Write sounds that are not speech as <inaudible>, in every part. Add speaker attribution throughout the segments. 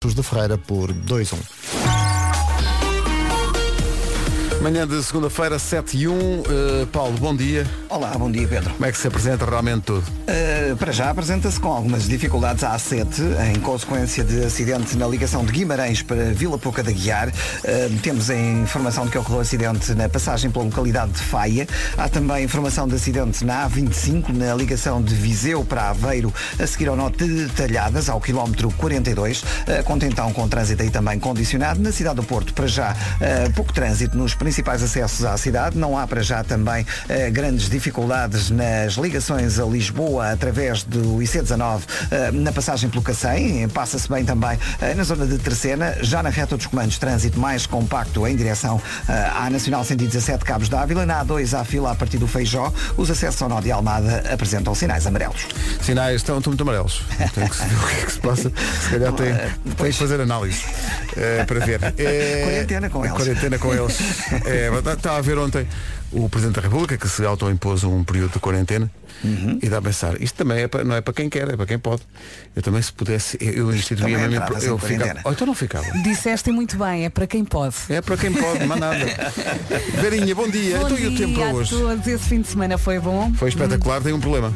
Speaker 1: Santos de Ferreira por 2-1.
Speaker 2: Manhã de segunda-feira, 7 e 1. Eh, Paulo, bom dia.
Speaker 3: Olá, bom dia Pedro.
Speaker 2: Como é que se apresenta realmente tudo?
Speaker 3: Uh, para já apresenta-se com algumas dificuldades à A7 em consequência de acidente na ligação de Guimarães para Vila Pouca da Guiar. Uh, temos a informação de que ocorreu acidente na passagem pela localidade de Faia. Há também informação de acidente na A25 na ligação de Viseu para Aveiro a seguir ao norte de Talhadas ao quilómetro 42. Uh, conta então com trânsito aí também condicionado. Na cidade do Porto para já uh, pouco trânsito nos principais acessos à cidade. Não há para já também eh, grandes dificuldades nas ligações a Lisboa através do IC19 eh, na passagem pelo Cacém. Passa-se bem também eh, na zona de Terceira. Já na reta dos comandos, trânsito mais compacto em direção eh, à Nacional 117 Cabos Dávila. Na A2 há fila a partir do Feijó. Os acessos ao Nó de Almada apresentam sinais amarelos.
Speaker 2: Sinais estão, estão muito amarelos. Tem que se ver o que é que se passa. Se calhar tem,
Speaker 3: é,
Speaker 2: tem que fazer análise eh, para
Speaker 3: <laughs>
Speaker 2: ver. Eh,
Speaker 3: Quarentena com eles.
Speaker 2: Quarentena com
Speaker 3: <laughs>
Speaker 2: eles. Eh, mas estava a ver ontem o Presidente da República que se autoimpôs um período de quarentena
Speaker 3: Uhum.
Speaker 2: e dá a pensar, isto também é para, não é para quem quer, é para quem pode. Eu também se pudesse, eu, eu instituía
Speaker 3: também
Speaker 2: mesmo,
Speaker 3: entrava-se em
Speaker 2: eu
Speaker 3: quarentena.
Speaker 2: ficava. Ou então não ficava.
Speaker 4: Disseste muito bem, é para quem pode.
Speaker 2: É para quem pode, mais
Speaker 3: <laughs>
Speaker 2: nada.
Speaker 4: <laughs>
Speaker 2: Verinha, bom dia.
Speaker 4: Bom
Speaker 2: então e o tempo
Speaker 4: dia
Speaker 2: para
Speaker 4: a
Speaker 2: hoje?
Speaker 4: todos. Esse fim de semana foi bom?
Speaker 2: Foi espetacular, tem um problema.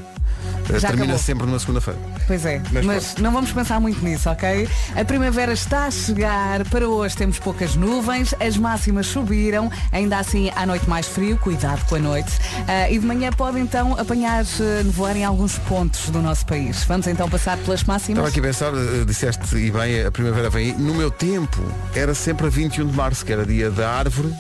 Speaker 2: Eh,
Speaker 4: Já
Speaker 2: Termina
Speaker 4: acabou.
Speaker 2: sempre numa segunda-feira.
Speaker 4: Pois é,
Speaker 2: Mas
Speaker 4: mas, não vamos pensar muito nisso, ok? A primavera está a chegar, para hoje temos poucas nuvens, as máximas subiram, ainda assim à noite mais frio, cuidado com a noite. Ah, e de manhã pode então apanhar eh, nevoar em alguns pontos do nosso país. Vamos então passar pelas máximas.
Speaker 2: Estava aqui a pensar, eh, disseste e bem, a primavera vem aí. No meu tempo era sempre a 21 de março, que era dia da árvore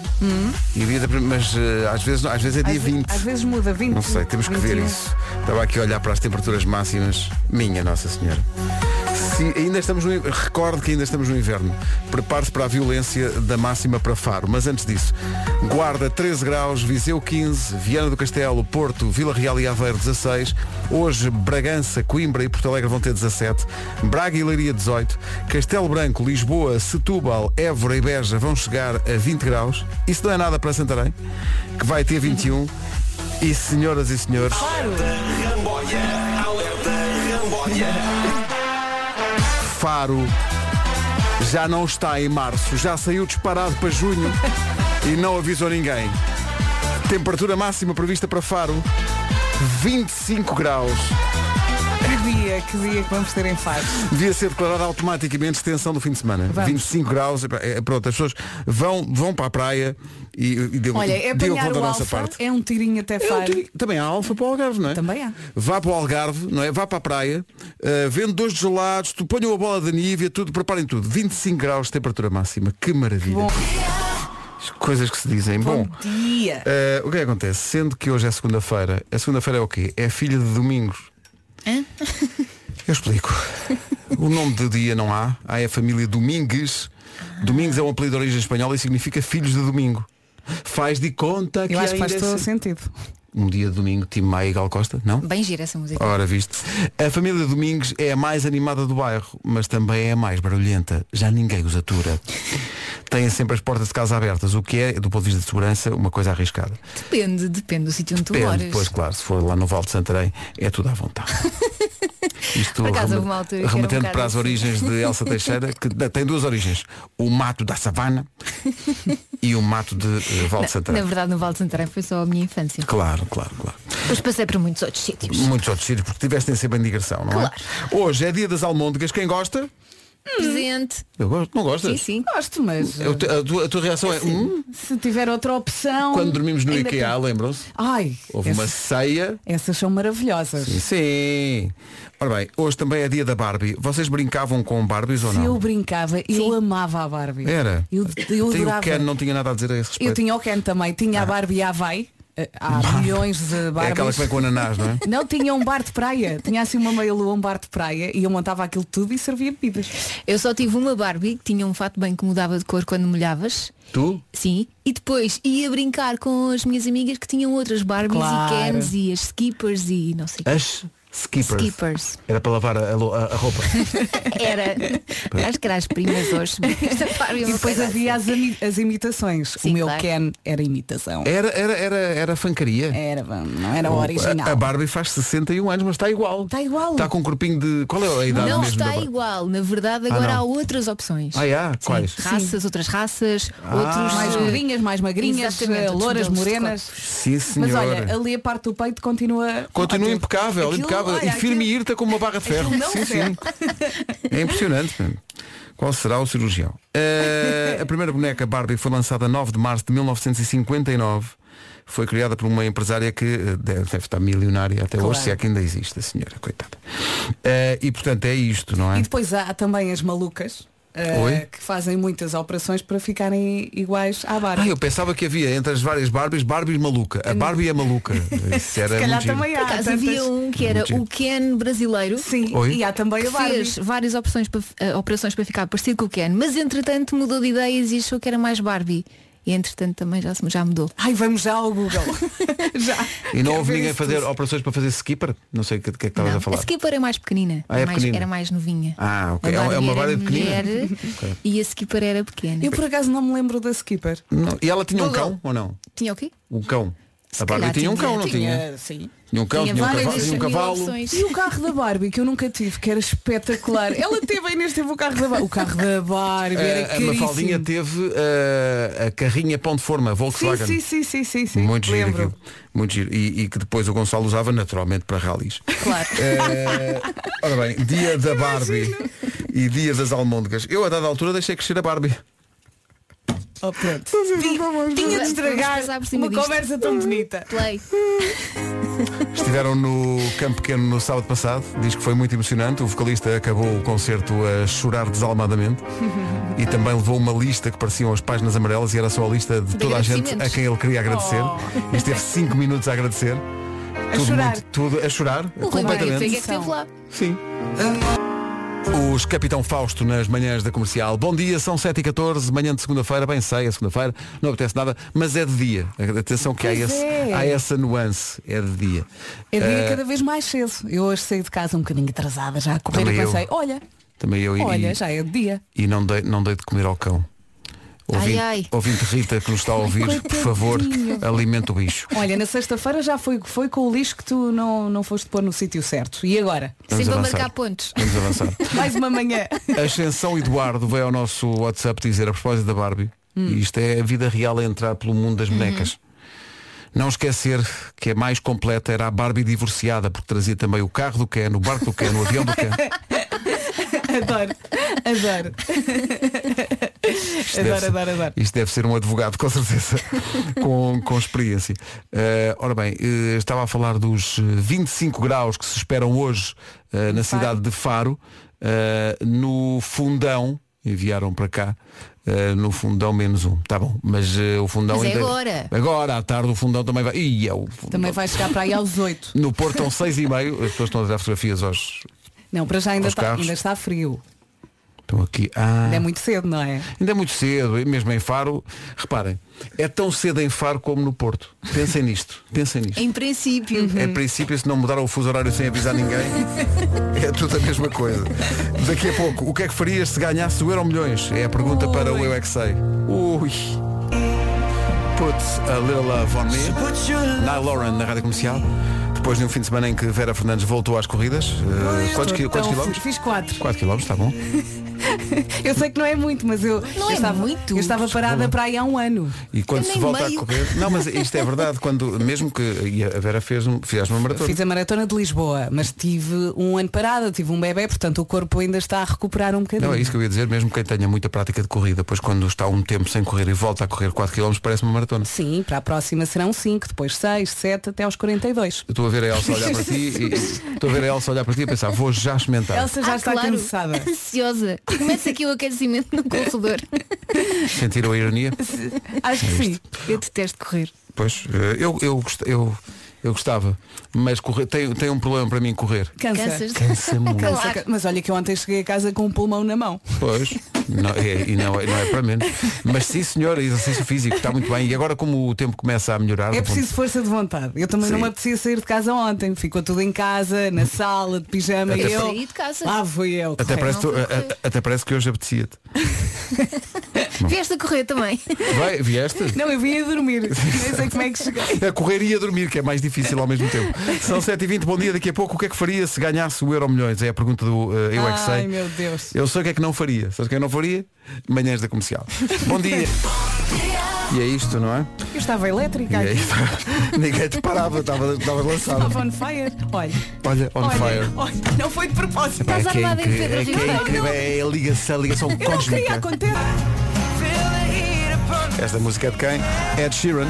Speaker 2: e dia da prim- mas eh, às vezes, não, às vezes é dia
Speaker 4: Hum? às, ve-
Speaker 2: 20.
Speaker 4: Às vezes muda 20.
Speaker 2: Não sei, temos que ver
Speaker 4: 21.
Speaker 2: isso. Estava aqui a olhar para as temperaturas máximas. Minha Nossa Senhora. Se ainda estamos no, recordo que ainda estamos no inverno. Prepare-se para a violência da máxima para Faro. Mas antes disso, Guarda 13 graus, Viseu 15, Viana do Castelo, Porto, Vila Real e Aveiro 16. Hoje, Bragança, Coimbra e Porto Alegre vão ter 17. Braga e Leiria 18. Castelo Branco, Lisboa, Setúbal, Évora e Beja vão chegar a 20 graus. Isso não é nada para Santarém, que vai ter 21. E senhoras e senhores, Faro já não está em março, já saiu disparado para
Speaker 4: <laughs>
Speaker 2: junho e não avisou ninguém. Temperatura máxima prevista para Faro, 25 graus.
Speaker 4: Que dia, que dia que vamos ter em Faro.
Speaker 2: Devia ser declarada automaticamente extensão do fim de semana.
Speaker 4: Vamos.
Speaker 2: 25 graus, epá, é, pronto, as pessoas vão, vão para a praia e, e deu,
Speaker 4: Olha, é
Speaker 2: deu
Speaker 4: apanhar
Speaker 2: conta da
Speaker 4: o
Speaker 2: nossa
Speaker 4: alfa,
Speaker 2: parte.
Speaker 4: é um tirinho até
Speaker 2: É um
Speaker 4: Faro.
Speaker 2: tirinho. Também há alfa para o Algarve, não é?
Speaker 4: Também há.
Speaker 2: Vá para o Algarve, não é? Vá para a praia, uh, vende dois gelados, tu ponham a bola da nívea, tudo, preparem tudo. 25 graus de temperatura máxima, que maravilha.
Speaker 4: Bom.
Speaker 2: As Coisas que se dizem. Bom,
Speaker 4: Bom dia.
Speaker 2: uh, o que é que acontece? Sendo que hoje é segunda-feira, a segunda-feira é o quê? É filha de domingos. Eu explico. o nome de dia não há, há é a família Domingues. Domingues é um apelido de origem espanhola e significa filhos de domingo. Faz de conta que
Speaker 4: Eu acho que faz
Speaker 2: ainda
Speaker 4: todo
Speaker 2: se-
Speaker 4: sentido.
Speaker 2: um dia de domingo, Tim Maia e Gal Costa, não?
Speaker 5: Bem gira essa música.
Speaker 2: Ora, viste. A família Domingues é a mais animada do bairro, mas também é a mais barulhenta. Já ninguém os atura. Têm sempre as portas de casa abertas, o que é, do ponto de vista de segurança, uma coisa arriscada.
Speaker 5: Depende, depende do sítio onde tu
Speaker 2: Depende,
Speaker 5: moras.
Speaker 2: depois, claro, se for lá no Val de Santarém, é tudo
Speaker 5: <laughs>
Speaker 2: à vontade. Isto
Speaker 5: Por acaso,
Speaker 2: remete-
Speaker 5: houve uma altura que era um
Speaker 2: remetendo
Speaker 5: bocado
Speaker 2: para as
Speaker 5: assim.
Speaker 2: origens de
Speaker 5: <laughs>
Speaker 2: Elsa Teixeira, que da- tem duas origens. O mato da savana e o mato de eh, Val de
Speaker 5: Na
Speaker 2: Santarém.
Speaker 5: verdade, no Val de Santarém foi só a minha infância.
Speaker 2: Claro, claro, claro.
Speaker 5: Depois passei por muitos outros sítios.
Speaker 2: Muitos outros sítios, porque tivessem sempre em digressão, não
Speaker 5: Claro.
Speaker 2: é? Hoje é dia das almôndegas, quem gosta?
Speaker 5: Presente.
Speaker 2: Eu gosto, não gostas?
Speaker 5: Sim, sim.
Speaker 4: Gosto, mas eh,
Speaker 2: Eu te- a, tua, a tua reação é hum?
Speaker 4: se tiver outra opção.
Speaker 2: quando dormimos no
Speaker 4: assim, ainda
Speaker 2: IKEA,
Speaker 4: tem-
Speaker 2: lembram-se?
Speaker 4: Ai,
Speaker 2: Houve uma
Speaker 4: essas,
Speaker 2: ceia.
Speaker 4: essas são maravilhosas.
Speaker 2: Sim. Ora bem, hoje também é dia da Barbie. Vocês brincavam com Barbies ou
Speaker 4: Se eu
Speaker 2: não?
Speaker 4: brincava, eu amava a Barbie.
Speaker 2: Era.
Speaker 4: Eu, eu
Speaker 2: Tem o
Speaker 4: adorava.
Speaker 2: Ken não tinha nada a dizer a esse respeito. Ah.
Speaker 4: Eu tinha um o Ken também, tinha a Barbie à vai. Eh, Há milhões de
Speaker 2: É
Speaker 4: Barbies.
Speaker 2: aquela que vem com ananás,
Speaker 4: <laughs>
Speaker 2: não é?
Speaker 4: Não, tinha um bar de praia. Tinha assim uma meia lua, um bar de praia e eu montava aquilo tudo e servia bebidas.
Speaker 5: Eu só tive uma Barbie que tinha um fato bem que mudava de cor quando molhavas.
Speaker 2: Tu?
Speaker 5: Sim. E depois ia brincar com as minhas amigas que tinham outras Barbies
Speaker 4: Claro.
Speaker 5: e Kens e as Skippers e não sei o quê.
Speaker 2: As? Skippers.
Speaker 5: Skippers.
Speaker 2: Era para lavar a, a lo- a- a
Speaker 4: <laughs>
Speaker 2: roupa.
Speaker 5: Era. Acho que era as primas
Speaker 2: <laughs>
Speaker 5: hoje. é
Speaker 4: E depois havia as, imi- as imitações.
Speaker 5: assim. Sim,
Speaker 4: o meu
Speaker 5: claro.
Speaker 4: Ken era imitação.
Speaker 2: Era, era, era, era fancaria.
Speaker 4: Era, bom, não era o original.
Speaker 2: A, a Barbie faz 61 anos, mas está igual.
Speaker 4: Está igual.
Speaker 2: Está com um corpinho de. Qual é a idade
Speaker 5: Não
Speaker 2: mesmo da
Speaker 5: está
Speaker 2: Barbie?
Speaker 5: igual. Na verdade, agora
Speaker 2: não.
Speaker 5: há outras opções.
Speaker 2: Ah, yeah? quais?
Speaker 5: Raças, outras raças,
Speaker 2: Ah.
Speaker 5: outros.
Speaker 4: Mais
Speaker 5: eh,
Speaker 4: gordinhas, mais magrinhas,
Speaker 5: Exatamente,
Speaker 4: eh,
Speaker 5: outros
Speaker 4: louras,
Speaker 5: modelos de
Speaker 4: morenas.
Speaker 2: Sim, senhor.
Speaker 4: Mas olha, ali a parte do peito continua.
Speaker 2: Continua
Speaker 4: Ótimo.
Speaker 2: impecável,
Speaker 4: Aquilo,
Speaker 2: impecável.
Speaker 4: olha,
Speaker 2: e firme e irta como uma barra de ferro.
Speaker 4: <laughs> aquilo não
Speaker 2: Sim,
Speaker 4: ferra.
Speaker 2: sim. É impressionante. mano. Qual será o cirurgião? Eh, a primeira boneca Barbie foi lançada a 9 de março de 1959. Foi criada por uma empresária que eh, deve, deve estar milionária até hoje, se é que ainda existe a senhora, coitada. Eh, e portanto é isto, não é?
Speaker 4: E depois há também as malucas. eh,
Speaker 2: Oi?
Speaker 4: que fazem muitas operações para ficarem iguais à barba.
Speaker 2: Ah, eu pensava que havia entre as várias Barbies, Barbies maluca. A Barbie é
Speaker 4: <laughs>
Speaker 2: maluca. Isso era
Speaker 4: Se calhar
Speaker 2: muito giro.
Speaker 4: também há.
Speaker 5: Por acaso
Speaker 4: tantas-
Speaker 5: havia um que era
Speaker 2: Muito
Speaker 5: o Ken brasileiro.
Speaker 4: Sim,
Speaker 2: Oi?
Speaker 4: e há também
Speaker 5: que
Speaker 4: a Barbie.
Speaker 5: fez várias opções para, eh, operações para ficar parecido com o Ken, mas entretanto mudou de ideias e achou que era mais Barbie. E entretanto também já, se- já mudou.
Speaker 4: Ai, vamos já
Speaker 2: <laughs>
Speaker 4: ao Google. já.
Speaker 2: E não
Speaker 4: Quero
Speaker 2: houve
Speaker 4: ver
Speaker 2: ninguém
Speaker 4: isso
Speaker 2: fazer
Speaker 4: tudo.
Speaker 2: operações para fazer skipper? Não sei o que, o que é que estavas
Speaker 5: Não.
Speaker 2: a falar.
Speaker 5: Skipper é mais pequenina,
Speaker 2: Ah, é
Speaker 5: era mais,
Speaker 2: pequenina.
Speaker 5: era mais novinha.
Speaker 2: Ah, ok.
Speaker 5: A
Speaker 2: É uma- é uma
Speaker 5: Barbie
Speaker 2: Barbie
Speaker 5: era
Speaker 2: pequenina.
Speaker 5: mulher E a Skipper era pequena.
Speaker 4: Eu por acaso não me lembro da Skipper.
Speaker 2: Não. E ela tinha um
Speaker 5: Google.
Speaker 2: cão ou não?
Speaker 5: Tinha o quê?
Speaker 2: Um cão.
Speaker 5: Se
Speaker 2: a Barbie
Speaker 5: calhar
Speaker 2: tinha um cão, não tinha?
Speaker 4: sim.
Speaker 2: Tinha um cão, tinha um
Speaker 5: várias
Speaker 2: cavalo. Tinha um
Speaker 5: mil
Speaker 2: cavalo.
Speaker 5: opções.
Speaker 4: E o carro da Barbie, que eu nunca tive, que
Speaker 2: <laughs>
Speaker 4: era espetacular. Ela teve aí neste tempo o carro da Barbie. O carro da Barbie era
Speaker 2: Eh, A
Speaker 4: caríssimo.
Speaker 2: Mafaldinha teve eh, a carrinha pão de forma,
Speaker 4: Sim,
Speaker 2: Volkswagen.
Speaker 4: sim, sim, sim, sim, sim.
Speaker 2: Muito giro
Speaker 4: Lembro.
Speaker 2: aquilo. Muito giro. E, e que depois o Gonçalo usava naturalmente para ralis.
Speaker 5: Claro.
Speaker 2: Eh, ora bem, dia da Barbie e dia das almôndegas. Eu a dada altura deixei crescer a Barbie.
Speaker 4: Oh, pronto. Tinha, tinha de
Speaker 5: Vamos
Speaker 4: estragar
Speaker 5: passar por cima
Speaker 4: uma
Speaker 5: disto.
Speaker 4: conversa tão bonita.
Speaker 5: Play.
Speaker 2: Estiveram no Campo Pequeno no sábado passado, diz que foi muito emocionante. O vocalista acabou o concerto a chorar desalmadamente e também levou uma lista que pareciam as páginas amarelas e era só a lista de toda a gente a
Speaker 5: agradecimentos.
Speaker 2: quem ele queria agradecer. E esteve 5 minutos a agradecer.
Speaker 4: Oh. A chorar.
Speaker 2: tudo a chorar,
Speaker 5: O Rui Maria
Speaker 2: completamente.
Speaker 5: Pega esteve lá.
Speaker 2: Sim. Os Capitão Fausto nas manhãs da comercial. Bom dia, são 7h14, manhã de segunda-feira, bem sei, é segunda-feira, não apetece nada, mas é de dia. Atenção que há,
Speaker 4: Pois
Speaker 2: esse-
Speaker 4: é.
Speaker 2: há essa nuance, é de dia.
Speaker 4: É dia
Speaker 2: Eh,
Speaker 4: cada vez mais cedo. Eu hoje saí de casa um bocadinho atrasada já a correr
Speaker 2: Também
Speaker 4: e
Speaker 2: eu.
Speaker 4: pensei, olha,
Speaker 2: Também eu e,
Speaker 4: olha, já é de dia.
Speaker 2: e não, dei, não dei de comer ao cão. Ouvinte,
Speaker 5: ai.
Speaker 2: ouvinte Rita que nos está a ouvir, por favor, alimente o bicho.
Speaker 4: Olha, na sexta-feira já foi o que foi com o lixo que tu não, não foste pôr no sítio certo. E agora?
Speaker 2: Vamos
Speaker 5: Sempre a
Speaker 2: avançar.
Speaker 5: marcar pontos.
Speaker 2: Vamos avançar.
Speaker 4: <laughs> Mais uma manhã.
Speaker 2: Ascensão Eduardo veio ao nosso WhatsApp dizer a propósito da Barbie,
Speaker 5: Hum.
Speaker 2: e isto é a vida real a entrar pelo mundo
Speaker 5: Uhum.
Speaker 2: das bonecas. Não esquecer que a mais completa era a Barbie divorciada, porque trazia também o carro do Ken, o barco do Ken, o
Speaker 5: <laughs>
Speaker 2: avião do Ken.
Speaker 4: <laughs> Adoro, adoro.
Speaker 2: deve
Speaker 4: Adoro,
Speaker 2: ser-
Speaker 4: adoro, adoro.
Speaker 2: Isto deve ser um advogado, com
Speaker 4: <laughs>
Speaker 2: certeza, com, com experiência. Eh, ora bem, eh, estava a falar dos eh, 25 graus que se esperam hoje eh, na cidade de Faro, eh, no fundão, enviaram para cá, eh, no fundão menos um, tá bom, mas eh, o fundão
Speaker 5: Mas é
Speaker 2: ainda...
Speaker 5: agora.
Speaker 2: Agora, à tarde, o fundão também vai... Ih, é o fundão.
Speaker 4: Também vai chegar para aí aos oito.
Speaker 2: No Porto estão seis e meio, as pessoas estão a tirar fotografias hoje.
Speaker 4: Não, para já ainda
Speaker 2: Aos
Speaker 4: está,
Speaker 2: carros.
Speaker 4: ainda está frio.
Speaker 2: Estão aqui. Ah.
Speaker 4: Ainda é muito cedo, não é?
Speaker 2: Ainda é muito cedo, e mesmo em Faro, reparem, é tão cedo em Faro como no Porto. Pensem nisto, pensem nisto.
Speaker 5: Em princípio.
Speaker 4: Uhum. É,
Speaker 2: Em princípio, se não mudar o fuso horário sem avisar
Speaker 4: <laughs>
Speaker 2: ninguém, é tudo a mesma coisa. Daqui a pouco, o que é que farias se ganhasse o Euro Milhões? É a pergunta para o Eu É Que Sei. Ui. Put a little love on me. Nile Lauren na Rádio Comercial. Depois de um fim de semana em que Vera Fernandes voltou às corridas. eh, quantos, qui-
Speaker 4: Então,
Speaker 2: quantos
Speaker 4: fi-
Speaker 2: quilómetros?
Speaker 4: Fiz quatro.
Speaker 2: 4 quilómetros, está bom.
Speaker 4: <laughs> Eu sei que não é muito, mas eu, eu
Speaker 5: é
Speaker 4: estava,
Speaker 5: muito.
Speaker 4: eu estava parada para aí há um ano.
Speaker 2: E quando
Speaker 5: Eu
Speaker 2: se
Speaker 5: nem
Speaker 2: volta
Speaker 5: meio.
Speaker 2: a correr. Não, mas isto é verdade, quando, mesmo que. E a Vera fez um, fizeste uma maratona.
Speaker 4: Fiz a maratona de Lisboa, mas tive um ano parada, tive um bebê, portanto o corpo ainda está a recuperar um bocadinho.
Speaker 2: Não, é isso que eu ia dizer, mesmo quem tenha muita prática de corrida, pois quando está um tempo sem correr e volta a correr 4 km parece uma maratona.
Speaker 4: Sim, para a próxima serão 5, depois 6, 7, até aos 42.
Speaker 2: Eu estou a ver a Elsa olhar para ti e
Speaker 4: <laughs>
Speaker 2: e- estou a ver a Elsa olhar para ti e pensar, vou já experimentar.
Speaker 4: Elsa já
Speaker 5: Ah,
Speaker 4: está
Speaker 5: claro.
Speaker 4: cansada.
Speaker 5: <laughs> Ansiosa. Começa aqui o aquecimento no corredor.
Speaker 2: Sentiram a ironia?
Speaker 4: <laughs> Acho que <laughs> sim.
Speaker 2: É
Speaker 5: Eu detesto correr.
Speaker 2: Pois, eh, eu, eu, gost- eu, Eu gostava. Mas correr, tem, tem um problema para mim correr.
Speaker 4: Cansa.
Speaker 5: Cansas?
Speaker 2: Cansa muito.
Speaker 5: Claro.
Speaker 4: Cansa, Mas olha que eu ontem cheguei a casa com o pulmão na mão.
Speaker 2: Pois, não, é- e não, é- não é para menos. Mas sim senhora, exercício físico, está muito bem. E agora como o tempo começa a melhorar. do
Speaker 4: É
Speaker 2: ponto-
Speaker 4: preciso força de vontade. Eu também não
Speaker 2: um Sim.
Speaker 4: me apetecia sair de casa ontem. Ficou tudo em casa, na sala, de pijama.
Speaker 5: Até
Speaker 4: e eu
Speaker 5: para- Saí de casa.
Speaker 4: Lá fui eu.
Speaker 2: Até
Speaker 4: correr.
Speaker 2: parece,
Speaker 5: não
Speaker 2: tu-
Speaker 5: foi
Speaker 2: a- a- até parece que hoje apetecia-te.
Speaker 5: Vieste a correr também.
Speaker 2: Vai, vieste?
Speaker 4: <laughs> Não, eu vim
Speaker 2: <laughs>
Speaker 4: a dormir. Nem sei como é que cheguei.
Speaker 2: A correr e a dormir, que é mais difícil ao mesmo tempo. São 7h20, bom dia. Daqui a pouco, o que é que faria se ganhasse o Euro Milhões? É a pergunta do eh, Eu É Que Sei.
Speaker 4: Ai, meu Deus.
Speaker 2: Eu sei o que é que não faria. Sabes o que eu não faria? Manhãs da comercial. Bom dia. E é isto, não é?
Speaker 4: Eu estava
Speaker 2: E
Speaker 4: elétrica
Speaker 2: é
Speaker 4: aqui.
Speaker 2: isto. <laughs> Ninguém te parava, estava estava lançado.
Speaker 4: Estava on fire. Olha.
Speaker 2: Olha, on
Speaker 4: olha,
Speaker 2: fire.
Speaker 4: olha, não foi de propósito.
Speaker 5: Estás
Speaker 2: É que é
Speaker 5: armada em
Speaker 2: incrível,
Speaker 5: Pedro
Speaker 2: é que é
Speaker 5: Ribeiro.
Speaker 2: incrível, é a ligação, a ligação
Speaker 4: Eu não queria
Speaker 2: cósmica.
Speaker 4: acontecer.
Speaker 2: Esta música é de quem? Ed Sheeran.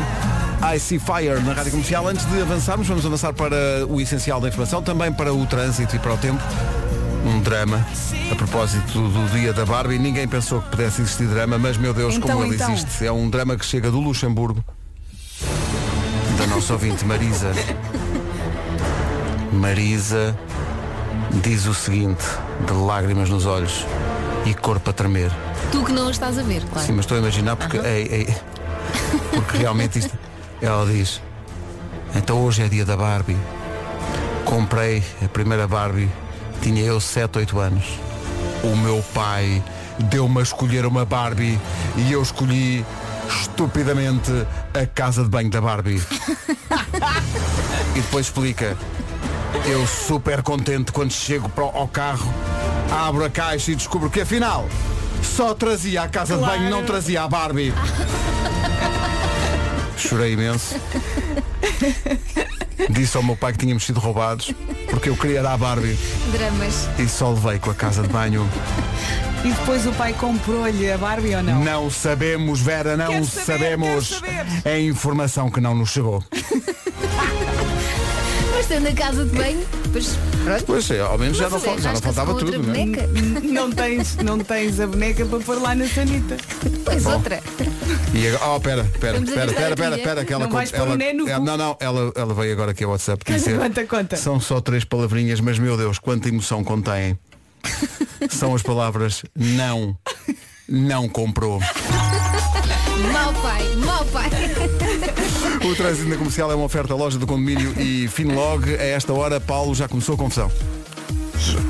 Speaker 2: I See Fire na Rádio Comercial. Antes de avançarmos, vamos avançar para o essencial da informação, também para o trânsito e para o tempo. Um drama a propósito do dia da Barbie. Ninguém pensou que pudesse existir drama, mas meu Deus, como
Speaker 4: Então,
Speaker 2: ele
Speaker 4: então.
Speaker 2: existe. É um drama que chega do Luxemburgo, da nossa ouvinte Marisa. Marisa diz o seguinte, de lágrimas nos olhos e corpo a tremer.
Speaker 5: Tu que não o estás a ver, claro.
Speaker 2: Sim, mas estou a imaginar porque, é ei, ei, porque realmente isto. Ela diz, então hoje é dia da Barbie. Comprei a primeira Barbie, tinha eu 7, 8 anos. O meu pai deu-me a escolher uma Barbie e eu escolhi estupidamente a casa de banho da Barbie. e depois explica, eu super contente quando chego para o- ao carro, abro a caixa e descubro que afinal só trazia a casa de banho, não trazia a Barbie. Chorei imenso. Disse ao meu pai que tínhamos sido roubados porque eu queria dar a Barbie
Speaker 5: Dramas.
Speaker 2: e só levei com a casa de banho.
Speaker 4: E depois o pai comprou-lhe a Barbie ou <laughs> não?
Speaker 2: Não sabemos, Vera, não
Speaker 4: Quero saber,
Speaker 2: sabemos.
Speaker 4: quero
Speaker 2: É informação que não nos chegou.
Speaker 5: Mas tendo a casa de banho, pois pronto.
Speaker 2: Pois é, ao menos já não,
Speaker 5: Mas
Speaker 2: fal- já não
Speaker 5: arrastas
Speaker 2: faltava
Speaker 5: com
Speaker 2: tudo.
Speaker 5: Outra
Speaker 2: não é?
Speaker 5: boneca.
Speaker 4: Hum, Não tens, não tens a boneca para pôr lá na sanita.
Speaker 5: Pois outra.
Speaker 2: E agora, oh, pera, pera,
Speaker 5: Vamos
Speaker 2: pera,
Speaker 5: ajustar
Speaker 2: pera,
Speaker 5: a
Speaker 2: pera,
Speaker 5: trilha.
Speaker 2: pera, que ela
Speaker 4: Não vais
Speaker 2: conta-
Speaker 4: pôr o
Speaker 2: ela-
Speaker 4: né no
Speaker 2: ela-
Speaker 4: cu?
Speaker 2: Não, não, ela, ela veio agora aqui ao
Speaker 4: <laughs>
Speaker 2: WhatsApp
Speaker 4: Conta,
Speaker 2: dizer.
Speaker 4: conta, conta.
Speaker 2: São só três palavrinhas, mas meu Deus, quanta emoção
Speaker 4: <laughs>
Speaker 2: contém. São as palavras não, não comprou.
Speaker 5: Mau pai, mau pai.
Speaker 2: O trânsito na comercial é uma oferta à loja do condomínio e Finlog. A esta hora, Paulo já começou a confusão.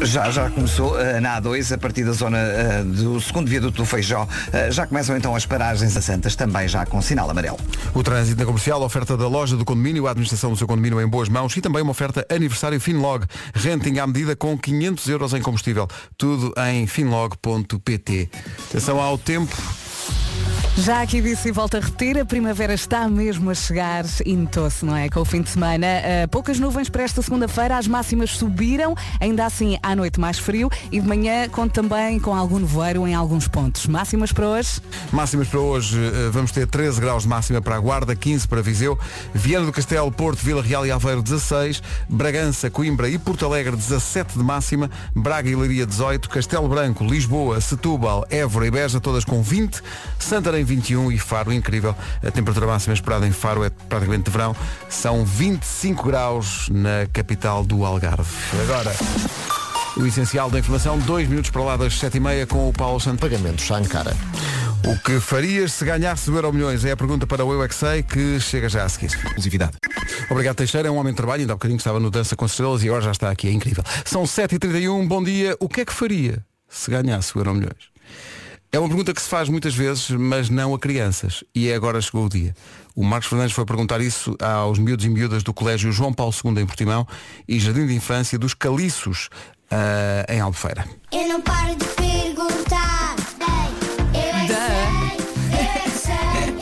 Speaker 3: Já, já começou eh, na A2, a partir da zona eh, do segundo viaduto do Feijó. eh, já começam então as paragens a Santas, também já com sinal amarelo.
Speaker 2: O trânsito na comercial, a oferta da loja do condomínio, a administração do seu condomínio em boas mãos e também uma oferta aniversário Finlog. Renting à medida com 500 euros em combustível. Tudo em finlog.pt. Atenção ao tempo.
Speaker 4: Já aqui disse e volto a repetir, a primavera está mesmo a chegar e notou-se, não é? Com o fim de semana, eh, poucas nuvens para esta segunda-feira, as máximas subiram, ainda assim à noite mais frio e de manhã conto também com algum nevoeiro em alguns pontos. Máximas para hoje?
Speaker 2: Máximas para hoje, eh, vamos ter 13 graus de máxima para a Guarda, 15 para Viseu, Viana do Castelo, Porto, Vila Real e Aveiro 16, Bragança, Coimbra e Porto Alegre 17 de máxima, Braga e Leiria 18, Castelo Branco, Lisboa, Setúbal, Évora e Beja todas com 20, Santarém 21 e Faro, incrível. A temperatura máxima esperada em Faro é praticamente de verão, são 25 graus na capital do Algarve. Agora, o essencial da informação, dois minutos para lá das 7h30 com o Paulo Santos.
Speaker 1: Pagamentos à Ankara.
Speaker 2: O que farias se ganhasse o Euro Milhões? É a pergunta para o Eu É Que Sei, que chega já a seguir.
Speaker 1: Exclusividade.
Speaker 2: Obrigado, Teixeira. É um homem de trabalho. Ainda há bocadinho estava no Dança com Estrelas e agora já está aqui. É incrível. São 7h31. Bom dia. O que é que faria se ganhasse o Euro Milhões? É uma pergunta que se faz muitas vezes, mas não a crianças. E é agora chegou o dia. O Marcos Fernandes foi perguntar isso aos miúdos e miúdas do Colégio João Paulo II em Portimão e Jardim de Infância dos Caliços, ah, em Albufeira.
Speaker 6: Eu não paro de perguntar. Ei, eu é que sei, eu é que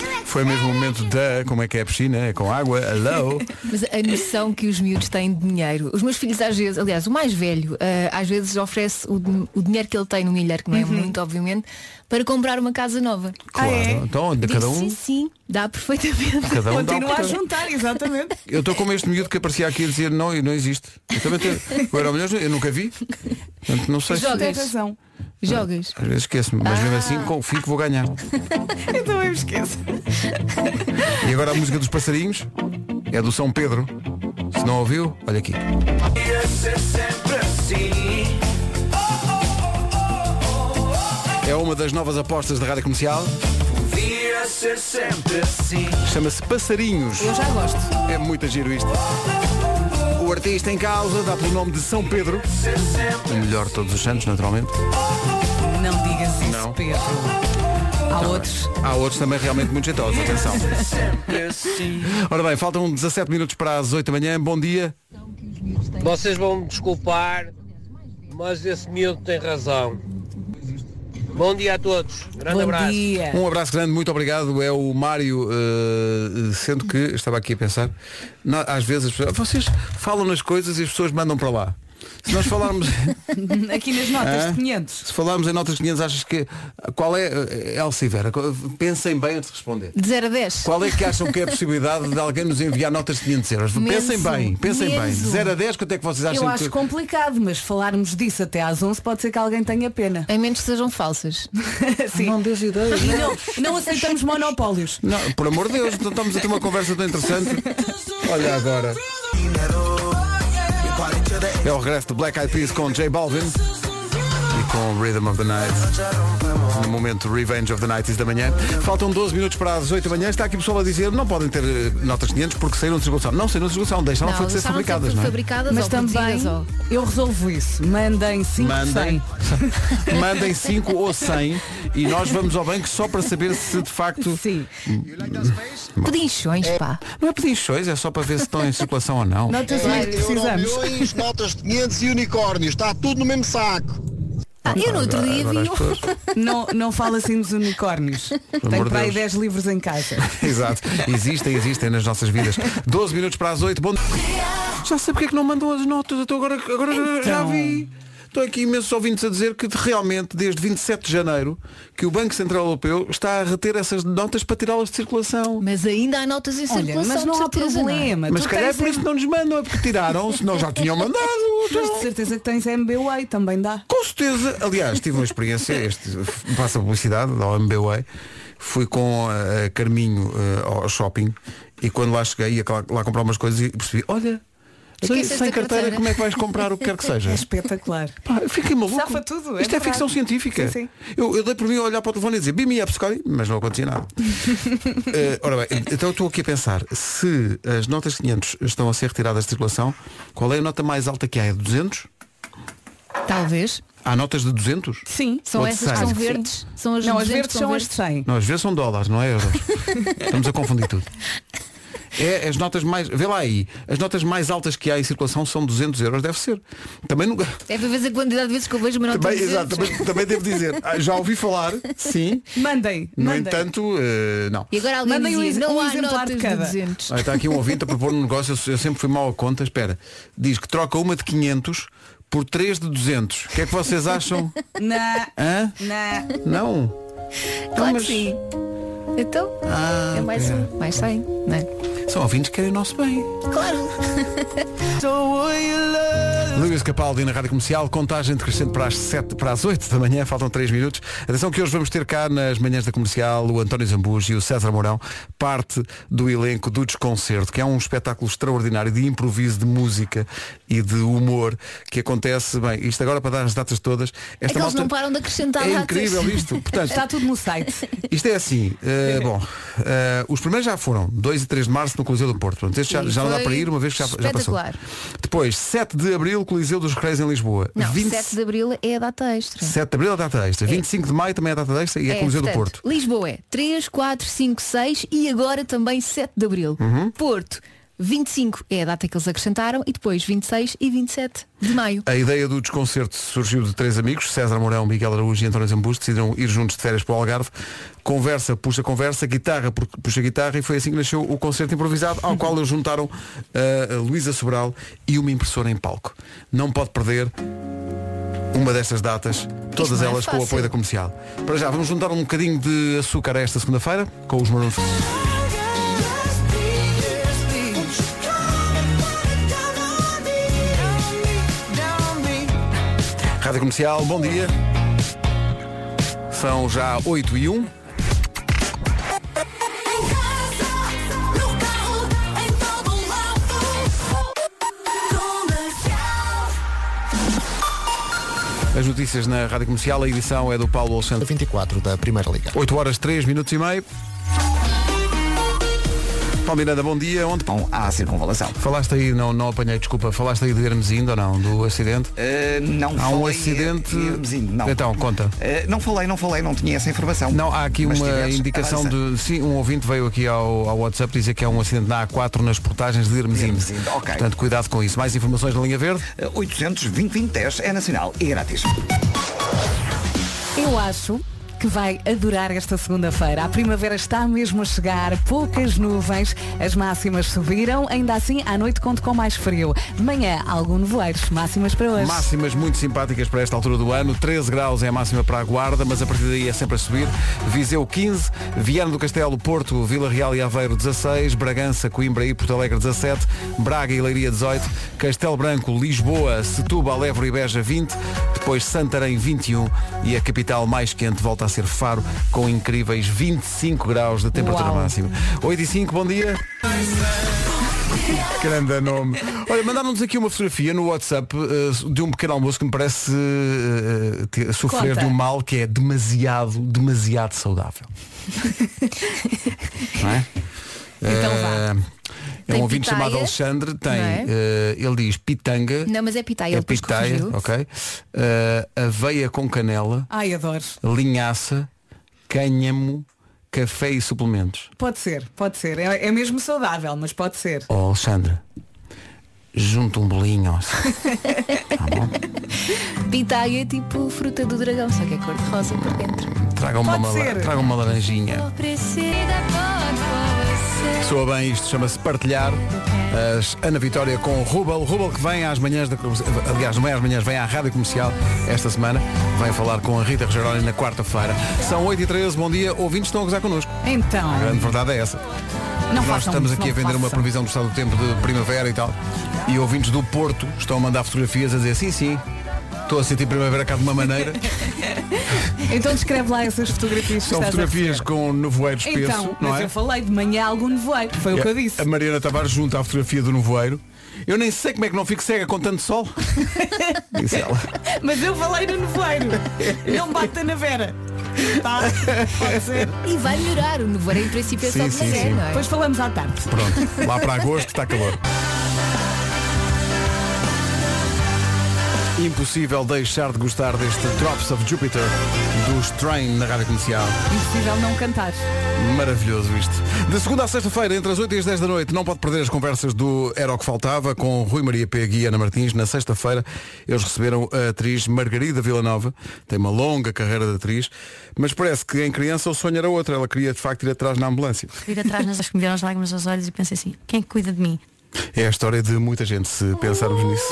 Speaker 6: sei, eu é que
Speaker 2: Foi mesmo o momento da, como é que é a piscina? É com água?
Speaker 4: <laughs>
Speaker 2: Hello?
Speaker 4: Ah,
Speaker 5: Mas a noção que os miúdos têm de dinheiro. Os meus filhos às vezes, aliás, o mais velho, eh, às vezes oferece o, din- o dinheiro que ele tem no milheiro, que não é muito, obviamente, para comprar uma casa nova.
Speaker 2: Uhum. Claro.
Speaker 4: Ah, é?
Speaker 2: Então, olha,
Speaker 5: Diz,
Speaker 2: cada um,
Speaker 5: Sim, sim, dá perfeitamente.
Speaker 2: cada um dá o
Speaker 4: Continua
Speaker 2: que
Speaker 4: a
Speaker 2: tem.
Speaker 4: juntar, exatamente.
Speaker 2: Eu estou como este miúdo que aparecia aqui a dizer não, e não existe. Eu também tenho. O Euro Milhões eu nunca vi. Portanto, não sei se.
Speaker 5: Joga.
Speaker 4: Tens razão.
Speaker 2: <laughs>
Speaker 5: Jogas.
Speaker 2: Às vezes esqueço-me, mas mesmo
Speaker 4: Ah.
Speaker 2: assim com- fico vou ganhar.
Speaker 4: Eu
Speaker 2: Então
Speaker 4: também me esqueço.
Speaker 2: E agora a música dos passarinhos é do São Pedro. Se não ouviu, olha aqui. É uma das novas apostas da rádio comercial. Chama-se Passarinhos.
Speaker 4: Eu já gosto.
Speaker 2: É muito giro isto. O artista em causa dá pelo nome de São Pedro. O melhor de todos os santos, naturalmente.
Speaker 4: Não digas isso,
Speaker 2: Não.
Speaker 4: Pedro. Há outros.
Speaker 2: Há outros também realmente muito jeitosos, atenção. Ora bem, faltam 17 minutos para as 8 da manhã. Bom dia.
Speaker 7: Vocês vão me desculpar, mas esse miúdo tem razão. Bom dia a todos. Grande
Speaker 4: Bom
Speaker 7: abraço.
Speaker 4: dia.
Speaker 2: Um abraço grande, muito obrigado. É o Mário, eh, sendo que, estava aqui a pensar, na- às vezes as pessoas, vocês falam nas coisas e as pessoas mandam para lá. Se nós
Speaker 4: <laughs>
Speaker 2: falarmos,
Speaker 4: <laughs> Aqui nas notas
Speaker 2: Hã?
Speaker 4: de 500.
Speaker 2: se falarmos em notas de 500, achas que qual é, eh, Elcivera, qual- pensem bem antes de responder.
Speaker 5: De 0 a 10.
Speaker 2: Qual é que acham que é a
Speaker 5: <laughs>
Speaker 2: possibilidade de alguém nos enviar notas de 500 euros?
Speaker 5: Menos
Speaker 2: pensem bem,
Speaker 5: um.
Speaker 2: pensem bem.
Speaker 5: Menos
Speaker 2: De
Speaker 5: um.
Speaker 2: 0 a 10, quanto é que vocês acham
Speaker 4: Eu acho
Speaker 2: que...
Speaker 4: complicado, mas falarmos disso até às 11 pode ser que alguém tenha pena.
Speaker 5: A menos que sejam falsas.
Speaker 4: <laughs> Sim. Não dês ideia. E não, não aceitamos monopólios.
Speaker 2: Não, por amor de Deus, então estamos a ter uma conversa tão
Speaker 4: <laughs>
Speaker 2: interessante. Olha agora. É o regresso de Black Eyed Peas com J Balvin e com Rhythm of the Night. No momento Revenge of the Night is da manhã. Faltam 12 minutos para as 8 da manhã. Está aqui pessoal a dizer não podem ter eh, notas 500 porque saíram de circulação. Não saíram de circulação, deixaram foi de ser
Speaker 5: deixaram de ser
Speaker 2: fabricadas, não é?
Speaker 5: fabricadas
Speaker 4: Mas
Speaker 5: ou
Speaker 4: também
Speaker 5: produzidas ou-
Speaker 4: eu resolvo isso. Mandem 5
Speaker 2: Mandem, <laughs> mandem 5 ou 100 e nós vamos ao banco só para saber se de facto
Speaker 4: Sim.
Speaker 5: Pedinchões, pá.
Speaker 2: Não é pedir shows, é só para ver se estão em circulação ou não.
Speaker 4: Notas muito que precisamos.
Speaker 8: milhões, notas de 500 e unicórnios. Está tudo no mesmo saco.
Speaker 5: Ah, eu no outro dia vi
Speaker 2: Agora as
Speaker 5: um.
Speaker 2: pessoas-
Speaker 4: <laughs> Não, não fala assim dos unicórnios. Tenho
Speaker 2: amor de
Speaker 4: para aí
Speaker 2: Deus.
Speaker 4: 10 livros em casa.
Speaker 2: Exato. Existem, existem nas nossas vidas. 12 minutos para as 8. Bom... Já sei porque é que não mandam as notas. Eu estou agora, agora
Speaker 5: Então.
Speaker 9: Então.
Speaker 2: já- já vi. Estou aqui imensos ouvintes a dizer que realmente, desde 27 de janeiro, que o Banco Central Europeu está a reter essas notas para tirá-las de circulação.
Speaker 5: Mas ainda há notas em
Speaker 4: Olha,
Speaker 5: circulação.
Speaker 4: mas
Speaker 5: de
Speaker 4: não há
Speaker 5: certeza, não é?
Speaker 4: problema.
Speaker 2: Mas
Speaker 4: Tu
Speaker 2: se calhar é
Speaker 4: tens um
Speaker 2: por isso que não nos mandam, é porque tiraram, senão já tinham mandado.
Speaker 4: Mas de certeza que tens MBWay, também dá.
Speaker 2: Com certeza, aliás, tive uma experiência, este passa a publicidade da OMBWay, fui com a a Carminho eh, ao shopping e quando lá cheguei ia lá, lá comprar umas coisas e percebi, olha, sem,
Speaker 5: Esqueceste
Speaker 2: sem
Speaker 5: a
Speaker 2: carteira
Speaker 5: carteira.
Speaker 2: como é que vais comprar o que quer que
Speaker 4: <laughs>
Speaker 2: seja?
Speaker 4: É espetacular.
Speaker 2: Pá, eu fiquei maluco.
Speaker 4: Safa tudo, é
Speaker 2: Isto é,
Speaker 4: verdade.
Speaker 2: ficção científica.
Speaker 4: Sim, sim.
Speaker 2: Eu, eu dei por mim a olhar para o telefone e dizer Bimi up Scotty", mas não acontecia
Speaker 4: <laughs>
Speaker 2: nada. Eh, ora bem, então eu estou aqui a pensar, se as notas 500 estão a ser retiradas de circulação, qual é a nota mais alta que há? É 200?
Speaker 5: Talvez.
Speaker 2: Há notas de 200?
Speaker 4: Sim.
Speaker 5: São
Speaker 2: um- Pode
Speaker 5: essas
Speaker 2: ser.
Speaker 5: que são
Speaker 2: Acho que sim.
Speaker 5: verdes. São as
Speaker 4: Não, as
Speaker 5: duzentas
Speaker 4: verdes
Speaker 5: que
Speaker 4: são as
Speaker 5: verdes.
Speaker 4: de 100.
Speaker 2: Não, às vezes são dólares, não
Speaker 4: <laughs>
Speaker 2: é euros. Estamos a confundir tudo. É as notas mais. Vê lá aí. As notas mais altas que há em circulação são 200 euros, deve ser. Também nunca.
Speaker 5: É para ver a quantidade de vezes que eu vejo uma nota
Speaker 2: Também,
Speaker 5: de 200.
Speaker 2: exato, também, também devo dizer. ah, Já ouvi falar, sim.
Speaker 5: <laughs>
Speaker 4: Mandem.
Speaker 2: No
Speaker 4: mandem.
Speaker 2: entanto, eh, não.
Speaker 5: E agora alguém
Speaker 4: Mandem um
Speaker 5: dizia,
Speaker 4: ex-
Speaker 5: não
Speaker 4: um
Speaker 5: há
Speaker 4: exemplar de
Speaker 5: notas de
Speaker 4: cada.
Speaker 5: 200.
Speaker 2: Ah, está aqui um ouvinte a propor um negócio, eu, eu sempre fui mal a conta, espera. Diz que troca uma de 500 por 3 de 200. O que é que
Speaker 5: <laughs>
Speaker 2: vocês acham?
Speaker 4: Na,
Speaker 2: Hã?
Speaker 4: na,
Speaker 2: Não.
Speaker 5: Claro
Speaker 2: mas-
Speaker 5: que sim. Então,
Speaker 2: Ah,
Speaker 5: é mais um. Mais 100. Não é?
Speaker 2: São ouvintes que querem o nosso bem. <laughs>
Speaker 5: Então,
Speaker 2: Claro. Luís Capaldi na Rádio Comercial, contagem decrescente para as 7, para as 8 da manhã, faltam 3 minutos. Atenção que hoje vamos ter cá nas manhãs da comercial o António Zambujo e o César Mourão, parte do elenco do Desconcerto, que é um espetáculo extraordinário de improviso, de música e de humor que acontece, bem, isto agora para dar as datas todas,
Speaker 5: É que
Speaker 2: esta
Speaker 5: eles
Speaker 2: malta-
Speaker 5: não param de acrescentar
Speaker 2: é
Speaker 5: datas.
Speaker 2: incrível isto. Portanto,
Speaker 4: está tudo
Speaker 2: <laughs>
Speaker 4: no site.
Speaker 2: isto é assim, eh, bom, eh, os primeiros já foram, 2 e 3 de março no Coliseu do Porto. Portanto, este já,
Speaker 5: Sim,
Speaker 2: já não dá
Speaker 5: foi
Speaker 2: para ir, uma vez que já, já passou.
Speaker 5: espetacular.
Speaker 2: Depois, 7 de Abril, Coliseu dos Recreios em Lisboa.
Speaker 5: Não,
Speaker 2: 20
Speaker 5: 7 de Abril é a data extra.
Speaker 2: 7 de Abril é a data extra. 25 de Maio também é a data extra e é, Coliseu do
Speaker 5: portanto,
Speaker 2: Porto.
Speaker 5: Lisboa é 3, 4, 5, 6 e agora também 7 de Abril.
Speaker 2: Uhum.
Speaker 5: Porto, 25 é a data que eles acrescentaram e depois 26 e 27 de Maio.
Speaker 2: A ideia do desconcerto surgiu de três amigos, César Mourão, Miguel Araújo e António Zambujo, decidiram ir juntos de férias para o Algarve. Conversa, puxa conversa, guitarra, pu- puxa guitarra e foi assim que nasceu o concerto improvisado, ao qual eles juntaram ah, a Luísa Sobral e uma impressora em palco. Não pode perder uma destas datas, todas
Speaker 5: não é
Speaker 2: elas com o
Speaker 5: fácil.
Speaker 2: apoio da comercial. Para já, vamos juntar um bocadinho de açúcar a esta segunda-feira com os Maroon Rádio Comercial, bom dia. São já 8 e 1. As notícias na Rádio Comercial, a edição é do Paulo Alexandre.
Speaker 1: 24 da Primeira Liga.
Speaker 2: 8 horas 3 minutos e meio. Paulo Miranda, bom dia. Onde
Speaker 3: Bom, à circunvalação.
Speaker 2: falaste aí, não, não apanhei, desculpa, falaste aí de Hermes Indo ou não, do acidente?
Speaker 3: Eh, não
Speaker 2: Há um
Speaker 3: falei,
Speaker 2: acidente.
Speaker 3: eh, Hermesinho, não.
Speaker 2: Então, conta.
Speaker 3: Eh, não falei, não falei, não tinha essa informação.
Speaker 2: Não, há aqui
Speaker 3: Mas
Speaker 2: uma
Speaker 3: tivemos,
Speaker 2: indicação
Speaker 3: avança.
Speaker 2: de. Sim, um ouvinte veio aqui ao, ao WhatsApp dizer que há um acidente na A4 nas portagens de Hermesino.
Speaker 3: Hermesinde, ok.
Speaker 2: Portanto, cuidado com isso. Mais informações na linha verde?
Speaker 3: Eh, 800 2010 é nacional e grátis.
Speaker 4: Eu acho que vai adorar esta segunda-feira. A primavera está mesmo a chegar, poucas nuvens, as máximas subiram, ainda assim à noite conto com mais frio. De manhã, algum nevoeiros, máximas para hoje.
Speaker 2: Máximas muito simpáticas para esta altura do ano. 13 graus é a máxima para a Guarda, mas a partir daí é sempre a subir. Viseu 15, Viana do Castelo, Porto, Vila Real e Aveiro 16, Bragança, Coimbra e Porto Alegre 17, Braga e Leiria 18, Castelo Branco, Lisboa, Setúbal, Évora e Beja 20, depois Santarém 21 e a capital mais quente volta a ser Faro com incríveis 25 graus de temperatura
Speaker 4: Uau.
Speaker 2: máxima. 8 e 5, bom dia. <laughs> Grande nome. Olha, mandaram-nos aqui uma fotografia no WhatsApp eh, de um pequeno almoço que me parece eh, ter- sofrer
Speaker 4: Conta.
Speaker 2: de um mal que é demasiado, demasiado
Speaker 5: <laughs>
Speaker 2: saudável. Não é?
Speaker 4: Então
Speaker 2: Eh, É
Speaker 5: Tem
Speaker 2: um ouvinte
Speaker 5: pitaia,
Speaker 2: chamado Alexandre, tem,
Speaker 5: não é?
Speaker 2: eh, ele diz pitanga,
Speaker 5: Não, mas é pitaia,
Speaker 2: é
Speaker 5: ele depois
Speaker 2: pitaia,
Speaker 5: corrigiu.
Speaker 2: ok? eh, aveia com canela,
Speaker 4: Ai, adoro.
Speaker 2: linhaça, cânhamo, café e suplementos.
Speaker 4: Pode ser, pode ser. É, é mesmo saudável, mas pode ser.
Speaker 2: Ó Oh, Alexandre, junta um bolinho. ó.
Speaker 5: Pitaia é tipo fruta do dragão, só que é cor de rosa por dentro.
Speaker 2: Traga uma,
Speaker 4: Pode
Speaker 2: mala-
Speaker 4: ser.
Speaker 2: traga uma laranjinha. Soa bem isto, chama-se partilhar. As Ana Vitória com o Rubel. Rubel que vem às manhãs da Cruz- Aliás, não é às manhãs, vem à Rádio Comercial esta semana. Vem falar com a Rita Rogeroni na quarta-feira. São 8h13, bom dia. Ouvintes estão a gozar connosco.
Speaker 4: Então,
Speaker 2: A grande verdade é essa.
Speaker 4: não
Speaker 2: Nós
Speaker 4: façam
Speaker 2: estamos
Speaker 4: isso,
Speaker 2: aqui a
Speaker 4: não
Speaker 2: vender uma
Speaker 4: façam.
Speaker 2: previsão do estado do tempo de primavera e tal. E ouvintes do Porto estão a mandar fotografias a dizer sim, sim. Estou a sentir primavera cá de uma
Speaker 4: <laughs>
Speaker 2: maneira.
Speaker 4: Então descreve lá essas fotografias que
Speaker 2: São
Speaker 4: estás a
Speaker 2: fotografias
Speaker 4: receber.
Speaker 2: com nevoeiro espesso,
Speaker 4: Então,
Speaker 2: não
Speaker 4: mas
Speaker 2: é?
Speaker 4: eu falei de manhã algum nevoeiro, foi o que eu disse.
Speaker 2: A Mariana Tavares junta à fotografia do nevoeiro. Eu nem sei como é que não fico cega com tanto
Speaker 4: <laughs>
Speaker 2: sol. Disse ela.
Speaker 4: Mas eu falei no nevoeiro. Não bata na Vera. Tá? Pode ser.
Speaker 5: E vai melhorar, o nevoeiro em princípio é só
Speaker 2: Sim,
Speaker 5: de
Speaker 2: sim,
Speaker 5: maré,
Speaker 2: sim.
Speaker 5: não é?
Speaker 4: Depois falamos à tarde.
Speaker 2: Pronto, lá para agosto está calor. Impossível deixar de gostar deste Drops of Jupiter dos Train na rádio comercial.
Speaker 4: Impossível não cantar.
Speaker 2: Maravilhoso isto. De segunda a sexta-feira, entre as 8 e as 10 da noite, não pode perder as conversas do Era o que Faltava com Rui Maria Pega e Ana Martins. Na sexta-feira, eles receberam a atriz Margarida Villanova. Tem uma longa carreira de atriz, mas parece que em criança o sonho era outro. Ela queria, de facto, ir atrás na ambulância.
Speaker 9: Fui atrás, nas acho que me vieram as lágrimas aos olhos e pensei assim, quem é que cuida de mim?
Speaker 2: É a história de muita gente, se pensarmos nisso.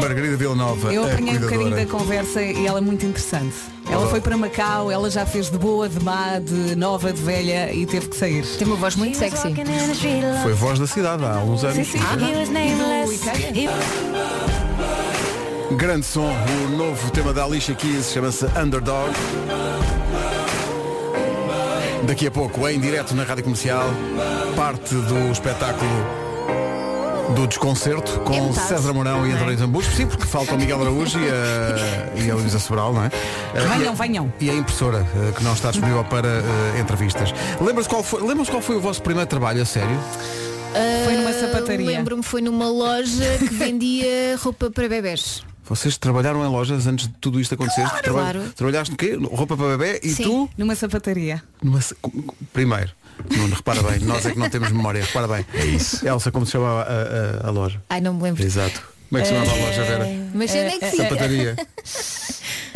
Speaker 2: Margarida Villanova,
Speaker 4: Eu
Speaker 2: a
Speaker 4: apanhei um bocadinho
Speaker 2: É cuidadora.
Speaker 4: da conversa e ela é muito interessante. Ela foi para Macau, ela já fez de boa, de má, de nova, de velha e teve que sair.
Speaker 5: Tem uma voz muito sexy.
Speaker 2: Foi voz da cidade há uns anos.
Speaker 4: Ah,
Speaker 2: Grande som, o novo tema da Alicia Keys chama-se Underdog. Daqui a pouco, em direto na Rádio Comercial, parte do espetáculo do desconcerto
Speaker 5: É
Speaker 2: com
Speaker 5: metade.
Speaker 2: César Mourão e António Zambujo. Sim, porque falta o Miguel Araújo e a, e a Luísa Sobral, não é? E a-
Speaker 4: Venham, venham.
Speaker 2: E a impressora, eh, que não está disponível para eh, entrevistas. Lembra-se qual, foi- lembra-se qual foi o vosso primeiro trabalho, a sério?
Speaker 4: Foi numa
Speaker 5: Ah,
Speaker 4: sapataria.
Speaker 5: Lembro-me, foi numa loja que vendia roupa para bebés.
Speaker 2: Vocês trabalharam em lojas antes de tudo isto acontecer?
Speaker 5: Claro. Claro.
Speaker 2: Trabalhaste no quê? Roupa para bebê e
Speaker 5: Sim.
Speaker 2: tu?
Speaker 4: Numa sapataria.
Speaker 2: Numa se- com- com- Primeiro, Nuno, repara bem, nós é que não temos memória, repara bem. É isso. Elsa, como se chamava a, a- a loja?
Speaker 5: Ai, não me lembro.
Speaker 2: Exato. Como é que se chamava a loja, Vera?
Speaker 5: Mas eu nem que sim.
Speaker 2: Sapataria.
Speaker 4: <laughs>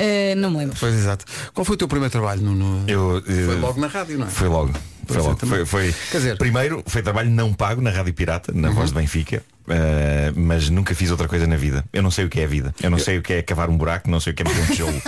Speaker 4: Eh, não me lembro.
Speaker 2: Pois exato. Qual foi o teu primeiro trabalho, Nuno?
Speaker 10: Eu, eh,
Speaker 2: é? Foi logo na rádio, não é?
Speaker 10: Foi logo.
Speaker 2: é,
Speaker 10: Foi logo.
Speaker 2: também.
Speaker 10: Foi, foi-
Speaker 2: Quer dizer- Uhum.
Speaker 10: primeiro foi trabalho não pago na Rádio Pirata, na voz de Benfica, eh, mas nunca fiz outra coisa na vida. Eu não sei o que é a vida. Eu não sei o que é cavar um buraco, não sei o que é meter um
Speaker 2: <laughs>
Speaker 10: tijolo.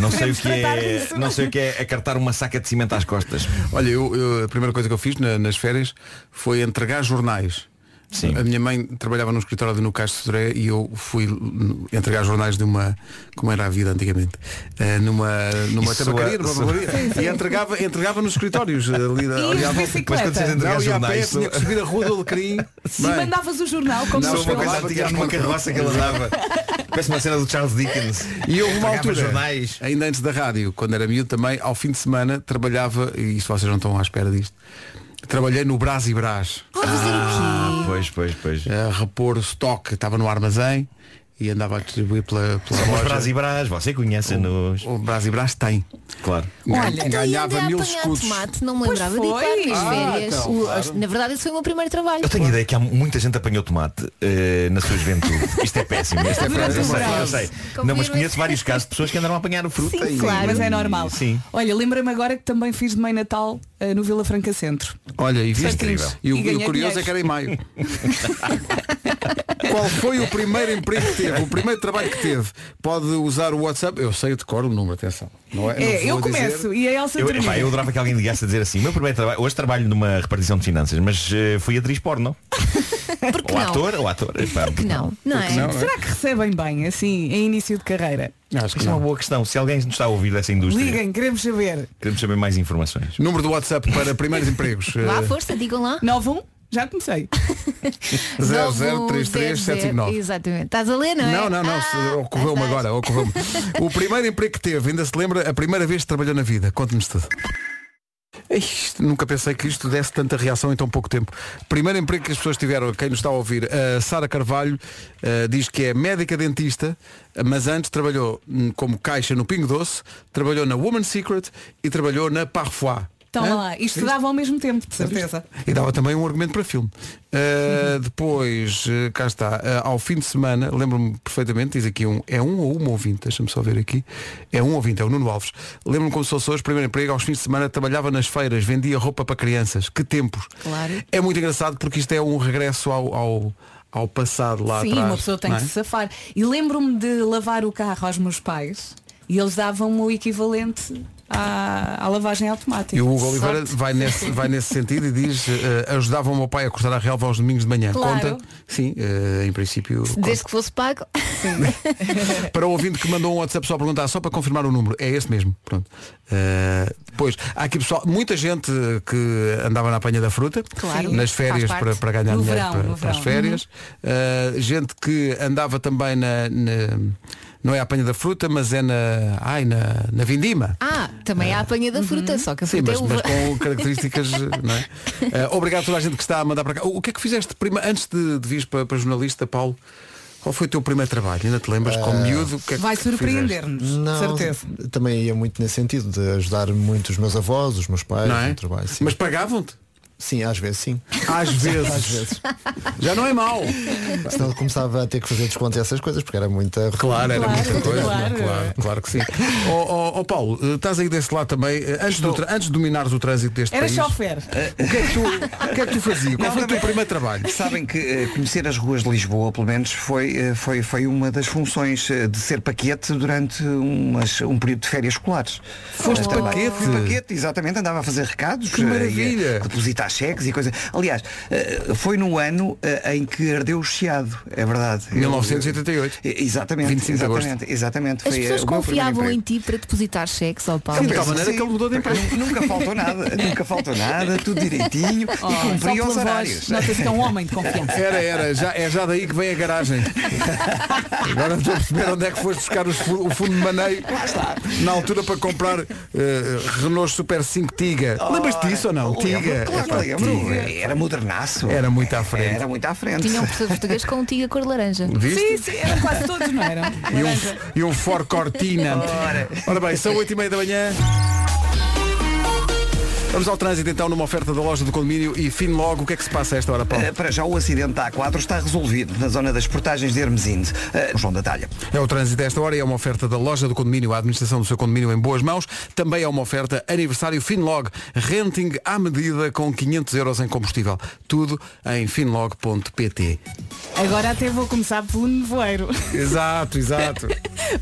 Speaker 10: não sei o que é, não sei o que é acartar uma saca de cimento às costas.
Speaker 2: Olha, eu, eu- a primeira coisa que eu fiz na- nas férias foi entregar jornais
Speaker 10: Sim.
Speaker 2: A minha mãe trabalhava num escritório de Nucas de Sodré e eu fui hum, entregar jornais de uma, como era a vida antigamente, eh, numa, numa
Speaker 10: Isso
Speaker 2: tabacaria,
Speaker 10: é-
Speaker 2: numa barbearia. E entregava, entregava nos escritórios eh, ali na
Speaker 4: E
Speaker 2: ali à
Speaker 4: as
Speaker 2: volta.
Speaker 10: Mas quando vocês
Speaker 4: bicicletas?
Speaker 10: entregam
Speaker 2: Não, e a pé
Speaker 10: jornais, sou,
Speaker 2: tinha que subir a rua do Alecrim.
Speaker 4: Se
Speaker 2: Bem,
Speaker 4: mandavas o jornal, como
Speaker 2: Não,
Speaker 4: se
Speaker 10: sou uma coisa
Speaker 2: falava,
Speaker 10: antiga,
Speaker 2: tinha
Speaker 10: numa
Speaker 2: uma-
Speaker 10: carroça que ele andava. Parece uma cena do Charles Dickens.
Speaker 2: E houve uma
Speaker 10: Pagava
Speaker 2: altura,
Speaker 10: jornais.
Speaker 2: ainda antes da rádio, quando era miúdo também, ao fim de semana trabalhava, e isto vocês não estão à espera disto, trabalhei no Brás e Brás,
Speaker 4: Ah,
Speaker 2: Ah,
Speaker 10: Pois, pois, pois.
Speaker 2: a repor estoque, estava no armazém e andava a distribuir pela, pela
Speaker 10: Mas
Speaker 2: loja.
Speaker 10: Brás e Brás, você conhece-nos.
Speaker 2: O Brás e Brás tem.
Speaker 10: Claro.
Speaker 4: Olha,
Speaker 5: Então, e
Speaker 2: ganhava
Speaker 5: andei a
Speaker 2: mil
Speaker 5: apanhar
Speaker 2: escudos.
Speaker 5: tomate, não me lembrava de ir
Speaker 4: foi.
Speaker 5: para as
Speaker 2: Ah,
Speaker 5: férias.
Speaker 2: então,
Speaker 5: O-
Speaker 2: claro.
Speaker 5: Na verdade, esse foi o meu primeiro trabalho.
Speaker 10: Eu tenho ideia que há muita gente apanhou tomate eh, na sua juventude. Isto é péssimo, isto é péssimo. Eu sei, eu sei. Não, mas conheço vários casos de pessoas que andaram a apanhar fruta.
Speaker 5: Sim,
Speaker 10: e-
Speaker 5: claro.
Speaker 4: mas é normal.
Speaker 10: Sim.
Speaker 4: Olha, lembra-me agora que também fiz de meio Natal eh, no Vila Franca Centro.
Speaker 2: Olha, e viste?
Speaker 10: Incrível.
Speaker 2: E o,
Speaker 4: E
Speaker 2: e o
Speaker 4: ganhei
Speaker 2: curioso é que era em
Speaker 4: <laughs>
Speaker 2: maio. Qual foi o primeiro emprego que teve? O primeiro trabalho que teve? Pode usar o WhatsApp? Eu sei, eu decoro o número, atenção. Não é? Não
Speaker 4: É, eu
Speaker 2: vou dizer.
Speaker 4: começo e a Elsa
Speaker 10: Eu,
Speaker 4: termina.
Speaker 10: epá, eu adorava que alguém ligasse a dizer assim, meu primeiro trabalho, hoje trabalho numa repartição de finanças, mas eh, fui atriz porno.
Speaker 5: Porque
Speaker 10: Ou
Speaker 5: não?
Speaker 10: ator, ou ator. Epá,
Speaker 5: Que não, não é?
Speaker 2: Não, não é?
Speaker 4: Será que recebem bem, assim, em início de carreira?
Speaker 2: Acho que
Speaker 10: Isto é
Speaker 2: não.
Speaker 10: uma boa questão. Se alguém nos está a ouvir dessa indústria,
Speaker 4: Liguem, queremos saber.
Speaker 10: queremos saber mais informações.
Speaker 2: Número do WhatsApp para primeiros empregos.
Speaker 5: Vá à
Speaker 2: Eh,
Speaker 5: força, digam lá.
Speaker 4: 91? Já
Speaker 5: <laughs>
Speaker 4: comecei.
Speaker 2: 0033759.
Speaker 5: Exatamente. Estás a ler, não é?
Speaker 2: Não, não, não, se-
Speaker 5: Ah,
Speaker 2: ocorreu-me
Speaker 5: estás. <laughs>
Speaker 2: agora, ocorreu-me. O primeiro emprego que teve, ainda se lembra, a primeira vez que trabalhou na vida. Conte-nos tudo. É Isto, nunca pensei que isto desse tanta reação em tão pouco tempo. Primeiro emprego que as pessoas tiveram, quem nos está a ouvir, a Sara Carvalho eh, diz que é médica dentista, mas antes trabalhou hum, como caixa no Pingo Doce, trabalhou na Woman's Secret e trabalhou na Parfois.
Speaker 4: Toma
Speaker 2: Hã?
Speaker 4: Então, lá, isto dava ao mesmo tempo, de certeza.
Speaker 2: E dava também um argumento para filme. Uh, depois, uh, cá está, uh, ao fim de semana, lembro-me perfeitamente, diz aqui um, é um ou uma ouvinte, deixa-me só ver aqui, é um ouvinte, é o Nuno Alves. Lembro-me como se fosse hoje, primeiro emprego, aos fins de semana trabalhava nas feiras, vendia roupa para crianças. Que tempos.
Speaker 5: Claro.
Speaker 2: É muito engraçado porque isto é um regresso ao, ao, ao passado lá
Speaker 4: Sim,
Speaker 2: atrás.
Speaker 4: uma pessoa tem
Speaker 2: não é?
Speaker 4: que se safar. E lembro-me de lavar o carro aos meus pais e eles davam-me o equivalente à, à lavagem automática.
Speaker 2: E o Hugo Oliveira vai nesse, vai nesse sentido e diz, uh, ajudava o meu pai a cortar a relva aos domingos de manhã.
Speaker 4: Claro.
Speaker 2: Conta? Sim, uh, em princípio.
Speaker 5: Desde que fosse pago.
Speaker 2: <laughs> Para o ouvinte que mandou um WhatsApp só a perguntar, só para confirmar o número, é esse mesmo. Pronto. Uh, depois, há aqui pessoal, muita gente que andava na apanha da fruta,
Speaker 5: Claro.
Speaker 2: nas
Speaker 5: Faz
Speaker 2: férias
Speaker 5: parte.
Speaker 2: para, para ganhar
Speaker 4: No
Speaker 2: dinheiro
Speaker 4: verão,
Speaker 2: para,
Speaker 4: no
Speaker 2: para as
Speaker 4: verão.
Speaker 2: férias. Uh, gente que andava também na, na- não é a apanha da fruta, mas é na, ai, na, na vindima.
Speaker 5: Ah, também há a apanha da fruta,
Speaker 4: Uhum.
Speaker 5: só que a
Speaker 2: Sim,
Speaker 5: fruta
Speaker 2: mas,
Speaker 5: é uva.
Speaker 2: mas com
Speaker 5: <laughs>
Speaker 2: características, não é? Uh, obrigado a toda a gente que está a mandar para cá. O, o que é que fizeste prima, antes de, de vires para, para jornalista, Paulo? Qual foi o teu primeiro trabalho? Ainda te lembras? Como
Speaker 3: Eh,
Speaker 2: miúdo? o que é que
Speaker 4: Vai
Speaker 2: fizeste?
Speaker 4: surpreender-nos, de certeza.
Speaker 1: também ia muito nesse sentido, de ajudar muito os meus avós, os meus pais
Speaker 2: não é?
Speaker 1: no trabalho. Sim.
Speaker 2: Mas pagavam-te?
Speaker 1: sim, às vezes sim.
Speaker 4: <laughs>
Speaker 2: Às
Speaker 1: <laughs> Às
Speaker 2: vezes.
Speaker 1: vezes.
Speaker 2: Já não é mau.
Speaker 1: Senão eu começava a ter que fazer desconto e essas coisas, porque era muita.
Speaker 2: Claro, era
Speaker 4: Claro,
Speaker 2: muita coisa.
Speaker 4: claro.
Speaker 2: não é? claro, claro que sim. Ó ó, ó, Paulo, eh, estás aí desse lado também. eh, Antes, do tra- antes de dominares o trânsito deste
Speaker 4: Era
Speaker 2: país,
Speaker 4: chofer.
Speaker 2: o que é que tu, o que é que tu fazias? Qual
Speaker 3: Não,
Speaker 2: foi o teu
Speaker 3: também-
Speaker 2: primeiro trabalho?
Speaker 3: Sabem que eh, conhecer as ruas de Lisboa, pelo menos, foi, eh, foi, foi uma das funções eh, de ser paquete durante umas- um período de férias escolares.
Speaker 2: Foste
Speaker 3: Eh, também.
Speaker 2: paquete?
Speaker 3: Fui paquete, exatamente, andava a fazer recados.
Speaker 2: Que
Speaker 3: eh, e a
Speaker 2: maravilha!
Speaker 3: Depositar cheques e coisa. Aliás, eh, foi no ano eh, em que ardeu o Chiado, é verdade. Eu-
Speaker 2: 1988.
Speaker 3: Eh, Exatamente,
Speaker 2: 25 de agosto.
Speaker 3: exatamente, exatamente.
Speaker 5: As
Speaker 3: Foi, eh,
Speaker 5: pessoas
Speaker 3: o meu primeiro
Speaker 5: confiavam em
Speaker 3: emprego.
Speaker 5: ti para depositar cheques ao
Speaker 2: Sim,
Speaker 5: Paulo.
Speaker 2: de tal maneira que ele mudou de emprego. <laughs>
Speaker 3: Nunca faltou nada, nunca faltou nada, tudo direitinho
Speaker 4: <laughs> Oh,
Speaker 3: e
Speaker 4: só
Speaker 3: cumpri
Speaker 4: pela
Speaker 3: os
Speaker 4: voz,
Speaker 3: horários.
Speaker 4: Nota-se que é um homem de confiança.
Speaker 2: Era, era, já, é já daí que vem a garagem. Agora estou a perceber onde é que foste buscar os fu- o fundo de maneio na altura para comprar eh, Renault Super 5 Tiga. Lembras-te disso ou não? Tiga.
Speaker 3: Oh, Claro que
Speaker 2: Epá,
Speaker 3: lembro.
Speaker 2: Tiga.
Speaker 3: Era modernaço.
Speaker 2: Era muito à frente.
Speaker 3: Era muito à frente. <laughs>
Speaker 5: Tinha um professor de português com um tiga cor de laranja.
Speaker 2: Viste?
Speaker 4: Sim, sim, eram quase todos, não eram?
Speaker 2: e um,
Speaker 4: Laranja.
Speaker 2: e um Ford Cortina. Ora. bem, são 8 e meia da manhã. Vamos ao trânsito então numa oferta da loja do condomínio e fim logo o que é que se passa a esta hora, Paulo?
Speaker 3: Uh, Para já o acidente da A4 está resolvido na zona das portagens de Hermesinde. Uh, João da Talha.
Speaker 2: É o trânsito a esta hora e é uma oferta da loja do condomínio, a administração do seu condomínio em boas mãos. Também é uma oferta aniversário Finlog, renting à medida com 500 euros em combustível. Tudo em finlog.pt.
Speaker 4: Agora até vou começar pelo nevoeiro. <laughs>
Speaker 2: Exato, exato.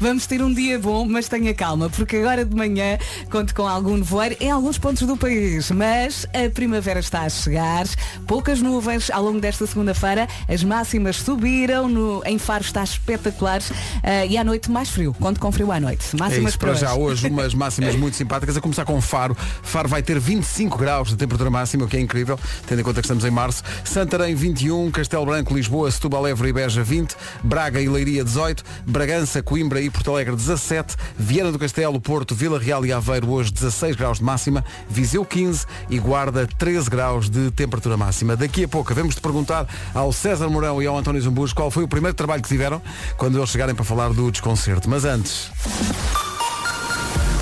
Speaker 4: Vamos ter um dia bom, mas tenha calma, porque agora de manhã conto com algum nevoeiro em alguns pontos do país. diz, mas a primavera está a chegar, poucas nuvens ao longo desta segunda-feira, as máximas subiram, no, em Faro está espetacular eh, e à noite mais frio, conto com frio à noite.
Speaker 2: É
Speaker 4: Máximas
Speaker 2: isso, para já hoje
Speaker 4: hoje.
Speaker 2: umas <laughs> máximas muito simpáticas, a começar com Faro. Faro vai ter 25 graus de temperatura máxima, o que é incrível, tendo em conta que estamos em março. Santarém 21, Castelo Branco, Lisboa, Setúbal, Évora e Beja 20, Braga e Leiria 18, Bragança, Coimbra e Porto Alegre 17, Viana do Castelo, Porto, Vila Real e Aveiro hoje 16 graus de máxima, Viseu 15 e Guarda 13 graus de temperatura máxima. Daqui a pouco vamos te perguntar ao César Mourão e ao António Zumbus qual foi o primeiro trabalho que tiveram quando eles chegarem para falar do desconcerto. Mas antes...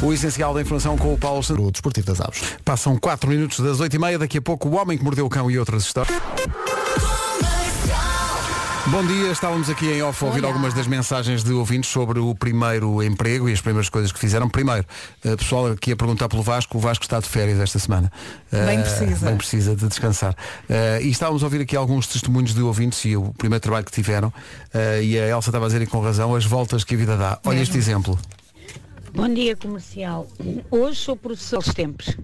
Speaker 2: O essencial da informação com o Paulo Santos.
Speaker 1: O Desportivo das Aves.
Speaker 2: Passam 4 minutos das 8 e meia, daqui a pouco o Homem que Mordeu o Cão e outras histórias. Bom dia, estávamos aqui em off a ouvir algumas das mensagens de ouvintes sobre o primeiro emprego e as primeiras coisas que fizeram. Primeiro, a pessoal aqui a perguntar pelo Vasco, o Vasco está de férias esta semana.
Speaker 4: Bem
Speaker 2: Eh,
Speaker 4: precisa.
Speaker 2: Bem precisa de descansar. Eh, e estávamos a ouvir aqui alguns testemunhos de ouvintes e o primeiro trabalho que tiveram. Eh, e a Elsa estava a dizer e com razão as voltas que a vida dá. Olha este exemplo.
Speaker 11: Bom dia, comercial. Hoje sou professor dos tempos.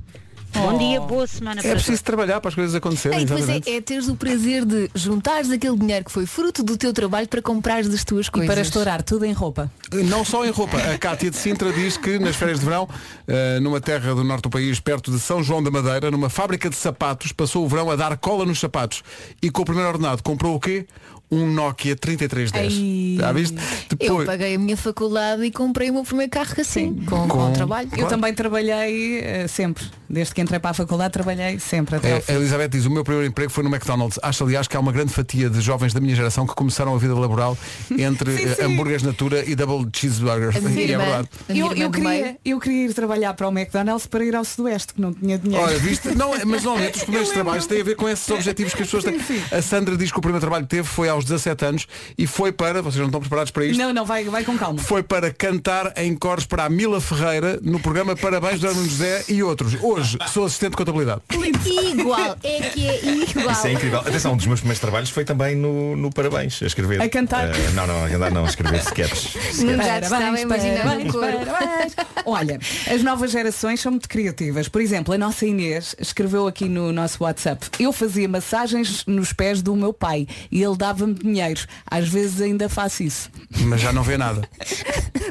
Speaker 11: Bom dia, boa semana
Speaker 2: É preciso trabalhar para as coisas acontecerem.
Speaker 5: E depois é,
Speaker 2: exatamente.
Speaker 5: é teres o prazer de juntares aquele dinheiro que foi fruto do teu trabalho para comprares das tuas coisas.
Speaker 4: para estourar tudo em roupa.
Speaker 2: Não só em roupa. A Cátia de Sintra diz que nas férias de verão, eh, numa terra do norte do país, perto de São João da Madeira, numa fábrica de sapatos, passou o verão a dar cola nos sapatos. E com o primeiro ordenado comprou o quê? Um Nokia 3310. Já viste?
Speaker 5: Eu paguei a minha faculdade e comprei o meu primeiro carro assim, com, com, o trabalho.
Speaker 4: Eu também trabalhei eh, sempre. Desde que entrei para a faculdade trabalhei sempre até ao
Speaker 2: É,
Speaker 4: fim.
Speaker 2: a Elizabeth diz, o meu primeiro emprego foi no McDonald's. Acho, aliás, que há uma grande fatia de jovens da minha geração que começaram a vida laboral
Speaker 5: <laughs>
Speaker 2: entre
Speaker 4: Sim,
Speaker 2: eh,
Speaker 4: sim.
Speaker 2: hambúrgueres Natura e double cheeseburgers.
Speaker 4: A minha
Speaker 2: <laughs> E é
Speaker 4: irmã-
Speaker 2: verdade.
Speaker 5: A minha
Speaker 4: Eu,
Speaker 5: irmã
Speaker 4: eu
Speaker 5: do meio.
Speaker 4: queria, eu queria ir trabalhar para o McDonald's para ir ao Sudoeste, que não tinha dinheiro.
Speaker 2: Olha, viste? Não, mas
Speaker 4: <laughs>
Speaker 2: normalmente os primeiros
Speaker 4: Eu
Speaker 2: trabalhos têm a ver com esses objetivos que as pessoas têm.
Speaker 4: Sim, sim.
Speaker 2: A Sandra diz que o primeiro trabalho que teve foi aos 17 anos e foi para, vocês não estão preparados para isto,
Speaker 4: Não, não, vai, vai com calma.
Speaker 2: foi para cantar em cores para a Mila Ferreira no programa Parabéns do Hermano José e outros. Hoje sou assistente de contabilidade.
Speaker 5: Igual, é que é igual.
Speaker 10: Isso é incrível. Atenção, um dos meus primeiros trabalhos foi também no, no Parabéns, a escrever.
Speaker 4: A cantar.
Speaker 10: Eh, não, não, a cantar não, a
Speaker 4: <laughs>
Speaker 10: escrever sketches.
Speaker 5: Não
Speaker 10: sketches.
Speaker 5: já te estava a imaginar no corpo.
Speaker 4: parabéns. Olha, as novas gerações são muito criativas. Por exemplo, a nossa Inês escreveu aqui no nosso WhatsApp. Eu fazia massagens nos pés do meu pai e ele dava-me dinheiro. Às vezes ainda faço isso.
Speaker 2: Mas já não vê nada.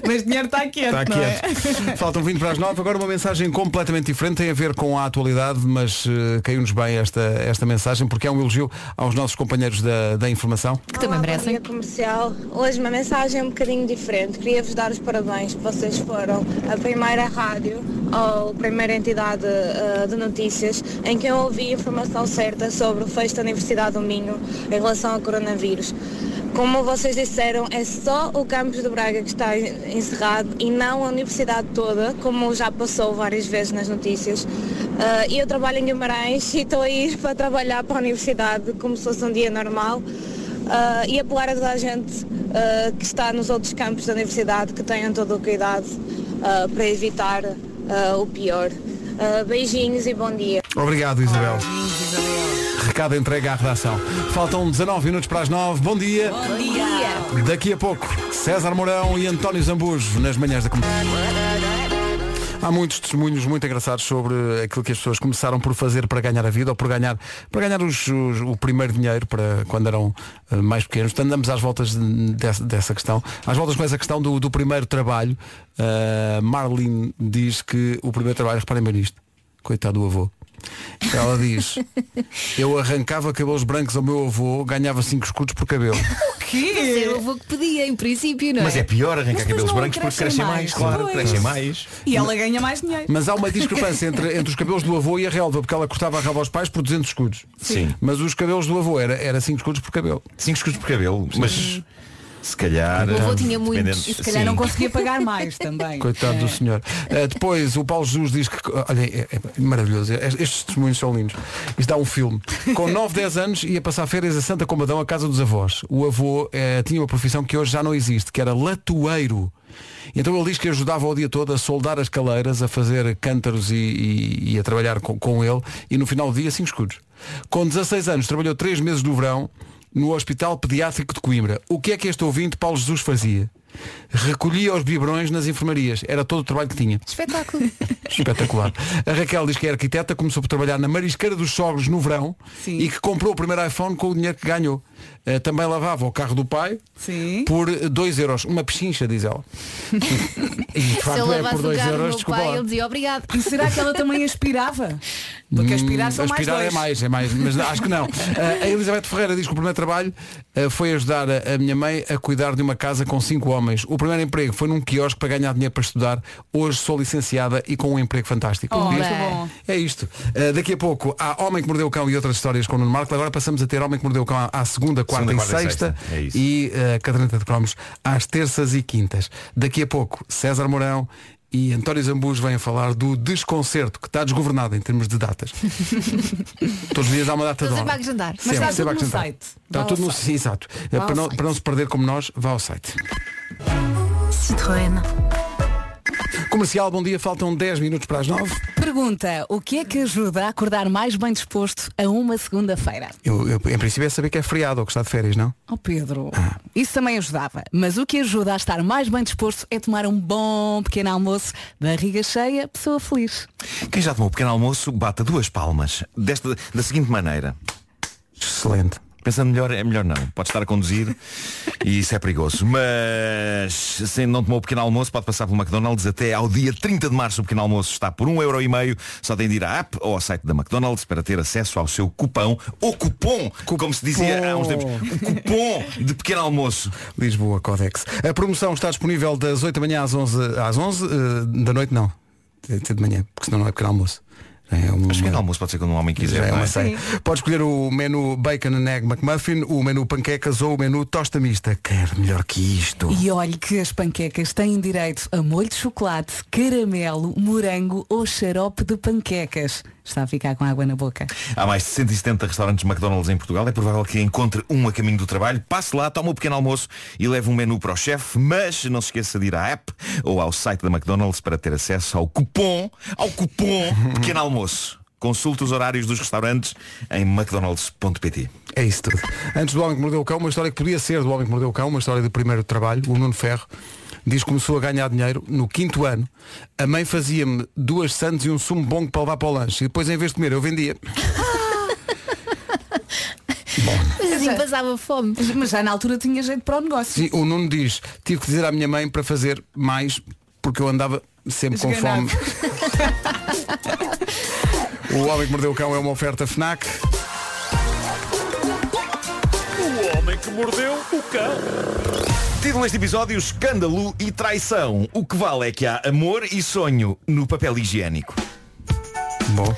Speaker 4: Mas dinheiro está quieto,
Speaker 2: Está
Speaker 4: não é?
Speaker 2: quieto. Faltam 20 para as 9. Agora uma mensagem completamente diferente. Tem a ver com a atualidade, mas eh, caiu-nos bem esta, esta mensagem porque é um elogio aos nossos companheiros da, da informação.
Speaker 5: Que também merecem.
Speaker 12: comercial. Hoje uma mensagem um bocadinho diferente. Queria-vos dar os parabéns. Vocês foram a primeira rádio ou primeira entidade eh, de notícias em que eu ouvi a informação certa sobre o fecho da Universidade do Minho em relação ao coronavírus. Como vocês disseram, é só o campus de Braga que está en- encerrado e não a universidade toda, como já passou várias vezes nas notícias. Ah, eu trabalho em Guimarães e estou a ir para trabalhar para a universidade como se fosse um dia normal. Ah, e apelar a toda a gente ah, que está nos outros campos da universidade que tenham todo o cuidado ah, para evitar ah, o pior. Ah, beijinhos e bom dia.
Speaker 2: Obrigado, Isabel. Recado entregue à redação. Faltam 19 minutos para as 9. Bom dia. Bom dia. Daqui a pouco, César Mourão e António Zambujo nas manhãs da comunidade. Há muitos testemunhos muito engraçados sobre aquilo que as pessoas começaram por fazer para ganhar a vida ou por ganhar, para ganhar os- os- o primeiro dinheiro para quando eram eh, mais pequenos. Portanto, andamos às voltas de- dessa, dessa questão. Às voltas com essa questão do, do primeiro trabalho. Eh, Marlene diz que o primeiro trabalho, reparem bem nisto, coitado do avô. Ela diz, eu arrancava cabelos brancos ao meu avô, ganhava cinco escudos por cabelo.
Speaker 5: Mas era o avô que pedia, em princípio, não é?
Speaker 10: Mas é pior
Speaker 4: Mas
Speaker 10: arrancar
Speaker 4: depois
Speaker 10: cabelos
Speaker 4: não
Speaker 10: brancos porque
Speaker 4: crescem
Speaker 10: crescem mais,
Speaker 4: mais,
Speaker 10: claro,
Speaker 4: pois.
Speaker 10: crescem mais.
Speaker 4: E ela ganha mais dinheiro.
Speaker 2: Mas há uma discrepância entre, entre os cabelos do avô e a relva, porque ela cortava a relva aos pais por 200 escudos.
Speaker 10: Sim.
Speaker 2: Mas os cabelos do avô era, era 5 escudos por cabelo.
Speaker 10: Cinco escudos por cabelo, mas se calhar. eh,
Speaker 5: O avô tinha
Speaker 10: dependendo-
Speaker 5: muitos, e
Speaker 4: Se calhar
Speaker 10: Sim.
Speaker 4: não
Speaker 2: <laughs>
Speaker 4: conseguia pagar mais também. É.
Speaker 2: Coitado do senhor. Uh, depois o Paulo Jesus diz que. Olha, é, é maravilhoso. Est- Estes testemunhos são lindos. Isto dá um filme. Com 9, 10 anos ia passar férias a Santa Comadão, a casa dos avós. O avô eh, tinha uma profissão que hoje já não existe, que era latoeiro. Então ele diz que ajudava o dia todo a soldar as caleiras, a fazer cântaros e, e- e a trabalhar com, com ele, e no final do dia cinco escudos. Com 16 anos trabalhou 3 meses no verão no Hospital Pediátrico de Coimbra. O que é que este ouvinte Paulo Jesus fazia? Recolhia os biberões nas enfermarias. Era todo o trabalho que tinha.
Speaker 5: Espetáculo.
Speaker 2: <laughs> Espetacular. A Raquel diz que é arquiteta, começou por trabalhar na marisqueira dos sogros no verão e que comprou o primeiro iPhone com o dinheiro que ganhou. Eh, também lavava o carro do pai por 2 euros. Uma pechincha, diz ela. E, de
Speaker 5: <laughs> Se eu
Speaker 2: facto é
Speaker 5: lavasse
Speaker 2: por
Speaker 5: o
Speaker 2: 2
Speaker 5: carro do
Speaker 2: euros,
Speaker 5: meu
Speaker 2: desculpa.
Speaker 5: pai,
Speaker 2: lá.
Speaker 5: ele dizia obrigado.
Speaker 4: E será que ela também aspirava? Porque aspirar são mais
Speaker 2: aspirar
Speaker 4: dois.
Speaker 2: é mais, é mais, mas
Speaker 5: <laughs>
Speaker 2: acho que não. Ah, a Elizabeth Ferreira diz que o primeiro trabalho ah, foi ajudar a, a minha mãe a cuidar de uma casa com cinco homens. O primeiro emprego foi num quiosque para ganhar dinheiro para estudar. Hoje sou licenciada e com um emprego fantástico.
Speaker 4: Oh,
Speaker 2: é,
Speaker 4: muito
Speaker 2: isto?
Speaker 4: bom.
Speaker 2: É isto. Ah, daqui a pouco há Homem que Mordeu o Cão e outras histórias com o Nuno Marco. Agora passamos a ter Homem que Mordeu o Cão à, à segunda, quarta,
Speaker 10: Segunda, quarta
Speaker 2: e
Speaker 10: e
Speaker 2: sexta.
Speaker 10: sexta. É isso.
Speaker 2: e ah, caderneta de cromos às terças e quintas. Daqui a pouco, César Mourão e António Zambus vêm falar do desconcerto que está desgovernado em termos
Speaker 5: <laughs>
Speaker 2: de datas. Todos os dias há uma data de
Speaker 5: Estou
Speaker 2: hora.
Speaker 5: sempre a acrescentar.
Speaker 2: Sempre, sempre a acrescentar. Está tudo no site. Exato. É
Speaker 5: Vá ao
Speaker 2: Para não,
Speaker 5: site.
Speaker 2: para não se perder como nós, vá ao site.
Speaker 9: Citroën.
Speaker 2: Comercial, bom dia. Faltam 10 minutos para as 9.
Speaker 4: Pergunta, o que é que ajuda a acordar mais bem disposto a uma segunda-feira?
Speaker 2: Eu, eu, em princípio é saber que é feriado ou que está de férias, não?
Speaker 4: Oh Pedro,
Speaker 2: Ah.
Speaker 4: isso também ajudava. Mas o que ajuda a estar mais bem disposto é tomar um bom pequeno almoço, barriga cheia, pessoa feliz.
Speaker 10: Quem já tomou o pequeno almoço, bata duas palmas. Desta, da seguinte maneira.
Speaker 2: Excelente.
Speaker 10: Pensando melhor, é melhor não. Pode estar a conduzir e isso é perigoso. Mas se não tomou o pequeno almoço, pode passar pelo McDonald's até ao dia 30 de março. O pequeno almoço está por 1,5€. Só tem de ir à app ou ao site da McDonald's para ter acesso ao seu cupão ou cupom, como se dizia há uns tempos. O cupom de pequeno almoço.
Speaker 2: Lisboa Codex. A promoção está disponível das 8 da manhã às 11, às 11 eh, da noite não. Tem de ser de manhã, porque senão não é pequeno almoço. É um
Speaker 10: pequeno almoço pode ser quando um homem quiser.
Speaker 2: Já é
Speaker 10: não
Speaker 2: uma
Speaker 10: é?
Speaker 2: ceia. Pode escolher o menu Bacon and Egg McMuffin, o menu panquecas ou o menu tosta mista. Quer melhor que isto.
Speaker 4: E olhe que as panquecas têm direito a molho de chocolate, caramelo, morango ou xarope de panquecas. Está a ficar com água na boca.
Speaker 10: Há mais de 170 restaurantes McDonald's em Portugal. É provável que encontre um a caminho do trabalho. Passe lá, tome um pequeno almoço e leve um menu para o chefe. Mas não se esqueça de ir à app ou ao site da McDonald's para ter acesso ao cupom, ao cupom pequeno almoço. Consulte os horários dos restaurantes em mcdonalds.pt.
Speaker 2: É isso tudo. Antes do Homem que Mordeu o Cão, uma história que podia ser do Homem que Mordeu o Cão, uma história de primeiro trabalho, o Nuno Ferro, diz que começou a ganhar dinheiro no quinto ano. A mãe fazia-me duas sandes e um sumo bom para levar para o lanche. E depois, em vez de comer, eu vendia.
Speaker 5: Mas assim passava fome.
Speaker 4: Mas já na altura tinha jeito para o negócio.
Speaker 2: Sim, o Nuno diz, tive que dizer à minha mãe para fazer mais, porque eu andava sempre com fome.
Speaker 4: Esganado.
Speaker 2: <laughs> O Homem que Mordeu o Cão é uma oferta FNAC.
Speaker 10: O homem que mordeu o cão. Título deste episódio, escândalo e traição. O que vale é que há amor e sonho no papel higiênico.
Speaker 2: Bom.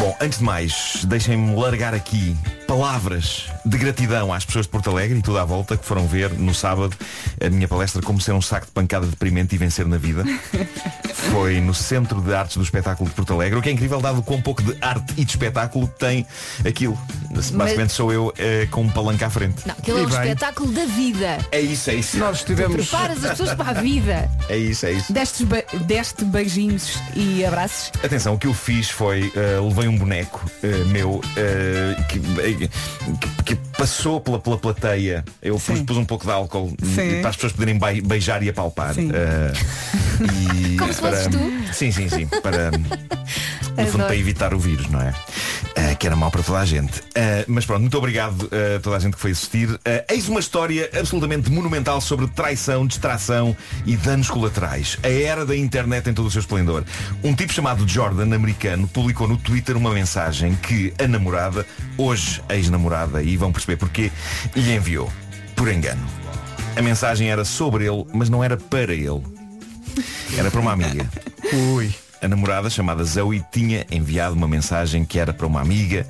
Speaker 10: Bom, antes de mais, deixem-me largar aqui palavras de gratidão às pessoas de Porto Alegre e toda à volta que foram ver no sábado a minha palestra Como Ser um Saco de Pancada Deprimente e Vencer na Vida. Foi no Centro de Artes do Espetáculo de Porto Alegre, o que é incrível dado quão pouco de arte e de espetáculo tem aquilo. Basicamente sou eu eh, com um palanque à frente.
Speaker 5: Não, aquilo é
Speaker 10: E
Speaker 5: um
Speaker 10: bem.
Speaker 5: espetáculo da vida.
Speaker 10: É isso, é isso.
Speaker 2: Nós
Speaker 5: Tu preparas as pessoas para a vida.
Speaker 10: É isso, é isso.
Speaker 4: Deste, ba- deste beijinhos e abraços.
Speaker 10: Atenção, o que eu fiz foi eh, levei um boneco eh, meu eh, que, eh, que- que passou pela, pela plateia. Eu pus, pus um pouco de álcool
Speaker 2: Sim.
Speaker 10: eh, para as pessoas poderem bai- beijar e apalpar. Eh, e
Speaker 5: Como se fosses tu.
Speaker 10: Sim, sim, sim. Para, no fundo
Speaker 5: Adoro.
Speaker 10: para evitar o vírus, não é? Ah, que era mau para toda a gente. Ah, mas pronto, muito obrigado ah, a toda a gente que foi assistir. Ah, eis uma história absolutamente monumental sobre traição, distração e danos colaterais. A era da internet em todo o seu esplendor. Um tipo chamado Jordan, americano, publicou no Twitter uma mensagem que a namorada, hoje ex-namorada, e vão perceber porquê, lhe enviou. Por engano. A mensagem era sobre ele, mas não era para ele. Era para uma amiga.
Speaker 2: Ui.
Speaker 10: A namorada, chamada Zoe, tinha enviado uma mensagem que era para uma amiga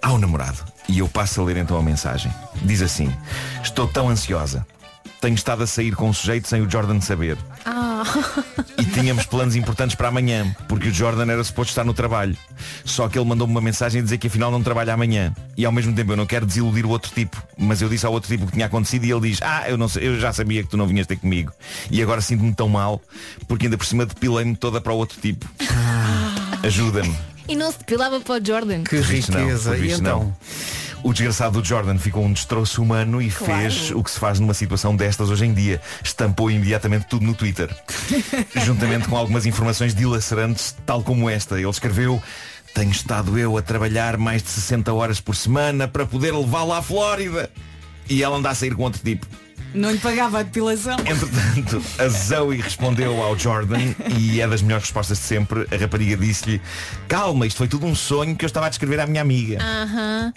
Speaker 10: ao namorado. E eu passo a ler então a mensagem. Diz assim, estou tão ansiosa. Tenho estado a sair com um sujeito sem o Jordan saber.
Speaker 5: Ah.
Speaker 10: E tínhamos planos importantes para amanhã, porque o Jordan era suposto estar no trabalho. Só que ele mandou-me uma mensagem a dizer que afinal não trabalha amanhã. E ao mesmo tempo eu não quero desiludir o outro tipo. Mas eu disse ao outro tipo o que tinha acontecido e ele diz, ah, eu, não, sei- eu já sabia que tu não vinhas ter comigo. E agora sinto-me tão mal, porque ainda por cima depilei-me toda para o outro tipo. Ajuda-me.
Speaker 5: E não se depilava para o Jordan.
Speaker 10: então? Por visto não, por visto não. O desgraçado do Jordan ficou um destroço humano e
Speaker 13: Claro.
Speaker 10: fez o que se faz numa situação destas hoje em dia. Estampou imediatamente tudo no Twitter. juntamente com algumas informações dilacerantes, tal como esta. Ele escreveu. Tenho estado eu a trabalhar mais de 60 horas por semana para poder levá-la à Flórida. E ela anda a sair com outro tipo.
Speaker 4: Não lhe pagava a depilação.
Speaker 10: Entretanto, a Zoe respondeu ao Jordan e é das melhores respostas de sempre. A rapariga disse-lhe, calma, isto foi tudo um sonho que eu estava a descrever à minha amiga.
Speaker 5: Aham.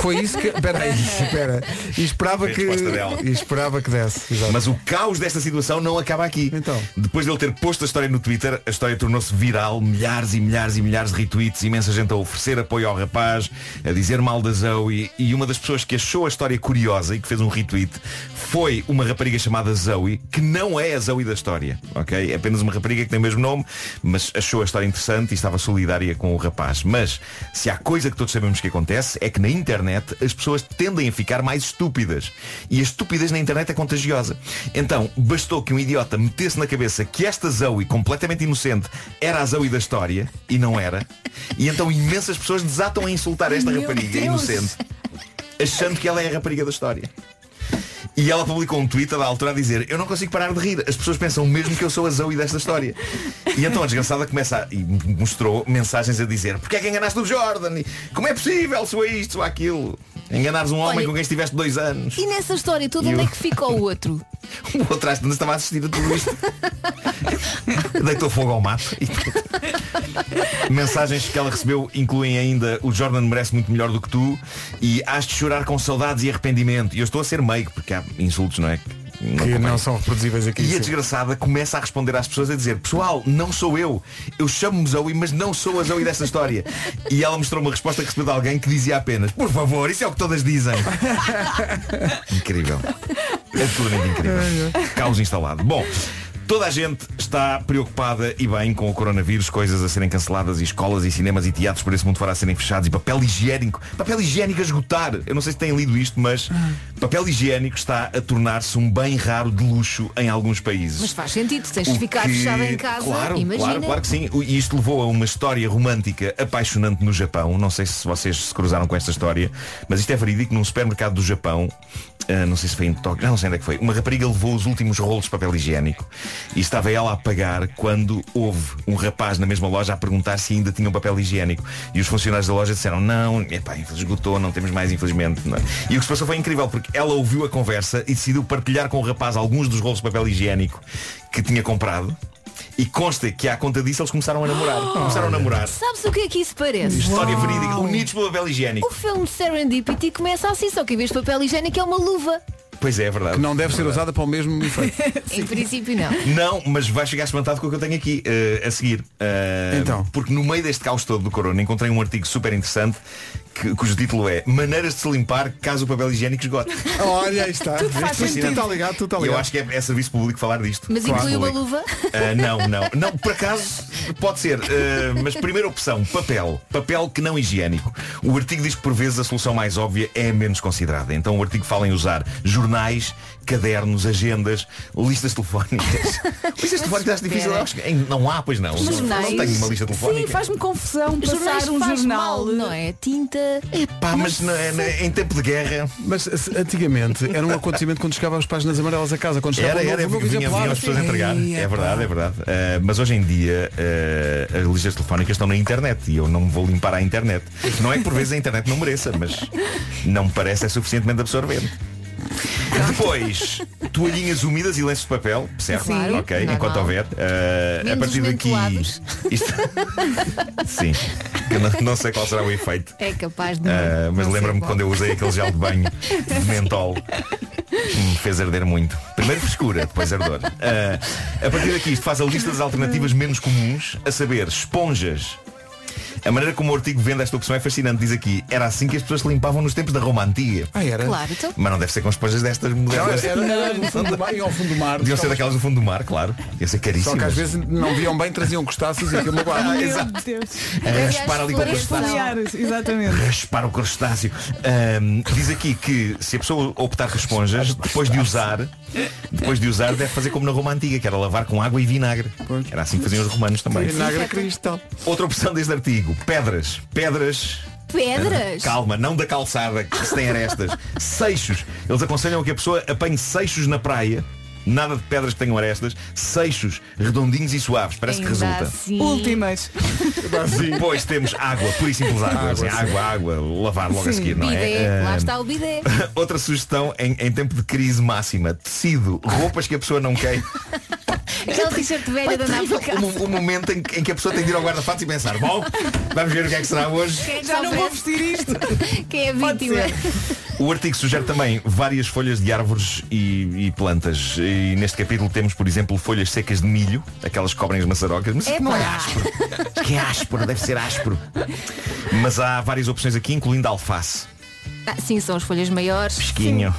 Speaker 2: Foi isso que. Espera aí, espera. E esperava
Speaker 10: Foi a
Speaker 2: que.
Speaker 10: resposta dela.
Speaker 2: E esperava que desse. exato.
Speaker 10: Mas o caos desta situação não acaba aqui. Então. Depois de ele ter posto a história no Twitter, a história tornou-se viral, milhares e milhares e milhares de retweets, imensa gente a oferecer apoio ao rapaz, a dizer mal da Zoe, e uma das pessoas que achou a história curiosa e que fez um retweet foi uma rapariga chamada Zoe, que não é a Zoe da história, ok? É apenas uma rapariga que tem o mesmo nome, mas achou a história interessante e estava solidária com o rapaz. Mas, se há coisa que todos sabemos que acontece, é que na internet as pessoas tendem a ficar mais estúpidas. E a estupidez na internet é contagiosa. Então, bastou que um idiota metesse na cabeça que esta Zoe, completamente inocente, era a Zoe da história, e não era. E então imensas pessoas desatam a insultar esta
Speaker 13: Meu
Speaker 10: rapariga
Speaker 13: Deus.
Speaker 10: inocente, achando que ela é a rapariga da história. E ela publicou um tweet a da altura a dizer Eu não consigo parar de rir, as pessoas pensam mesmo que eu sou a Zoe desta história E então a desgraçada começa a, e mostrou mensagens a dizer Porquê é que enganaste o Jordan? E, Como é possível se é isto, se é aquilo? Enganares um homem
Speaker 5: Olha-
Speaker 10: com quem estiveste dois anos
Speaker 5: E nessa história toda,
Speaker 10: E
Speaker 5: onde
Speaker 10: o-
Speaker 5: é que fica o outro?
Speaker 10: <laughs> O outro às tantas estava a assistir a
Speaker 2: <laughs>
Speaker 10: tudo isto Deitou fogo ao mato e Mensagens que ela recebeu incluem ainda O Jordan merece muito melhor do que tu E has de chorar com saudades e arrependimento E eu estou a ser meio, porque há insultos, não é? Que não,
Speaker 2: Que é
Speaker 10: convém.
Speaker 2: não são reproduzíveis aqui.
Speaker 10: E a
Speaker 2: sim.
Speaker 10: desgraçada começa a responder às pessoas a dizer Pessoal, não sou eu Eu chamo-me Zoe, mas não sou a Zoe desta história E ela mostrou uma resposta que recebeu de alguém Que dizia apenas Por favor, isso é o que
Speaker 2: <laughs>
Speaker 10: todas dizem Incrível Absolutamente É incrível Caos instalado Bom Toda a gente está preocupada e bem com o coronavírus, coisas a serem canceladas e escolas e cinemas e teatros por esse mundo fora a serem fechados e papel higiênico, papel higiênico a esgotar. Eu não sei se têm lido isto, mas papel higiênico está a tornar-se um bem raro de luxo em alguns países.
Speaker 5: Mas faz sentido, tens
Speaker 10: O
Speaker 5: de ficar
Speaker 10: que-
Speaker 5: fechada em casa.
Speaker 10: Claro,
Speaker 5: imagina.
Speaker 10: claro, claro que sim. O- E isto levou a uma história romântica apaixonante no Japão. Não sei se vocês se cruzaram com esta história, mas isto é verídico num supermercado do Japão. ah, não sei se foi em Tóquio, não sei onde é que foi. Uma rapariga levou os últimos rolos de papel higiênico e estava ela a pagar quando houve um rapaz na mesma loja a perguntar se ainda tinham papel higiênico. E os funcionários da loja disseram, não, epá, esgotou, não temos mais, infelizmente. Não é? E o que se passou foi incrível, porque ela ouviu a conversa e decidiu partilhar com o rapaz alguns dos rolos de papel higiênico que tinha comprado. E consta que à conta disso eles começaram a namorar.
Speaker 5: Oh.
Speaker 10: Começaram a namorar.
Speaker 5: Sabes o que é que isso parece?
Speaker 10: História verídica, unidos pelo papel higiênico.
Speaker 5: O filme Serendipity começa assim, só que em vez de papel higiênico é uma
Speaker 10: <laughs>
Speaker 5: luva.
Speaker 10: Pois é, é verdade.
Speaker 2: Não deve ser usada para o mesmo efeito.
Speaker 5: Em princípio não.
Speaker 10: <laughs> Não, mas vais ficar espantado com o que eu tenho aqui eh, a seguir. Eh,
Speaker 2: Então.
Speaker 10: Porque no meio deste caos todo do corona encontrei um artigo super interessante que, cujo título é Maneiras de se limpar caso o papel higiênico esgote.
Speaker 2: Olha, aí está.
Speaker 10: Tudo faz
Speaker 2: Viste?
Speaker 10: sentido.
Speaker 2: Tu tá ligado, tu tá
Speaker 10: Eu
Speaker 2: ligado.
Speaker 10: acho que é, é serviço público falar disto.
Speaker 5: Mas inclui uma luva?
Speaker 10: Ah,
Speaker 5: <laughs>
Speaker 10: não, não. Não, por acaso pode ser. Ah, mas primeira opção, papel. Papel que não higiênico. O artigo diz que por vezes a solução mais óbvia é a menos considerada. Então o artigo fala em usar jornais, cadernos, agendas, listas
Speaker 4: <laughs>
Speaker 10: telefónicas. listas telefónicas acho difícil. Acho que ainda não há, pois não.
Speaker 4: Mas
Speaker 10: não
Speaker 4: jornais-
Speaker 10: tenho uma lista telefónica.
Speaker 4: Sim, faz-me confusão
Speaker 5: Jornais
Speaker 4: passar um
Speaker 5: faz
Speaker 4: jornal.
Speaker 5: mal, não é? Tinta. <laughs>
Speaker 10: Pá, mas não é- não é- em tempo de guerra.
Speaker 2: Mas eh, se- antigamente era um acontecimento quando chegava as páginas amarelas a casa, quando chegava
Speaker 10: Era,
Speaker 2: um
Speaker 10: era,
Speaker 2: novo, novo
Speaker 10: vinha, vinham
Speaker 2: exemplar.
Speaker 10: as pessoas a entregar.
Speaker 2: Ei,
Speaker 10: É verdade, é verdade. Ah, mas hoje em dia ah, as listas telefónicas estão na internet e eu não me vou limpar à internet. Não é que por vezes a internet não mereça, mas não me parece é suficientemente absorvente. Depois, toalhinhas úmidas e lenços de papel, certo?
Speaker 5: Claro,
Speaker 10: ok,
Speaker 5: normal.
Speaker 10: enquanto houver. Ah, a
Speaker 5: Menos
Speaker 10: partir
Speaker 5: os
Speaker 10: daqui.
Speaker 5: mentolados.
Speaker 10: <laughs> Isto- Sim. Eu não, não sei qual será o efeito.
Speaker 5: É capaz de.
Speaker 10: Ah, mas
Speaker 5: não ser
Speaker 10: lembra-me
Speaker 5: bom.
Speaker 10: quando eu usei aquele gel de banho de mentol que me fez arder muito. Primeiro frescura, depois ardor. Ah, a partir daqui isto faz a lista das alternativas menos comuns, a saber, esponjas. A maneira como o artigo vende esta opção é fascinante, diz aqui, era assim que as pessoas se limpavam nos tempos da Roma antiga.
Speaker 2: Ah, era?
Speaker 5: Claro, então.
Speaker 10: Mas não deve ser com esponjas destas
Speaker 2: Não,
Speaker 10: modernas.
Speaker 2: era, era no fundo do mar, iam ao fundo do mar.
Speaker 10: Deviam ser daquelas do fundo do mar, claro. Iam ser caríssimas.
Speaker 2: Só que às vezes não viam bem, traziam crustáceos e aquilo lá.
Speaker 10: Ah,
Speaker 2: Meu
Speaker 10: exato.
Speaker 4: Deus.
Speaker 10: A raspar ali com o
Speaker 4: Para
Speaker 10: crustáceo.
Speaker 4: esfoliar, exatamente.
Speaker 10: Raspar o crustáceo. Ahm, diz aqui que se a pessoa optar por esponjas, depois de usar, depois de usar, deve fazer como na Roma Antiga, que era lavar com água e vinagre. Era assim que faziam os romanos também.
Speaker 2: Vinagre cristal.
Speaker 10: Outra opção deste artigo, pedras. Pedras
Speaker 5: Pedras?
Speaker 10: Calma, não da calçada que se tem arestas. seixos. Eles aconselham que a pessoa apanhe seixos na praia. Nada de pedras que tenham arestas, seixos redondinhos e suaves, parece que
Speaker 4: Ainda
Speaker 10: resulta. é-
Speaker 4: assim. Últimas.
Speaker 10: Depois temos água, pura e simples água.
Speaker 2: Água,
Speaker 10: assim,
Speaker 2: sim.
Speaker 10: água, água, lavar logo
Speaker 5: Sim,
Speaker 10: a seguir, não é?
Speaker 5: bidé, lá
Speaker 10: Ah,
Speaker 5: está o bidé.
Speaker 10: <laughs> Outra sugestão em, em tempo de crise máxima, tecido, roupas que a pessoa
Speaker 5: <laughs>
Speaker 10: não quer.
Speaker 5: Aquela t-shirt velha da andar por casa.
Speaker 10: O, o momento em, que em que a pessoa tem de ir ao guarda-fatos e pensar, bom, vamos ver o que é que será hoje.
Speaker 5: Quem é que
Speaker 4: Já não vou
Speaker 5: sofre?
Speaker 4: vestir isto.
Speaker 5: <laughs> Quem é a vítima?
Speaker 10: O artigo sugere também várias folhas de árvores e, e plantas. E neste capítulo temos, por exemplo, folhas secas de milho, aquelas que cobrem as maçarocas. Mas
Speaker 5: Epá.
Speaker 10: não é áspero. Acho que é áspero, deve ser áspero. Mas há várias opções aqui, incluindo alface,
Speaker 5: Ah, sim, são as folhas maiores.
Speaker 10: quinho.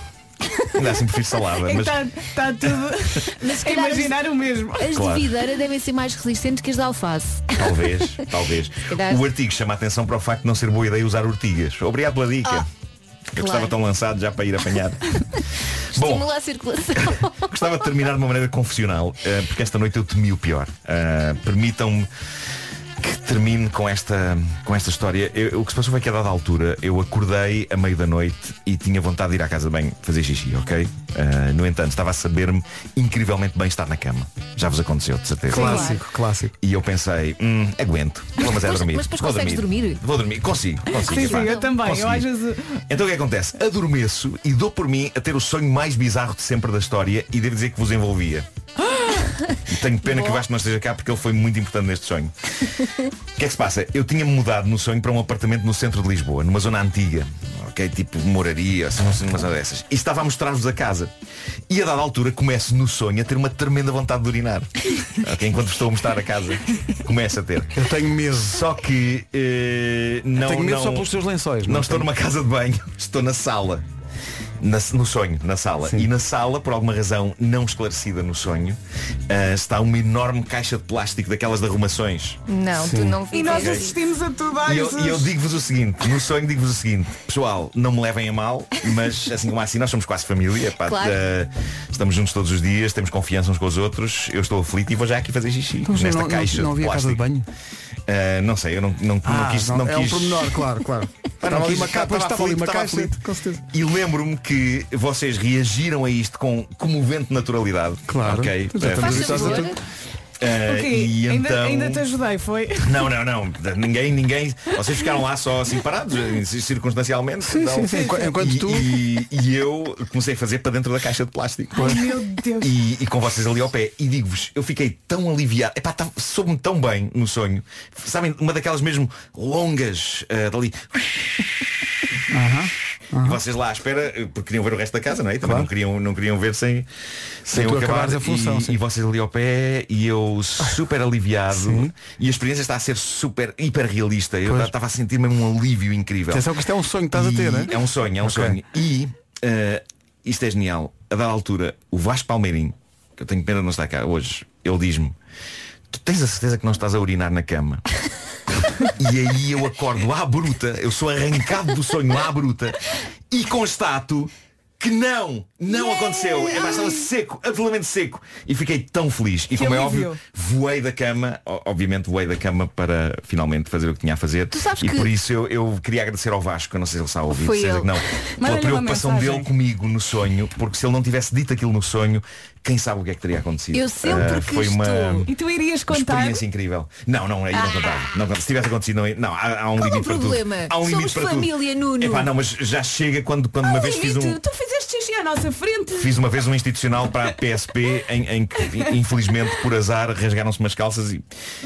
Speaker 10: Ainda assim prefiro
Speaker 5: É
Speaker 10: salada, mas
Speaker 5: tá-
Speaker 4: Está está tudo
Speaker 5: <laughs> Mas se
Speaker 4: a
Speaker 5: calhar as-
Speaker 4: imaginar o mesmo.
Speaker 5: As
Speaker 10: Claro.
Speaker 5: de videira devem ser mais resistentes que as de alface. <laughs>
Speaker 10: talvez, talvez.
Speaker 5: calhar.
Speaker 10: O artigo chama a atenção para o facto de não ser boa ideia usar ortigas. Obrigado pela dica.
Speaker 5: Ah,
Speaker 10: Eu
Speaker 5: claro.
Speaker 10: estava tão lançado já para ir apanhar.
Speaker 5: <laughs>
Speaker 10: Bom,
Speaker 5: Estimula a circulação.
Speaker 10: Gostava de terminar de uma maneira confessional, eh, porque esta noite eu temi o pior. Eh, Permitam-me que termine com esta, com esta história. Eu- o que se passou foi que a dada altura eu acordei a meio da noite e tinha vontade de ir à casa bem fazer xixi, ok? Eh, no entanto, estava a saber-me incrivelmente bem estar na cama. Já vos aconteceu, de certeza.
Speaker 2: Clássico, clássico.
Speaker 10: E eu pensei, hum, aguento. Vamos é
Speaker 5: Mas-
Speaker 10: dormir.
Speaker 5: mas depois
Speaker 10: Vou
Speaker 5: consegues dormir?
Speaker 10: Vou dormir. Consigo, consigo.
Speaker 4: Sim,
Speaker 10: pá.
Speaker 4: sim, eu também. Eu
Speaker 10: Consegui.
Speaker 4: às vezes.
Speaker 10: Então o que acontece? Adormeço e dou por mim a ter o sonho mais bizarro de sempre da história e devo dizer que vos envolvia. E tenho pena que o Vasco não esteja cá porque ele foi muito importante neste sonho. O que é que se passa? Eu tinha mudado no sonho para um apartamento no centro de Lisboa, numa zona antiga. Ok, tipo moraria, assim, assim, uma zona dessas. E estava a mostrar-vos a casa. E a dada altura começo no sonho a ter uma tremenda vontade de urinar. Ok, enquanto vos estou a mostrar a casa, começo a ter.
Speaker 2: Eu tenho medo.
Speaker 10: Só que eh, não.
Speaker 2: tenho medo
Speaker 10: não-
Speaker 2: só pelos teus lençóis.
Speaker 10: não
Speaker 2: mas
Speaker 10: estou
Speaker 2: tenho-
Speaker 10: numa casa de banho, <laughs> estou na sala. Na- no sonho, na sala. E na sala, por alguma razão não esclarecida no sonho, ah, está uma enorme caixa de plástico daquelas de arrumações.
Speaker 5: Não, tu não
Speaker 4: E nós
Speaker 5: fizeste.
Speaker 4: assistimos a tudo. Ai,
Speaker 10: E eu, e eu
Speaker 4: Jesus.
Speaker 10: digo-vos o seguinte, no sonho digo-vos o seguinte, pessoal, não me levem a mal, mas assim como assim, nós somos quase família, pá,
Speaker 5: Claro.
Speaker 10: ah, estamos juntos todos os dias, temos confiança uns com os outros, eu estou aflito e vou já aqui fazer xixi
Speaker 2: Então, Mas
Speaker 10: nesta
Speaker 2: não,
Speaker 10: caixa
Speaker 2: não, não
Speaker 10: de
Speaker 2: havia casa de
Speaker 10: plástico.
Speaker 2: banho.
Speaker 10: Ah, não sei, eu não, não, não
Speaker 2: Ah,
Speaker 10: quis.
Speaker 2: não,
Speaker 10: Não
Speaker 2: é um
Speaker 10: quis...
Speaker 2: pormenor, claro,
Speaker 10: <laughs>
Speaker 2: claro.
Speaker 10: Estava ali uma
Speaker 2: caixa,
Speaker 10: capa,
Speaker 2: estava ali uma caixa, com certeza.
Speaker 10: E lembro-me que vocês reagiram a isto com comovente naturalidade.
Speaker 2: Claro. Então
Speaker 10: Ok.
Speaker 2: Já estamos
Speaker 5: Faz
Speaker 2: habituados a
Speaker 5: favor.
Speaker 2: tudo.
Speaker 10: Eh,
Speaker 4: O quê?
Speaker 10: e
Speaker 4: ainda,
Speaker 10: então...
Speaker 4: ainda te ajudei, foi?
Speaker 10: Não, não, não. Ninguém, ninguém. Vocês ficaram lá só assim parados, eh, circunstancialmente.
Speaker 2: Sim,
Speaker 10: então-
Speaker 2: sim, sim. Enqu- enquanto
Speaker 10: e,
Speaker 2: tu-
Speaker 10: E, e eu comecei a fazer para dentro da caixa de plástico. <laughs>
Speaker 4: Ai, meu Deus.
Speaker 10: E, e com vocês ali ao pé. E digo-vos, eu fiquei tão aliviado. Epá, tá, soube-me tão bem no sonho. Sabem, uma daquelas mesmo longas eh, dali. E vocês lá à espera, eh, porque queriam ver o resto da casa, não é? E Também não, queriam, não queriam ver sem, sem
Speaker 2: tu
Speaker 10: eu
Speaker 2: acabares
Speaker 10: acabar.
Speaker 2: a função,
Speaker 10: e,
Speaker 2: sim. Ah,
Speaker 10: e vocês ali ao pé e eu super aliviado. E a experiência está a ser super, hiper realista. Eu
Speaker 2: Pois.
Speaker 10: estava a sentir mesmo um alívio incrível.
Speaker 2: Atenção que isto é um sonho que estás a
Speaker 10: E
Speaker 2: ter, né?
Speaker 10: É um sonho, é um
Speaker 2: Ok.
Speaker 10: sonho. E eh, isto é genial. A dada altura, o Vasco Palmeirinho, que eu tenho pena de não estar cá hoje, ele diz-me, tu tens a certeza que não estás a urinar na cama? <laughs> e aí eu acordo à bruta, eu sou arrancado do sonho à bruta e constato que não, não aconteceu. É bastante seco, absolutamente seco. E fiquei tão feliz. E como é
Speaker 4: alívio.
Speaker 10: óbvio, voei da cama, o- obviamente voei da cama para finalmente fazer o que tinha a fazer.
Speaker 5: sabes
Speaker 10: e
Speaker 5: que-
Speaker 10: por isso eu, eu queria agradecer ao Vasco, eu não sei se ele está a ouvir,
Speaker 5: Foi
Speaker 10: seja
Speaker 5: ele. <laughs>
Speaker 10: que não, pela
Speaker 4: Manda-lhe
Speaker 10: preocupação
Speaker 4: uma
Speaker 10: dele
Speaker 4: mensagem.
Speaker 10: comigo no sonho, porque se ele não tivesse dito aquilo no sonho, quem sabe o que é que teria acontecido.
Speaker 5: Eu sempre
Speaker 10: Ah,
Speaker 5: que
Speaker 10: foi uma
Speaker 5: estou-
Speaker 4: E tu irias contar.
Speaker 10: experiência incrível. Não, não, aí não contava. Não contava. se tivesse acontecido, não, ia- não há, há um
Speaker 5: Qual é o
Speaker 10: limite para tudo.
Speaker 5: problema?
Speaker 10: Há um
Speaker 5: Somos
Speaker 10: limite para
Speaker 5: família,
Speaker 10: tudo.
Speaker 5: Nuno.
Speaker 10: Epá, não, mas já chega quando, quando uma vez fiz um,
Speaker 4: Tu fizeste xixi à nossa frente.
Speaker 10: Fiz uma vez um institucional para a PSP em, em que, infelizmente, por azar, rasgaram-se umas calças e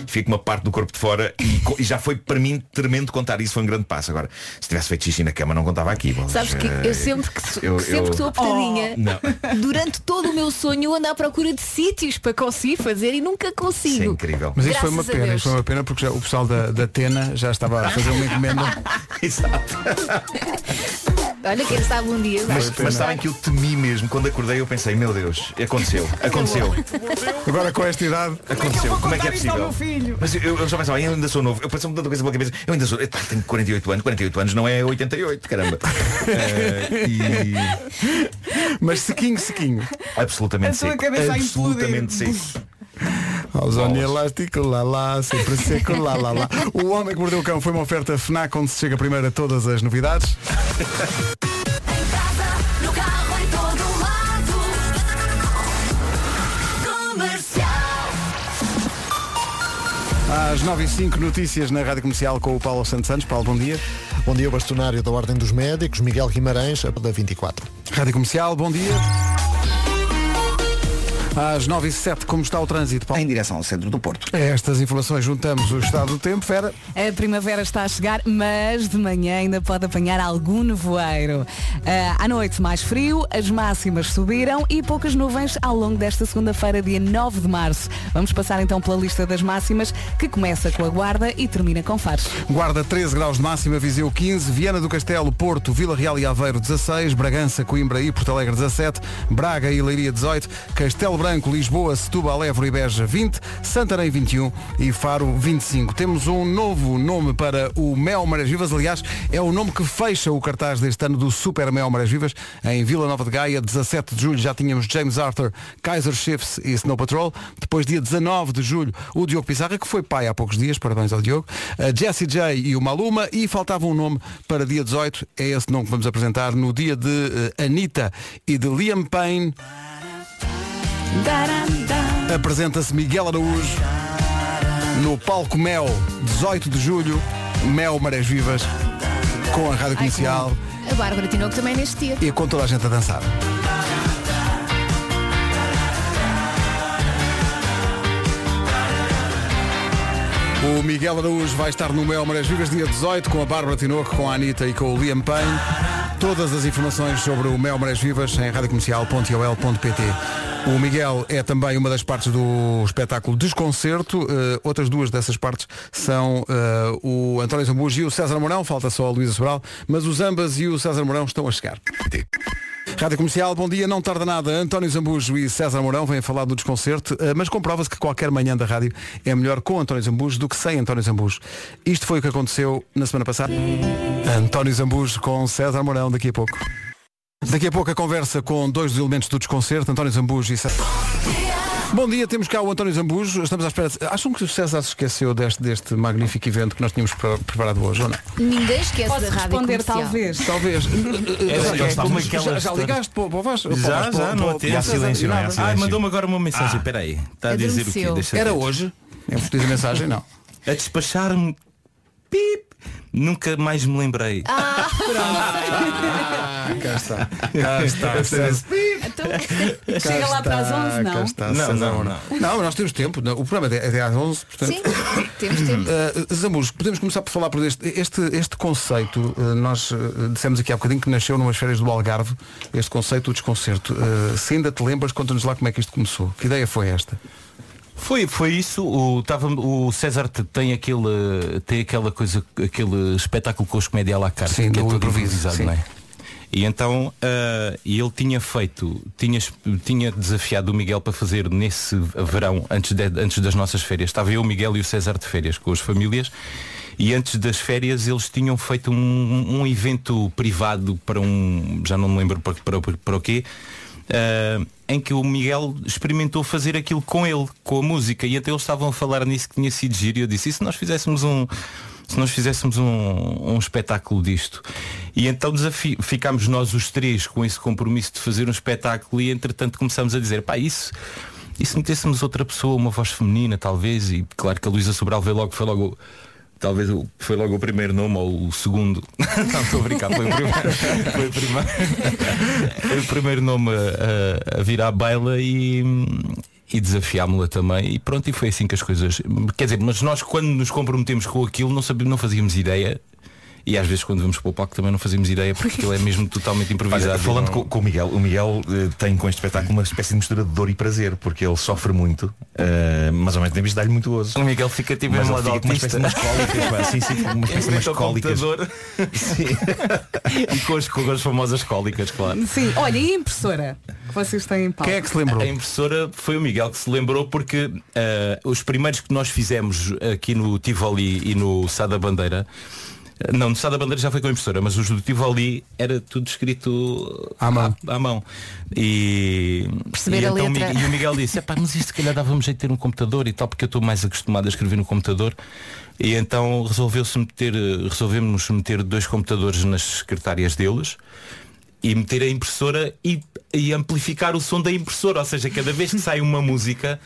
Speaker 10: fico uma parte do corpo de fora e, co- e já foi para mim tremendo contar isso, foi um grande passo. Agora, se tivesse feito xixi na cama não contava aqui. bolas.
Speaker 5: Sabes que
Speaker 10: Eh,
Speaker 5: eu sempre que,
Speaker 10: eu-
Speaker 5: que sempre
Speaker 10: eu- Oh.
Speaker 5: que estou apertadinha,
Speaker 10: Não.
Speaker 5: <laughs> durante todo o meu sonho eu ando à procura de sítios para conseguir fazer e nunca
Speaker 10: Isso é
Speaker 5: consigo.
Speaker 10: incrível.
Speaker 2: Mas isso foi uma
Speaker 5: Graças a
Speaker 2: pena,
Speaker 5: Deus.
Speaker 2: isso foi uma pena porque já, o pessoal da, da Tena já estava a fazer uma encomenda.
Speaker 10: <laughs> Exato.
Speaker 5: Olha quem sabe um dia.
Speaker 10: Mas, mas sabem que eu temi mesmo. Quando acordei eu pensei, meu Deus, aconteceu, aconteceu,
Speaker 2: Agora com esta idade.
Speaker 10: aconteceu. Como é que é
Speaker 4: isto ao
Speaker 10: possível?
Speaker 4: meu filho?
Speaker 10: Mas eu, eu já pensava, eu ainda sou novo. Eu passei-me tanta coisa pela cabeça. Eu ainda sou. Eu tenho 48 anos. 48 anos não é 88, <laughs> caramba. Eh, e... <laughs>
Speaker 2: Mas sequinho, sequinho.
Speaker 10: Absolutamente
Speaker 4: A tua
Speaker 10: seco.
Speaker 4: cabeça a
Speaker 10: Absolutamente
Speaker 4: implodir.
Speaker 10: seco.
Speaker 2: Alzone elástico, lá lá, sempre seco, lá lá lá. O Homem que Mordeu o Cão foi uma oferta FNAC onde se chega primeiro a todas as novidades.
Speaker 14: No carro em todo lado. Comercial.
Speaker 2: Às 9 e 05 notícias na Rádio Comercial com o Paulo Santos Santos. Paulo, bom dia.
Speaker 1: Bom dia, bastonário da Ordem dos Médicos, Miguel Guimarães, a da 24.
Speaker 2: Rádio Comercial, bom dia. Às 9 e 07 como está o trânsito, Paulo?
Speaker 3: Em direção ao centro do Porto.
Speaker 2: A É estas informações juntamos o estado do tempo, Fera.
Speaker 4: A primavera está a chegar, mas de manhã ainda pode apanhar algum nevoeiro. Ah, à noite mais frio, as máximas subiram e poucas nuvens ao longo desta segunda-feira, dia 9 de março. Vamos passar então pela lista das máximas, que começa com a Guarda e termina com Fares.
Speaker 2: Guarda 13 graus de máxima, Viseu 15, Viana do Castelo, Porto, Vila Real e Aveiro 16, Bragança, Coimbra e Porto Alegre 17, Braga e Leiria 18, Castelo Branco, Lisboa, Setúbal, Évora e Beja 20, Santarém 21 e Faro 25. Temos um novo nome para o Mel Marés Vivas, aliás, é o nome que fecha o cartaz deste ano do Super Mel Marés Vivas em Vila Nova de Gaia, 17 de julho já tínhamos James Arthur, Kaiser Chiefs e Snow Patrol, depois dia 19 de julho o Diogo Pizarra, que foi pai há poucos dias, parabéns ao Diogo, a Jesse J e o Maluma e faltava um nome para dia 18, é esse nome que vamos apresentar no dia de eh, Anitta e de Liam Payne, apresenta-se Miguel Araújo no Palco Mel, 18 de julho, Mel Marés Vivas, com a Rádio Comercial
Speaker 5: A Bárbara Tinoco também neste dia.
Speaker 2: e com toda a gente a dançar. O Miguel Araújo vai estar no Mel Marés Vivas dia 18 com a Bárbara Tinoco, com a Anitta e com o Liam Payne. Todas as informações sobre o Mel Marés Vivas em radiocomercial.ol.pt O Miguel é também uma das partes do espetáculo Desconcerto. Eh, outras duas dessas partes são eh, o António Zambujo e o César Mourão. Falta só a Luísa Sobral, mas os ambas e o César Mourão estão a chegar. Rádio Comercial, bom dia, não tarda nada. António Zambujo e César Mourão vêm falar do desconcerto, eh, mas comprova-se que qualquer manhã da rádio é melhor com António Zambujo do que sem António Zambujo. Isto foi o que aconteceu na semana passada. António Zambujo com César Mourão daqui a pouco. Daqui a pouco a conversa com dois dos elementos do desconcerto, António Zambujo e César. Bom dia, temos cá o António Zambujo. Estamos à espera. de- Acham que o César se esqueceu deste, deste magnífico evento que nós tínhamos pre- preparado hoje, ou não?
Speaker 5: Ninguém esquece
Speaker 4: Posso
Speaker 5: da rádio
Speaker 4: responder,
Speaker 5: comercial.
Speaker 4: talvez?
Speaker 13: É assim,
Speaker 2: Talvez.
Speaker 13: Era, nós estávamos
Speaker 2: Eh, já,
Speaker 13: naquela
Speaker 2: já ligaste para o para o Vasco? Para o
Speaker 13: Já,
Speaker 2: Vasco,
Speaker 13: já,
Speaker 2: para o-
Speaker 13: não
Speaker 2: para o-
Speaker 13: atende. Há
Speaker 2: para o-
Speaker 13: silêncio, não
Speaker 2: nada.
Speaker 13: há silêncio. Ah, mandou-me agora uma mensagem, espera aí. Está a dizer o quê?
Speaker 5: Adormeceu.
Speaker 13: Deixa eu
Speaker 2: Era
Speaker 13: ver.
Speaker 2: hoje. Eu fiz a mensagem, não.
Speaker 13: A despachar-me. Pip! Nunca mais me lembrei.
Speaker 2: Ah, cá está. <laughs>
Speaker 13: Cá está, César.
Speaker 4: Então, chega lá para as 11, não?
Speaker 13: Não,
Speaker 2: César
Speaker 13: não,
Speaker 2: Mourão. Não, nós temos tempo. não, O programa é até às 11, portanto.
Speaker 5: Sim, <laughs> temos
Speaker 13: Uhum.
Speaker 5: tempo.
Speaker 2: Uh, Zambujo, podemos começar por falar por este, este, este conceito, uh, nós uh, dissemos aqui há bocadinho que nasceu numas férias do Algarve, este conceito do desconcerto. Uh, se ainda te lembras, conta-nos lá como é que isto começou. Que ideia foi esta?
Speaker 13: Foi, foi isso. O, tava, o César te- tem, aquele, tem aquela coisa, aquele espetáculo com os comédia à la carte,
Speaker 2: Sim,
Speaker 13: que é
Speaker 2: do
Speaker 13: todo
Speaker 2: improviso,
Speaker 13: improvisado,
Speaker 2: sim.
Speaker 13: não é? E então ah, e ele tinha feito, tinha, tinha desafiado o Miguel para fazer nesse verão, antes, de- antes das nossas férias. Estava eu, o Miguel e o César de férias com as famílias. E antes das férias eles tinham feito um, um evento privado para um. já não me lembro para, para, para o quê. ah, em que o Miguel experimentou fazer aquilo com ele, com a música, e até eles estavam a falar nisso que tinha sido giro, e eu disse, e se nós fizéssemos um, se nós fizéssemos um, um espetáculo disto. E então desafi- ficámos nós os três com esse compromisso de fazer um espetáculo e entretanto começámos a dizer, pá, isso, e se metêssemos outra pessoa, uma voz feminina talvez, e claro que a Luísa Sobral veio logo, foi logo. Talvez o- foi logo o primeiro nome ou o segundo. <laughs> Não, estou a brincar, foi o
Speaker 10: <laughs>
Speaker 13: primeiro. Foi o primeiro, foi <laughs> o primeiro nome a, a- a vir à baila e, e desafiámo-la também. E pronto, e foi assim que as coisas. Quer dizer, mas nós quando nos comprometemos com aquilo não, sabíamos, não fazíamos ideia. E às vezes quando vamos para o palco também não fazíamos ideia porque aquilo é mesmo totalmente improvisado.
Speaker 10: Olha, falando
Speaker 13: Não-
Speaker 10: com, com o Miguel, o Miguel eh, tem com este espetáculo uma espécie de mistura de dor e prazer, porque ele sofre muito, eh, mas ao mesmo tempo isto dá-lhe muito gozo.
Speaker 13: O Miguel fica tipo
Speaker 10: Mas
Speaker 13: em
Speaker 10: ele
Speaker 13: modo
Speaker 10: fica com uma
Speaker 13: autista.
Speaker 10: espécie de é umas cólicas, pá. Sim, sim, com
Speaker 13: <laughs>
Speaker 10: uma
Speaker 13: Em
Speaker 10: espécie de umas
Speaker 13: frente ao
Speaker 10: cólicas. <laughs>
Speaker 13: computador. e com as, com as famosas cólicas, claro.
Speaker 4: Sim, olha, e a impressora que vocês têm em
Speaker 2: é
Speaker 4: palco?
Speaker 13: A impressora foi o Miguel que se lembrou porque eh, ah, os primeiros que nós fizemos aqui no Tivoli e no Sá da Bandeira Não, de Sá da Bandeira já foi com a impressora, mas o judicativo ali era tudo escrito
Speaker 2: à mão.
Speaker 13: À, à mão. E,
Speaker 5: Perceber
Speaker 13: e,
Speaker 5: a
Speaker 13: então o
Speaker 5: letra.
Speaker 13: Miguel- e o Miguel disse, "Epá, mas isto se calhar dava-me jeito de ter um computador e tal, porque eu estou mais acostumado a escrever no computador. E então resolveu-se meter, eh, resolvemos meter dois computadores nas secretárias deles e meter a impressora e, e amplificar o som da impressora. Ou seja, cada vez que sai uma música,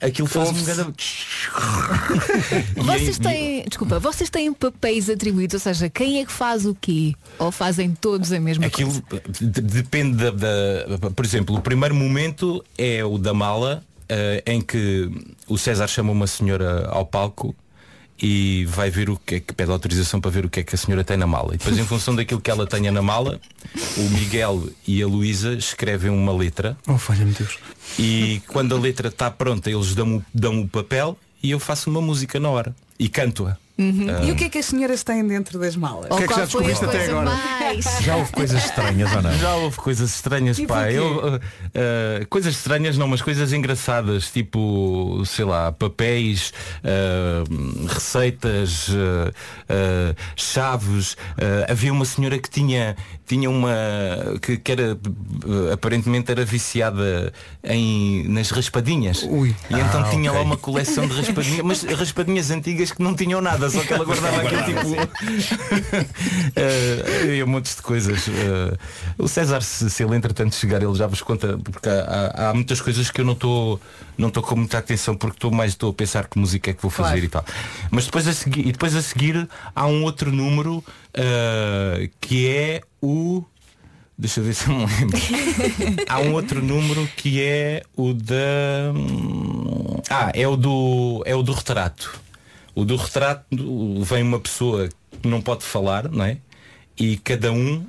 Speaker 13: aquilo faz um
Speaker 5: <laughs>
Speaker 13: grande... é
Speaker 5: Vocês têm, desculpa, vocês têm papéis atribuídos, ou seja, quem é que faz o quê? Ou fazem todos a mesma
Speaker 13: Aquilo
Speaker 5: coisa?
Speaker 13: de- depende da, da- Por exemplo, o primeiro momento é o da mala, eh, em que o César chama uma senhora ao palco e vai ver o que é que pede autorização para ver o que é que a senhora tem na mala. E depois, em função daquilo que ela tenha na mala, o Miguel e a Luísa escrevem uma letra
Speaker 2: Oh, falha-me Deus.
Speaker 13: e quando a letra está pronta, eles dão, o- dão o papel e eu faço uma música na hora e canto-a.
Speaker 4: Uhum.
Speaker 13: Ah.
Speaker 4: E o que é que as senhoras têm dentro das malas?
Speaker 13: O que é que já descobriste até agora? Já houve coisas estranhas ou não? Já houve coisas estranhas,
Speaker 4: é E
Speaker 13: pá.
Speaker 4: porquê?
Speaker 13: Eu, uh, uh, coisas estranhas não, mas coisas engraçadas, tipo, sei lá, papéis, uh, receitas, uh, uh, chaves. Uh, havia uma senhora que tinha, tinha uma. que, que era uh, aparentemente era viciada em, nas raspadinhas. E então
Speaker 2: Ah,
Speaker 13: tinha lá
Speaker 2: ok.
Speaker 13: uma coleção de raspadinhas, mas raspadinhas antigas que não tinham nada, só que <laughs> ela guardava aquilo tipo. Eh, havia montes de coisas. Eh, o César, se, se ele entretanto chegar, ele já vos conta, porque há, há- há muitas coisas que eu não estou não estou com muita atenção porque estou mais estou a pensar que música é que vou fazer
Speaker 2: Claro.
Speaker 13: e tal. Mas depois a seguir, e depois a seguir há um outro número eh, que é o. Deixa eu ver se eu me lembro. <laughs> Há um outro número que é o da. Ah, é o do. É o do retrato. O do retrato vem uma pessoa que não pode falar, não é? E cada um.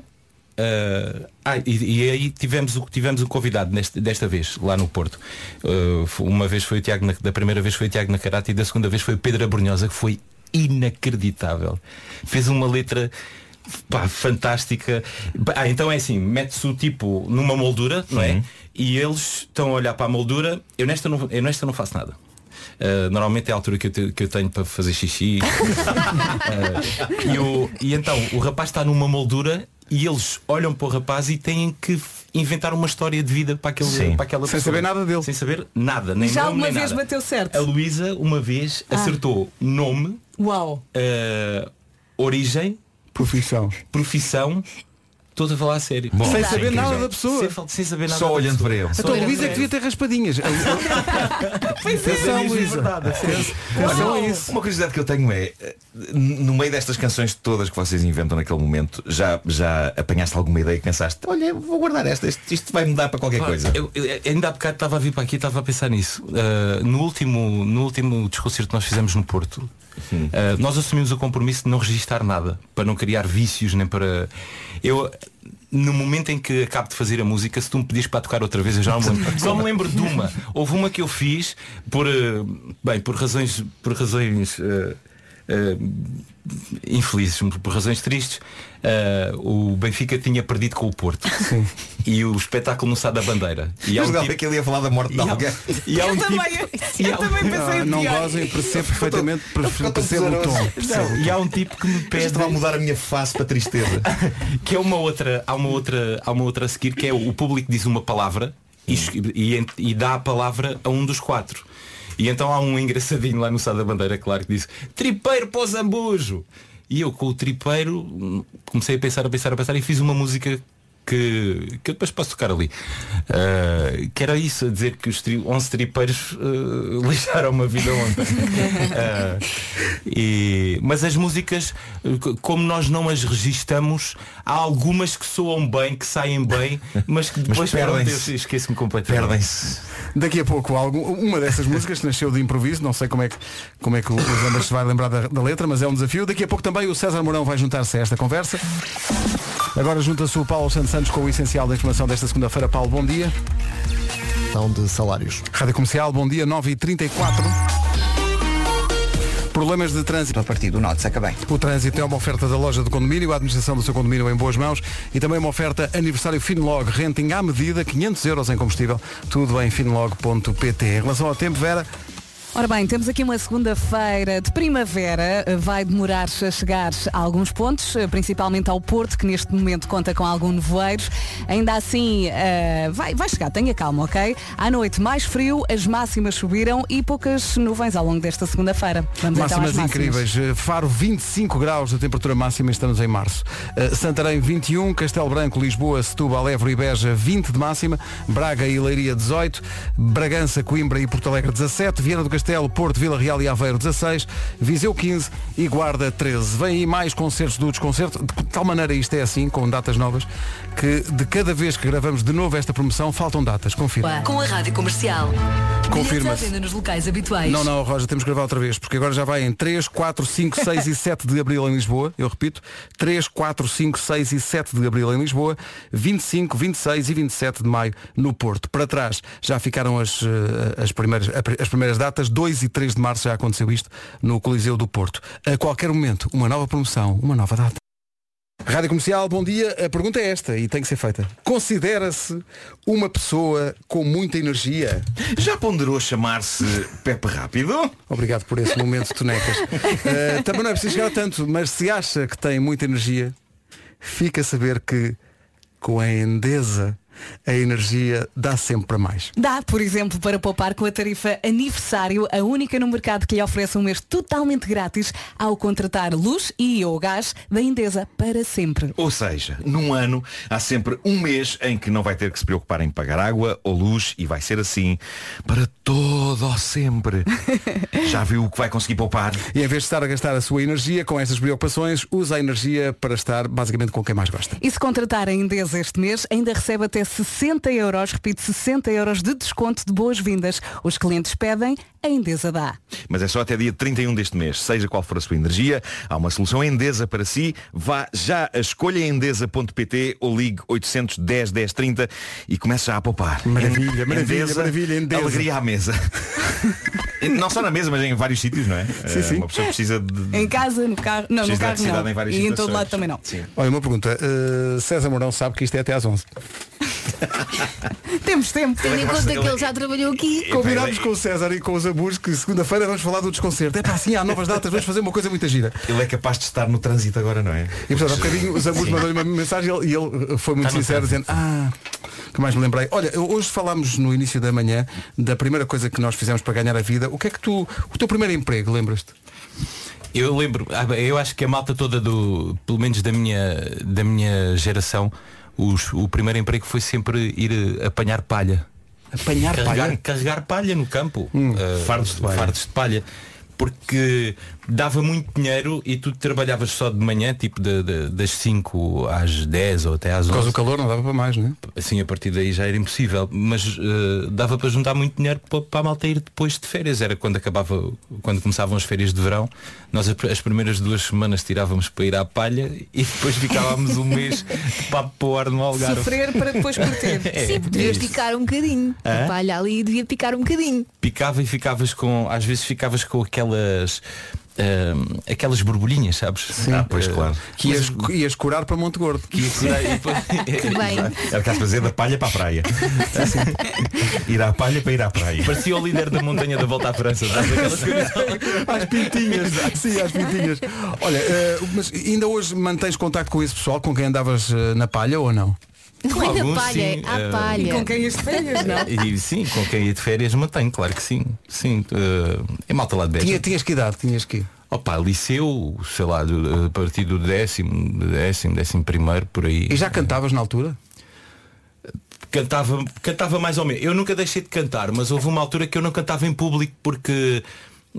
Speaker 13: ah, ah, e, e aí tivemos, o- tivemos um convidado neste- desta vez, lá no Porto. Ah, foi- uma vez foi o Tiago, Na- da primeira vez foi o Tiago Nacarate e da segunda vez foi o Pedro Abrunhosa, que foi inacreditável. Fez uma letra pá, fantástica. Ah, então é assim, mete-se o tipo numa moldura, não é? E eles estão a olhar para a moldura, eu nesta não, eu nesta não faço nada. Ah, normalmente é a altura que eu, te- que eu tenho para fazer xixi. Ah, e, o- e então o rapaz está numa moldura e eles olham para o rapaz e têm que f- inventar uma história de vida para, aquele,
Speaker 2: Sim.
Speaker 13: para aquela
Speaker 2: Sem
Speaker 13: pessoa.
Speaker 2: saber nada dele.
Speaker 13: Sem saber nada, nem
Speaker 4: Já
Speaker 13: nome,
Speaker 4: alguma
Speaker 13: nem
Speaker 4: vez
Speaker 13: nada.
Speaker 4: bateu certo?
Speaker 13: A Luísa uma vez
Speaker 4: Ah.
Speaker 13: acertou nome,
Speaker 4: Uau!
Speaker 13: ah, origem,
Speaker 2: Profissão.
Speaker 13: profissão, toda a falar a sério.
Speaker 2: Bom, Sem isso é saber incrível. nada da pessoa.
Speaker 13: Sem, fal- sem saber nada
Speaker 2: Só
Speaker 13: da
Speaker 2: olhando
Speaker 13: pessoa.
Speaker 2: para ele.
Speaker 13: Só
Speaker 2: Então,
Speaker 13: olhando
Speaker 2: Luísa
Speaker 13: para
Speaker 2: é que devia ter raspadinhas. Atenção,
Speaker 13: Atenção,
Speaker 2: Luísa.
Speaker 10: <laughs>
Speaker 2: Atenção a isso.
Speaker 13: Uma
Speaker 10: curiosidade que eu tenho é, eh, no meio destas canções todas que vocês inventam naquele momento, já, já apanhaste alguma ideia que pensaste, olha, vou guardar esta, isto, isto vai mudar para qualquer
Speaker 13: Pá,
Speaker 10: coisa.
Speaker 13: eu- eu- ainda há bocado estava a vir para aqui e estava a pensar nisso. Uh, no, último, no último desconcerto que nós fizemos no Porto, uh, nós assumimos o compromisso de não registar nada, para não criar vícios, nem para. Eu, no momento em que acabo de fazer a música, se tu me pedires para tocar outra vez, eu já não me
Speaker 10: <laughs>
Speaker 13: lembro. Só me lembro de uma. Houve uma que eu fiz por, uh, bem, por razões. Por razões uh, uh, infelizes, por razões tristes, ah, o Benfica tinha perdido com o Porto. E o espetáculo não sai da bandeira. E há
Speaker 10: Mas
Speaker 13: um
Speaker 10: não,
Speaker 13: tipo-
Speaker 10: é que ele ia falar da morte de
Speaker 13: e há-
Speaker 10: alguém.
Speaker 13: e há um tipo- e há um-
Speaker 2: Ah, não gozem, percebo perfeitamente, percebo o tom. percebo.
Speaker 13: Não, e há um tipo que me pede a mudar a minha face para tristeza que é uma outra há uma outra há uma outra a seguir que é o público diz uma palavra e, es- e ent- e dá a palavra a um dos quatro e então há um engraçadinho lá no Sá da Bandeira é claro que diz tripeiro para o zambujo e eu com o tripeiro hum, comecei a pensar a pensar a pensar e fiz uma música que, que eu depois posso tocar ali Ah, que era isso a dizer que os tri, 11 tripeiros ah, <laughs> lixaram uma vida ontem <laughs> Ah, e- mas as músicas, eh, co- como nós não as registamos, há algumas que soam bem, que saem
Speaker 10: <laughs>
Speaker 13: bem, mas que depois
Speaker 10: perdem-se.
Speaker 13: pronto, eu esqueço-me completamente.
Speaker 10: Perdem-se.
Speaker 2: Daqui a pouco algum, uma dessas músicas nasceu de improviso, não sei como é que, como é que o o Zambas se vai lembrar da, da letra, mas é um desafio. Daqui a pouco também o César Mourão vai juntar-se a esta conversa. Agora junta-se o Paulo Santos Santos com o essencial da informação desta segunda-feira. Paulo, bom dia.
Speaker 1: São Então, de salários.
Speaker 2: Rádio Comercial, bom dia, 9h34. Problemas de trânsito.
Speaker 3: A partir do Norte, saca bem.
Speaker 2: O trânsito é uma oferta da loja do condomínio, a administração do seu condomínio em boas mãos e também uma oferta aniversário Finlog, renting à medida, 500 euros em combustível, tudo em finlog.pt. Em relação ao tempo, Vera,
Speaker 4: Ora bem, temos aqui uma segunda-feira de primavera. Vai demorar a chegar a alguns pontos, principalmente ao Porto, que neste momento conta com algum nevoeiro. Ainda assim, eh, vai, vai chegar, tenha calma, ok? À noite, mais frio, as máximas subiram e poucas nuvens ao longo desta segunda-feira. Vamos então às
Speaker 2: Máximas incríveis. Eh, Faro 25 graus de temperatura máxima, estamos em março. Eh, Santarém 21, Castelo Branco, Lisboa, Setúbal, Évora e Beja 20 de máxima, Braga e Leiria 18, Bragança, Coimbra e Porto Alegre 17, Viana do Castelo, Porto, Vila Real e Aveiro 16, Viseu 15 e Guarda 13. Vem aí mais concertos do desconcerto, de tal maneira isto é assim, com datas novas, que de cada vez que gravamos de novo esta promoção faltam datas, confirma.
Speaker 15: Com a rádio comercial. Bilhetes à
Speaker 2: Confirma-se.
Speaker 15: venda nos locais habituais.
Speaker 2: Não, não, Roja, temos que gravar outra vez, porque agora já vai em 3, 4, 5, 6 e 7 de Abril em Lisboa, eu repito, 3, 4, 5, 6 e 7 de Abril em Lisboa, 25, 26 e 27 de Maio no Porto. Para trás já ficaram as, eh, as, primeiras, as primeiras datas, 2 e 3 de Março já aconteceu isto no Coliseu do Porto. A qualquer momento, uma nova promoção, uma nova data. Rádio Comercial, bom dia. A pergunta é esta e tem que ser feita. Considera-se uma pessoa com muita energia?
Speaker 10: Já ponderou chamar-se Pepe Rápido?
Speaker 2: Obrigado por esse momento,
Speaker 10: <laughs>
Speaker 2: Tonecas. Eh, também não é preciso chegar a tanto, mas se acha que tem muita energia, fica a saber que com a Endesa a energia dá sempre para mais.
Speaker 4: Dá, por exemplo, para poupar com a tarifa aniversário, a única no mercado que lhe oferece um mês totalmente grátis ao contratar luz e ou gás da Endesa para sempre.
Speaker 10: Ou seja, num ano há sempre um mês em que não vai ter que se preocupar em pagar água ou luz e vai ser assim para todo o sempre. Já viu o que vai conseguir poupar?
Speaker 2: E em vez de estar a gastar a sua energia com estas preocupações, usa a energia para estar basicamente com quem mais gosta.
Speaker 4: E se contratar a Endesa este mês, ainda recebe até 60 euros, repito, 60 euros de desconto de boas-vindas. Os clientes pedem, a Endesa dá.
Speaker 10: Mas é só até dia 31 deste mês, seja qual for a sua energia, há uma solução Endesa para si. Vá já a escolha endesa.pt ou ligue 810 1030 e comece já a poupar.
Speaker 2: Maravilha, maravilha,
Speaker 10: Endesa,
Speaker 2: maravilha, Endesa.
Speaker 10: Alegria à
Speaker 2: <laughs>
Speaker 10: mesa. não só na mesa, mas em vários sítios, não é?
Speaker 2: Sim, sim.
Speaker 10: Uma pessoa precisa de
Speaker 4: Em casa, no carro, não,
Speaker 10: Precisa
Speaker 4: no
Speaker 10: de
Speaker 4: carro
Speaker 10: eletricidade
Speaker 4: não.
Speaker 10: em várias
Speaker 4: E em todo
Speaker 10: situações.
Speaker 4: lado também não.
Speaker 2: Olha, uma pergunta. eh, César Mourão sabe que isto é até às 11.
Speaker 4: <laughs> Temos tempo.
Speaker 5: Tendo em conta que ele já trabalhou
Speaker 13: é,
Speaker 5: aqui.
Speaker 2: Combinámos com o César e com os Abus que segunda-feira vamos falar do desconcerto. É para assim, há novas datas, vamos fazer uma coisa muito gira.
Speaker 10: Ele é capaz de estar no trânsito agora, não é?
Speaker 2: E portanto, há bocadinho os Abus
Speaker 10: Sim.
Speaker 2: mandou-lhe uma mensagem e ele, e ele foi muito
Speaker 10: Está no
Speaker 2: sincero, dizendo,
Speaker 10: trânsito.
Speaker 2: ah, que mais me lembrei. Olha, eu- hoje falámos no início da manhã da primeira coisa que nós fizemos para ganhar a vida. O que é que tu, o teu primeiro emprego, lembras-te?
Speaker 13: Eu lembro, ah, bem, eu acho que a malta toda do, pelo menos da minha, da minha geração, os- o primeiro emprego foi sempre ir eh, apanhar palha.
Speaker 2: Apanhar
Speaker 13: carregar,
Speaker 2: palha?
Speaker 13: Carregar palha no campo.
Speaker 2: Hum,
Speaker 13: Ah,
Speaker 2: fardos de palha.
Speaker 13: fardos de palha. Porque dava muito dinheiro e tu trabalhavas só de manhã, tipo de- de- das 5 às 10 ou até às 11.
Speaker 2: Por causa do calor não dava para mais, né?
Speaker 13: Assim, a partir daí já era impossível. Mas eh, dava para juntar muito dinheiro pa- para a malta ir depois de férias. Era quando acabava, quando começavam as férias de verão. Nós as pr- as primeiras duas semanas tirávamos para ir à palha e <laughs> depois ficávamos um mês de papo para o ar no Algarve.
Speaker 4: Sofrer para depois curtir.
Speaker 13: <laughs> É,
Speaker 5: Sim, devias
Speaker 13: é isso.
Speaker 5: picar um bocadinho.
Speaker 13: Hã?
Speaker 5: A palha ali devia picar um bocadinho.
Speaker 13: Picava e ficavas com, às vezes ficavas com aquelas, ahm, aquelas borbulhinhas, sabes? Sim.
Speaker 10: Ah, pois, claro.
Speaker 2: Que ias, ias curar para Monte Gordo.
Speaker 13: Que <laughs>
Speaker 5: bem.
Speaker 10: Era caso fazer da palha para a praia. ir à palha para ir à praia.
Speaker 13: Parecia o líder da montanha da volta à França.
Speaker 10: <laughs>
Speaker 13: sabes? Aquelas coisas-
Speaker 2: Às pintinhas, sim, às pintinhas. Olha, eh, mas ainda hoje mantens contacto com esse pessoal com quem andavas eh, na palha ou não?
Speaker 5: Não é da palha, é
Speaker 4: eh,
Speaker 5: à palha.
Speaker 4: as
Speaker 13: é
Speaker 4: férias,
Speaker 13: E sim, com quem ia de férias mantém, claro que sim. Sim, eh, é malta lá de Beja.
Speaker 2: Tinha, tinhas que idade, tinhas que.
Speaker 13: Opa, liceu, sei lá, do- eh, a partir do décimo, décimo, décimo primeiro, por aí.
Speaker 2: E já cantavas na altura?
Speaker 13: Cantava, cantava mais ou menos. Eu nunca deixei de cantar, mas houve uma altura que eu não cantava em público porque.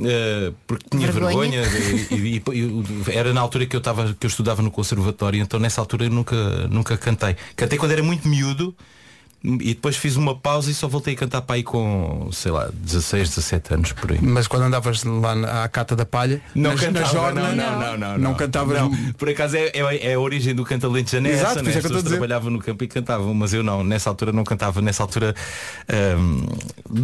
Speaker 13: eh, porque tinha
Speaker 5: Vergonha.
Speaker 13: vergonha, e, e- e- e- era na altura que eu estava que eu estudava no conservatório então nessa altura eu nunca nunca cantei cantei quando era muito miúdo e depois fiz uma pausa e só voltei a cantar para aí com sei lá 16 17 anos por aí
Speaker 2: Mas quando andavas lá na- à cata da palha,
Speaker 13: Não
Speaker 2: nas-
Speaker 13: cantava,
Speaker 2: na jorna,
Speaker 13: não, não, não, não,
Speaker 2: não
Speaker 13: não.
Speaker 2: cantavas.
Speaker 13: Não, Por acaso é, é- é a origem do cantalente janeiro.
Speaker 2: Exato,
Speaker 13: essa,
Speaker 2: por
Speaker 13: né?
Speaker 2: isso é que
Speaker 13: As
Speaker 2: eu
Speaker 13: pessoas
Speaker 2: estou a dizer.
Speaker 13: trabalhavam no campo e cantavam, mas eu não, nessa altura não cantava, nessa altura ahm,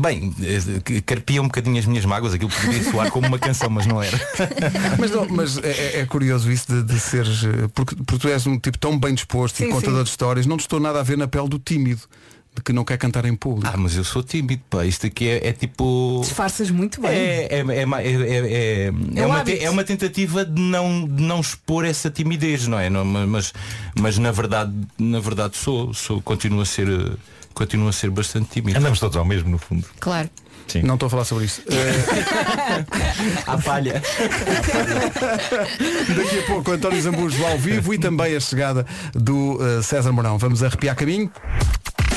Speaker 13: bem, eh, que- carpia um bocadinho as minhas mágoas, aquilo podia soar como uma canção, mas não
Speaker 4: <laughs>
Speaker 13: era.
Speaker 2: <laughs> Mas, não, mas é, é- é curioso isso de, de seres. eh, Porque, porque tu és um tipo tão bem disposto
Speaker 4: Sim,
Speaker 2: e contador
Speaker 4: sim.
Speaker 2: de histórias, não te estou nada a ver na pele do tímido. de que não quer cantar em público.
Speaker 13: Ah, mas eu sou tímido, pá. Isto aqui é, é tipo.
Speaker 4: Disfarças muito bem.
Speaker 13: É, é, é, ma- é- é- é-
Speaker 4: É
Speaker 13: é
Speaker 4: um
Speaker 13: uma,
Speaker 4: hábito.
Speaker 13: te- é uma tentativa de não, de não expor essa timidez, não é? Não, ma- mas, mas na verdade, na verdade sou, sou, continuo a ser. eh, Continuo a ser bastante tímido.
Speaker 10: Andamos todos ao mesmo, no fundo.
Speaker 5: Claro.
Speaker 2: Não estou a falar sobre isso.
Speaker 13: A palha.
Speaker 2: Daqui a pouco, António Zambujo ao vivo e também a chegada do eh, César Mourão. Vamos arrepiar caminho?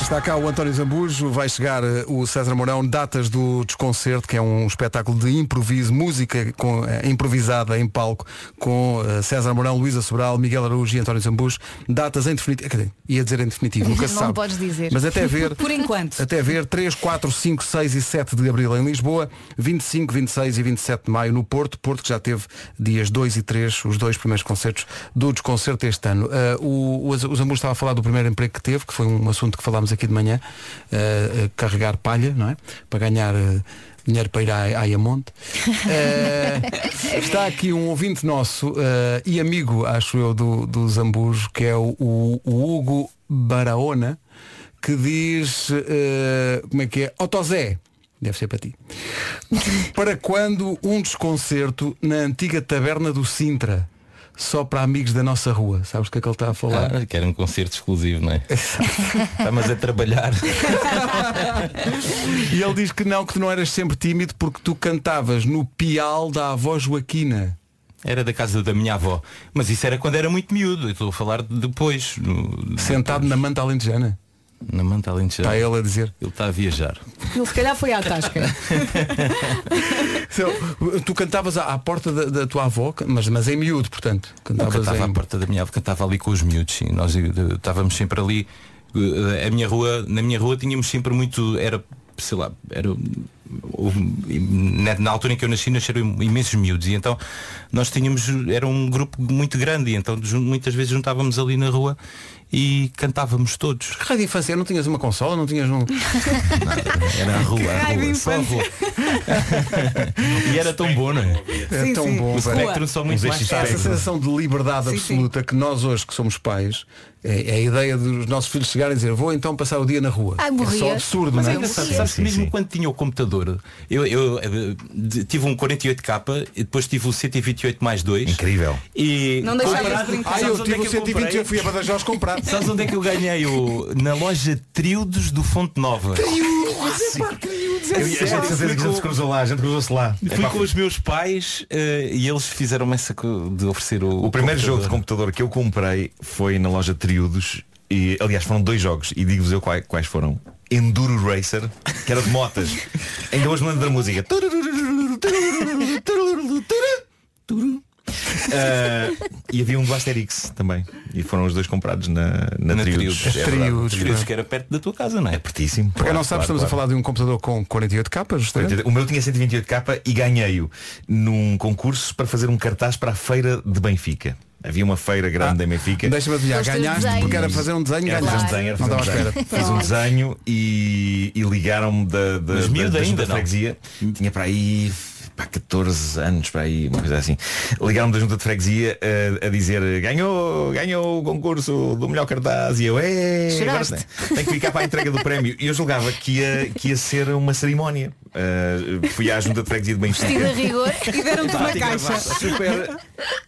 Speaker 2: Está cá o António Zambujo, vai chegar eh, o César Mourão, datas do desconcerto, que é um espetáculo de improviso, música com, eh, improvisada em palco, com eh, César Mourão, Luísa Sobral, Miguel Araújo e António Zambujo. Datas em definitivo, quer dizer, ia dizer em definitivo, nunca
Speaker 5: <laughs>
Speaker 2: se
Speaker 5: não
Speaker 2: sabe.
Speaker 5: podes dizer.
Speaker 2: Mas
Speaker 5: <laughs>
Speaker 2: até ver.
Speaker 4: Por enquanto.
Speaker 2: Até ver 3, 4, 5, 6 e 7 de abril em Lisboa, 25, 26 e 27 de maio no Porto. Porto que já teve dias 2 e 3, os dois primeiros concertos do desconcerto este ano. Ah, o, o, Az- o Zambujo estava a falar do primeiro emprego que teve, que foi um assunto que falámos aqui de manhã, ah, ah, carregar palha, não é? Para ganhar. ah, Dinheiro para ir à Ayamonte. está aqui um ouvinte nosso ah, e amigo, acho eu, do, do Zambujo, que é o, o Hugo Baraona, que diz eh, como é que é? Otozé, deve ser para ti. para quando um desconcerto na antiga taberna do Sintra? Só para amigos da nossa rua. Sabes o que é que ele está a falar?
Speaker 13: Ah, que era um concerto exclusivo,
Speaker 10: <laughs>
Speaker 13: não é? Estamos a trabalhar.
Speaker 2: E ele diz que não, que tu não eras sempre tímido porque tu cantavas no pial da avó Joaquina.
Speaker 13: Era da casa da minha avó. Mas isso era quando era muito miúdo. Eu estou a falar de depois.
Speaker 2: Sentado na manta alentejana.
Speaker 13: Na manta alentejana.
Speaker 2: Está ele a dizer.
Speaker 13: Ele está a viajar.
Speaker 4: Ele se calhar foi à tasca.
Speaker 2: Então, tu cantavas à, à porta da, da tua avó, mas, mas em miúdo, portanto.
Speaker 13: Não,
Speaker 2: Cantavas
Speaker 13: cantava à
Speaker 2: em...
Speaker 13: porta da minha avó, cantava ali com os miúdos, sim. Nós eh, estávamos sempre ali. Eh, A minha rua, na minha rua tínhamos sempre muito. Era, sei lá, era. houve- na, na altura em que eu nasci nasceram imensos miúdos e então nós tínhamos, era um grupo muito grande e então jun- muitas vezes juntávamos ali na rua e cantávamos todos.
Speaker 2: Rádio Infância, não tinhas uma consola, não tinhas um.
Speaker 13: Era
Speaker 2: <laughs>
Speaker 13: a rua, a
Speaker 2: Rádio
Speaker 13: rua, só a
Speaker 2: Infância.
Speaker 13: rua. <laughs> E era tão bom, não é?
Speaker 2: É
Speaker 13: Sim,
Speaker 2: tão
Speaker 13: sim.
Speaker 2: bom.
Speaker 13: O
Speaker 2: velho.
Speaker 13: Spectrum só muito
Speaker 2: Mas
Speaker 13: mais
Speaker 2: Essa
Speaker 13: tarde.
Speaker 2: sensação de liberdade
Speaker 13: Sim,
Speaker 2: absoluta que nós hoje que somos pais, é, é a ideia dos nossos filhos chegarem e dizer vou então passar o dia na rua.
Speaker 13: Ai,
Speaker 2: é
Speaker 13: morria.
Speaker 2: só absurdo,
Speaker 13: Mas
Speaker 2: não é?
Speaker 13: ainda sabes, sabes que mesmo quando tinha o computador, eu, eu, eh, de- tive um 48K e depois tive o 128 mais 2.
Speaker 10: Incrível.
Speaker 13: E
Speaker 2: Não deixavas de
Speaker 13: Comprado-
Speaker 2: brincar.
Speaker 13: Sabes
Speaker 2: Ah, eu
Speaker 13: onde
Speaker 2: tive
Speaker 13: é que
Speaker 2: o 128,
Speaker 13: comprei?
Speaker 2: fui a Badajoz comprar.
Speaker 13: Sabes onde é que eu ganhei o. Na loja Trildos do Fonte Nova.
Speaker 10: Eu ia
Speaker 13: sério?
Speaker 10: fazer que a gente se cruzou lá, a gente cruzou-se lá.
Speaker 13: Fui com os meus pais eh, e eles fizeram essa co- de oferecer o.
Speaker 10: O primeiro jogo de
Speaker 13: computador.
Speaker 10: computador que eu comprei foi na loja Triudos e aliás foram dois jogos e digo-vos eu quais, quais foram. Enduro Racer, que era
Speaker 2: <laughs>
Speaker 10: de motas. Ainda hoje me lembro da música. Ah, e havia um do Asterix também. E foram os dois comprados na, na,
Speaker 13: Na
Speaker 10: Triudos.
Speaker 13: Triudos.
Speaker 10: É verdade.
Speaker 13: Triudos, Triudos, que era perto da tua casa, não é? É
Speaker 10: pertíssimo.
Speaker 2: Para quem não sabe, estamos a falar de um computador com 48 capas, é? justamente.
Speaker 10: O meu tinha 128k e ganhei-o num concurso para fazer um cartaz para a feira de Benfica. Havia uma feira grande em Benfica.
Speaker 2: Ah, Deixa-me adivinhar,
Speaker 10: Com os teus
Speaker 2: ganhaste porque era
Speaker 10: desenhos.
Speaker 2: fazer um desenho,
Speaker 10: Era fazer um
Speaker 2: ganhaste.
Speaker 10: desenho,
Speaker 2: não
Speaker 10: era fazer um
Speaker 2: estava à espera.
Speaker 10: desenho. Fiz um desenho e, e ligaram-me da, da,
Speaker 13: Mas
Speaker 10: da,
Speaker 13: miúdo
Speaker 10: da,
Speaker 13: ainda,
Speaker 10: junta de
Speaker 13: não?
Speaker 10: freguesia. Tinha para aí pá, 14 anos, para aí, uma coisa assim. Ligaram-me da junta de freguesia eh, a, a dizer ganhou, ganhou o concurso do melhor cartaz. E eu, é, agora
Speaker 13: Choraste.
Speaker 10: tem, tem que ficar para a entrega do prémio. E eu julgava que ia, que ia ser uma cerimónia. Ah, fui à junta de freguesia de Benfica.
Speaker 5: Vestido a rigor
Speaker 4: e deram-te uma
Speaker 10: Fato e
Speaker 4: caixa.
Speaker 10: gravata, Super.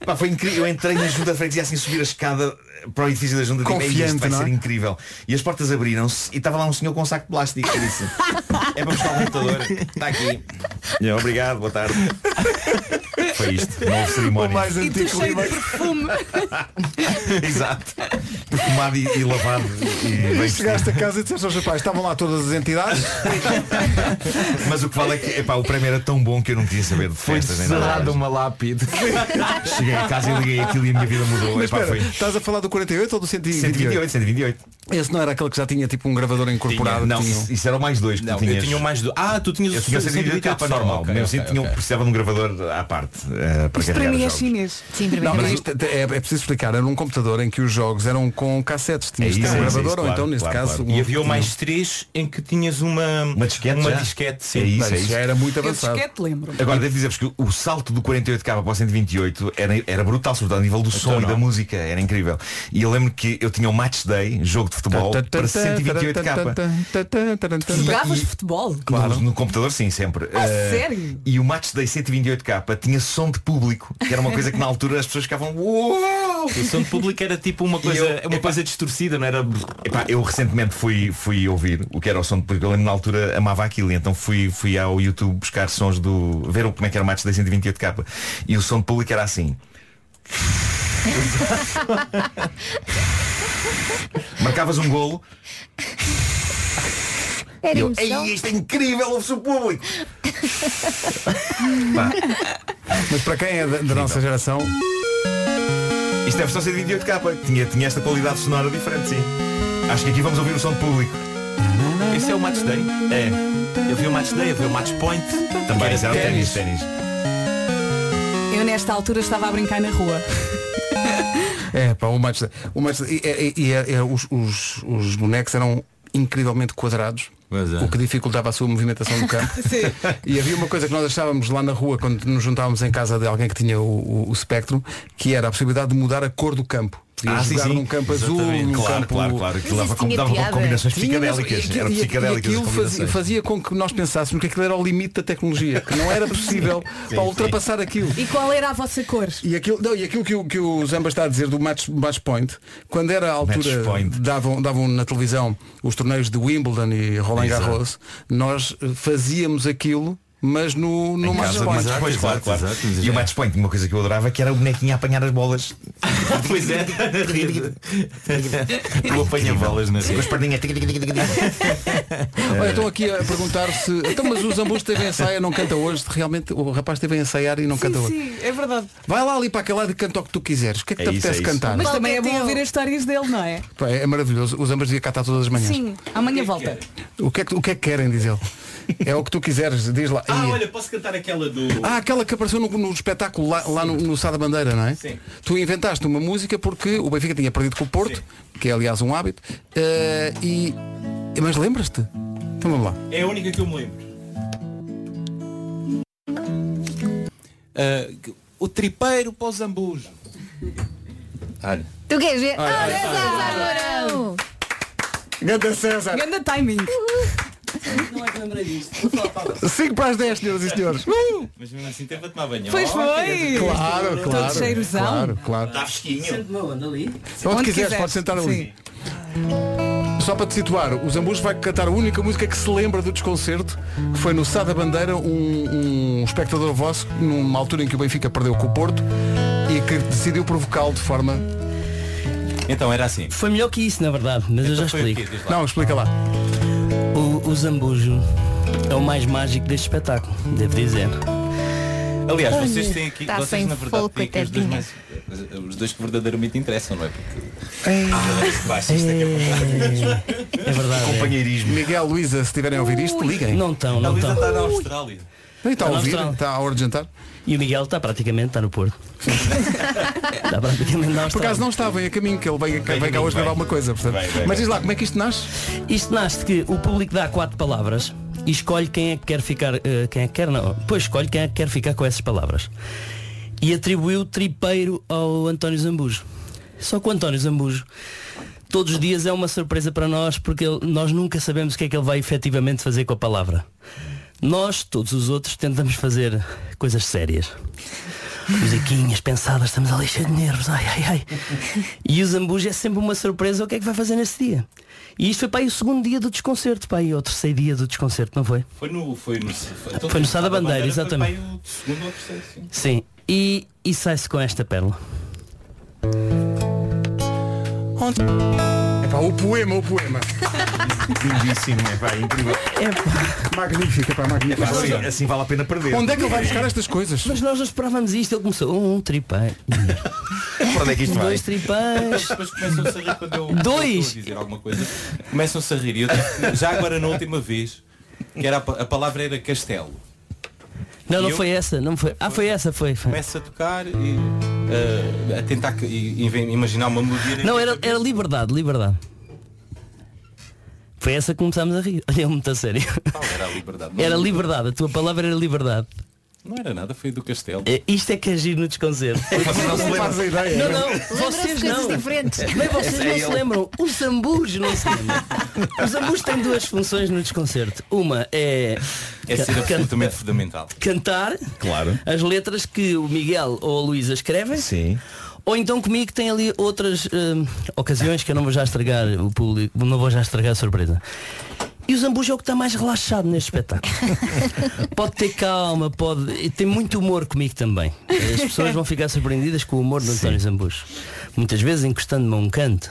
Speaker 10: Pá, foi incrível. Eu entrei na junta de freguesia assim subir a escada eh, para o edifício da junta de
Speaker 2: Confiante,
Speaker 10: isto vai
Speaker 2: não é?
Speaker 10: ser incrível. E as portas abriram-se e estava lá um senhor com um saco de plástico e disse, é para buscar o computador, está aqui. E eu, obrigado, boa tarde. Foi isto, não houve cerimónia.
Speaker 4: e tu cheio de perfume.
Speaker 10: <laughs> Exato. Perfumado e, e lavado. E bem
Speaker 2: E chegaste a casa e disseste aos rapazes, estavam lá todas as entidades.
Speaker 10: vestido. Mas o que vale é que epá, o prémio era tão bom que eu não podia saber de
Speaker 13: Foi
Speaker 10: festas nem
Speaker 13: selada
Speaker 10: nada.
Speaker 13: uma lápide.
Speaker 10: Cheguei a casa e liguei aquilo e a minha vida mudou.
Speaker 2: Mas
Speaker 10: Epá,
Speaker 2: espera,
Speaker 10: foi-
Speaker 2: estás a falar do 48 ou do 128?
Speaker 10: 128, 128.
Speaker 2: Esse não era aquele que já tinha tipo um gravador incorporado?
Speaker 10: Tinha, não,
Speaker 2: que tinha um-
Speaker 10: isso, isso era o mais dois que
Speaker 13: Não,
Speaker 10: tu tinhas.
Speaker 13: eu tinha o mais do- Ah, tu tinhas
Speaker 10: eu
Speaker 13: o
Speaker 10: tinha o 128
Speaker 13: 128
Speaker 10: capa
Speaker 13: só,
Speaker 10: é normal
Speaker 13: ok,
Speaker 10: mas eu
Speaker 13: ok,
Speaker 10: tinha-
Speaker 13: ok.
Speaker 10: precisava de um gravador à parte. eh, para
Speaker 4: Isto para
Speaker 10: carregar
Speaker 4: mim é
Speaker 10: os jogos.
Speaker 4: chinês.
Speaker 5: Sim,
Speaker 2: Não, mas isto é, é preciso explicar, era um computador em que os jogos eram com cassetes,
Speaker 10: É
Speaker 2: tinhas
Speaker 10: isso,
Speaker 2: de ter um
Speaker 10: é isso,
Speaker 2: gravador,
Speaker 10: é
Speaker 2: ou
Speaker 10: isso,
Speaker 2: então
Speaker 10: claro,
Speaker 2: neste
Speaker 10: claro,
Speaker 2: caso.
Speaker 10: claro.
Speaker 2: um-
Speaker 13: E havia o
Speaker 2: um-
Speaker 13: mais três em que tinhas uma,
Speaker 10: Uma disquete
Speaker 13: Uma
Speaker 10: já?
Speaker 13: disquete, sim.
Speaker 10: É isso,
Speaker 13: Mas
Speaker 10: é isso.
Speaker 13: já era muito avançado.
Speaker 4: disquete lembro.
Speaker 10: Agora, devo dizer-vos que o salto do 48K para o 128 era, era brutal, sobretudo a nível
Speaker 13: Então
Speaker 10: do som e da música, era incrível. E eu lembro que eu tinha um match day, jogo de futebol, é para 128K.
Speaker 4: Jogavas futebol?
Speaker 10: No, no computador sim, sempre. Eh,
Speaker 4: Ah, sério?
Speaker 10: E o match day 128K tinha som de público, que era uma coisa que na altura as pessoas ficavam "Uou!"
Speaker 13: O som de público era tipo uma coisa,
Speaker 10: eu-
Speaker 13: uma coisa distorcida, não era.
Speaker 10: Epá, eu recentemente fui, fui ouvir o que era o som de porque eu lembro na altura amava aquilo e então fui, fui ao YouTube buscar sons do. ver o- como é que era o match da 128k e o som de público era assim. Marcavas um golo
Speaker 6: Era
Speaker 10: Eu-
Speaker 6: emoção.
Speaker 10: Ei, isto é incrível, ouve-se o
Speaker 14: <laughs>
Speaker 10: público. Pá.
Speaker 2: Mas para quem é da, da nossa geração.
Speaker 10: Isto é a versão 128k, tinha, tinha esta qualidade sonora diferente, sim. Acho que aqui vamos ouvir o som de público.
Speaker 13: Esse é o match day. É. Eu vi o match day, eu vi o match point.
Speaker 10: Também,
Speaker 13: Que
Speaker 10: isso
Speaker 13: era
Speaker 10: era o
Speaker 13: ténis.
Speaker 10: ténis, ténis.
Speaker 4: Eu nesta altura estava a brincar na rua.
Speaker 2: É, pá, o match. O match e e- e é- é, os, os- os bonecos eram incrivelmente quadrados.
Speaker 10: é.
Speaker 2: O que dificultava a sua movimentação no
Speaker 10: <laughs>
Speaker 2: campo. E havia uma coisa que nós achávamos lá na rua quando nos juntávamos em casa de alguém que tinha o, o, o espectro, que era a possibilidade de mudar a cor do campo. Podias
Speaker 10: Ah, sim,
Speaker 2: jogar
Speaker 10: sim.
Speaker 2: num campo azul,
Speaker 10: Exatamente.
Speaker 2: num
Speaker 10: Claro,
Speaker 2: campo.
Speaker 10: claro, claro. Aquilo Mas dava isso com- tinha dava com piada. combinações
Speaker 2: Tinha, mas-
Speaker 10: psicadélicas.
Speaker 2: e aquilo-
Speaker 10: Eram
Speaker 2: e- e
Speaker 10: psicadélicas
Speaker 2: aquilo
Speaker 10: as
Speaker 2: fazia,
Speaker 10: combinações.
Speaker 2: fazia com que nós pensássemos que aquilo era o limite da tecnologia, que não era possível
Speaker 10: <laughs> Sim,
Speaker 2: para
Speaker 10: sim.
Speaker 2: ultrapassar aquilo.
Speaker 4: E qual era a vossa cor?
Speaker 2: E aquilo, não, e aquilo que, o, que o Zamba está a dizer do match, match point, quando era a altura,
Speaker 10: Match point.
Speaker 2: davam, davam na televisão os torneios de Wimbledon e Roland
Speaker 10: Exato.
Speaker 2: Garros, nós eh, fazíamos aquilo, mas no, no
Speaker 10: Em
Speaker 2: match
Speaker 10: casa,
Speaker 2: point.
Speaker 10: mas depois, claro, claro.
Speaker 13: é.
Speaker 10: E o match point, uma coisa que eu adorava, que era o bonequinho a apanhar as bolas.
Speaker 13: <laughs> pois
Speaker 10: <laughs>
Speaker 13: é.
Speaker 10: Tu apanha bolas na Com as perninhas. Eh,
Speaker 2: Olha, estão aqui a perguntar se. Então, mas o Zambu esteve em ensaio, não canta hoje. Realmente o rapaz esteve a ensaiar e não canta hoje.
Speaker 4: Sim, é verdade.
Speaker 2: Vai lá ali para aquele lado e canta o que tu quiseres. O que é que te
Speaker 10: É isso,
Speaker 2: apetece
Speaker 10: é isso.
Speaker 2: cantar?
Speaker 4: Mas também é bom ouvir as histórias dele, não é?
Speaker 2: Pá, É maravilhoso. O Zambas devia cantar todas as manhãs.
Speaker 4: Sim, amanhã volta.
Speaker 2: O que, é que, o que é que querem, diz ele? É o que tu quiseres, diz lá.
Speaker 13: <laughs> Ah,
Speaker 2: E-
Speaker 13: olha, posso cantar aquela do.
Speaker 2: Ah, aquela que apareceu no, no espetáculo lá, lá no, no Sá da Bandeira, não é? Sim. Tu inventaste uma música porque o Benfica tinha perdido com o Porto, que é aliás um hábito, eh, e. Mas lembras-te? Então vamos lá.
Speaker 13: É a única que eu me lembro.
Speaker 10: Ah,
Speaker 13: o tripeiro para o zambujo. Olha.
Speaker 5: Tu queres ver?
Speaker 13: Olha,
Speaker 5: Ah,
Speaker 13: olha,
Speaker 5: César Mourão!
Speaker 2: Ganda César!
Speaker 4: Ganda timing.
Speaker 13: Não é que lembrei disto.
Speaker 2: 5 para as 10, senhoras e senhores. Uh!
Speaker 13: Mas mesmo assim teve a tomar banho.
Speaker 4: Pois foi.
Speaker 2: Claro,
Speaker 4: Todo
Speaker 2: claro.
Speaker 4: cheirosão.
Speaker 2: Claro, claro.
Speaker 13: Está fresquinho.
Speaker 2: Onde, quiseres, podes sentar ali. Só para te situar, o Zambujo vai cantar a única música que se lembra do desconcerto, que foi no Sá da Bandeira, um, um espectador vosso, numa altura em que o Benfica perdeu com o Porto, e que decidiu provocá-lo de forma...
Speaker 13: Então era assim.
Speaker 16: Foi melhor que isso, na verdade, mas eu já
Speaker 13: Então foi o quê?
Speaker 16: explico.
Speaker 13: Diz
Speaker 2: Não, explica lá.
Speaker 16: O, o Zambujo é o mais mágico deste espetáculo, devo dizer.
Speaker 13: Aliás,
Speaker 16: Olha,
Speaker 13: vocês têm aqui,
Speaker 16: tá
Speaker 13: vocês
Speaker 16: sem
Speaker 13: na verdade
Speaker 16: fogo,
Speaker 13: têm aqui os dois mais. Os dois que verdadeiramente interessam, não é? Porque. Ah, baixista
Speaker 10: é
Speaker 13: que
Speaker 16: É verdade.
Speaker 10: Companheirismo.
Speaker 2: Miguel, Luísa, se tiverem a ouvir isto, liguem.
Speaker 16: Não estão, não estão.
Speaker 13: está na Austrália.
Speaker 2: Está a
Speaker 16: Tá na
Speaker 2: ouvir?
Speaker 16: Austrália.
Speaker 2: Está à hora de jantar?
Speaker 16: E o Miguel está praticamente, está
Speaker 2: <laughs>
Speaker 16: no Porto. está praticamente na Austrália.
Speaker 2: Por acaso não está, vem a caminho, que ele vem, cá-
Speaker 16: Vem a
Speaker 2: vem cá
Speaker 16: caminho,
Speaker 2: hoje
Speaker 16: vem.
Speaker 2: gravar uma coisa. portanto. Mas diz lá, como é que isto nasce?
Speaker 16: Isto nasce que o público dá quatro palavras e escolhe quem é que quer ficar, eh, quem é que quer não, pois escolhe quem é que quer ficar com essas palavras. E atribuiu tripeiro ao António Zambujo. Só que o António Zambujo todos os dias é uma surpresa para nós porque ele- nós nunca sabemos o que é que ele vai efetivamente fazer com a palavra. Nós, todos os outros, tentamos fazer coisas sérias. Musiquinhas pensadas, estamos ali cheios de nervos, ai ai ai. E o Zambujo é sempre uma surpresa o que é que vai fazer nesse dia. E isto foi para aí o segundo dia do desconcerto, para aí o terceiro dia do desconcerto, não foi?
Speaker 13: Foi no. Foi no. Foi, então,
Speaker 16: Foi no Sá da Bandeira, exatamente.
Speaker 13: Foi pai o segundo ou terceiro, sim.
Speaker 16: Sim. E, e sai-se com esta pérola.
Speaker 2: Epá, o poema, o poema.
Speaker 10: Lindíssimo, é pá, incrível.
Speaker 2: Magnífico, pá,
Speaker 10: É
Speaker 2: magnífico.
Speaker 10: pá, assim, assim vale a pena perder.
Speaker 2: Onde é que ele vai buscar estas coisas?
Speaker 16: Mas nós não esperávamos isto, ele começou um, um tripeiro.
Speaker 10: Para onde é que isto vai?
Speaker 16: Dois tripeiros.
Speaker 13: Depois começam-se a rir quando eu, quando eu
Speaker 16: Dois!
Speaker 13: estou a dizer alguma coisa. Começam-se a rir. E Eu tive que- já agora na última vez, que era a, pa- a palavra era castelo.
Speaker 16: Não,
Speaker 13: E
Speaker 16: não
Speaker 13: eu-
Speaker 16: foi essa, não foi. Ah, foi essa, foi. foi.
Speaker 13: Começo a tocar e eh, a tentar que- e- e imaginar uma melodia.
Speaker 16: Não, era, era liberdade, liberdade. Foi essa que começámos a rir. <laughs> Olha, é muito a sério.
Speaker 13: Era a liberdade.
Speaker 16: Era liberdade, a tua palavra era liberdade.
Speaker 13: Não era nada, foi do castelo.
Speaker 16: É, Isto é que agir no
Speaker 13: <laughs>
Speaker 16: desconcerto.
Speaker 13: não se lembram. Faz a ideia.
Speaker 16: Não, não,
Speaker 13: Lembram-se
Speaker 16: vocês
Speaker 13: de
Speaker 16: não.
Speaker 13: coisas diferentes.
Speaker 16: Bem, vocês
Speaker 13: Esse é
Speaker 16: não
Speaker 13: ele.
Speaker 16: se lembram. Os zambus não se lembram. Os zambus têm duas funções no desconcerto. Uma é.
Speaker 13: É ser
Speaker 16: can-
Speaker 13: absolutamente fundamental.
Speaker 16: Cantar
Speaker 10: Claro.
Speaker 16: as letras que o Miguel ou a Luísa escrevem. Sim. Ou então comigo tem ali outras hum, ocasiões que eu não vou já estragar o público, não vou já estragar a surpresa. E o Zambujo é o que está mais relaxado neste espetáculo. pode ter calma, pode. e Tem muito humor comigo também. As pessoas vão ficar surpreendidas com o humor do António Zambujo. Muitas vezes encostando-me a um canto.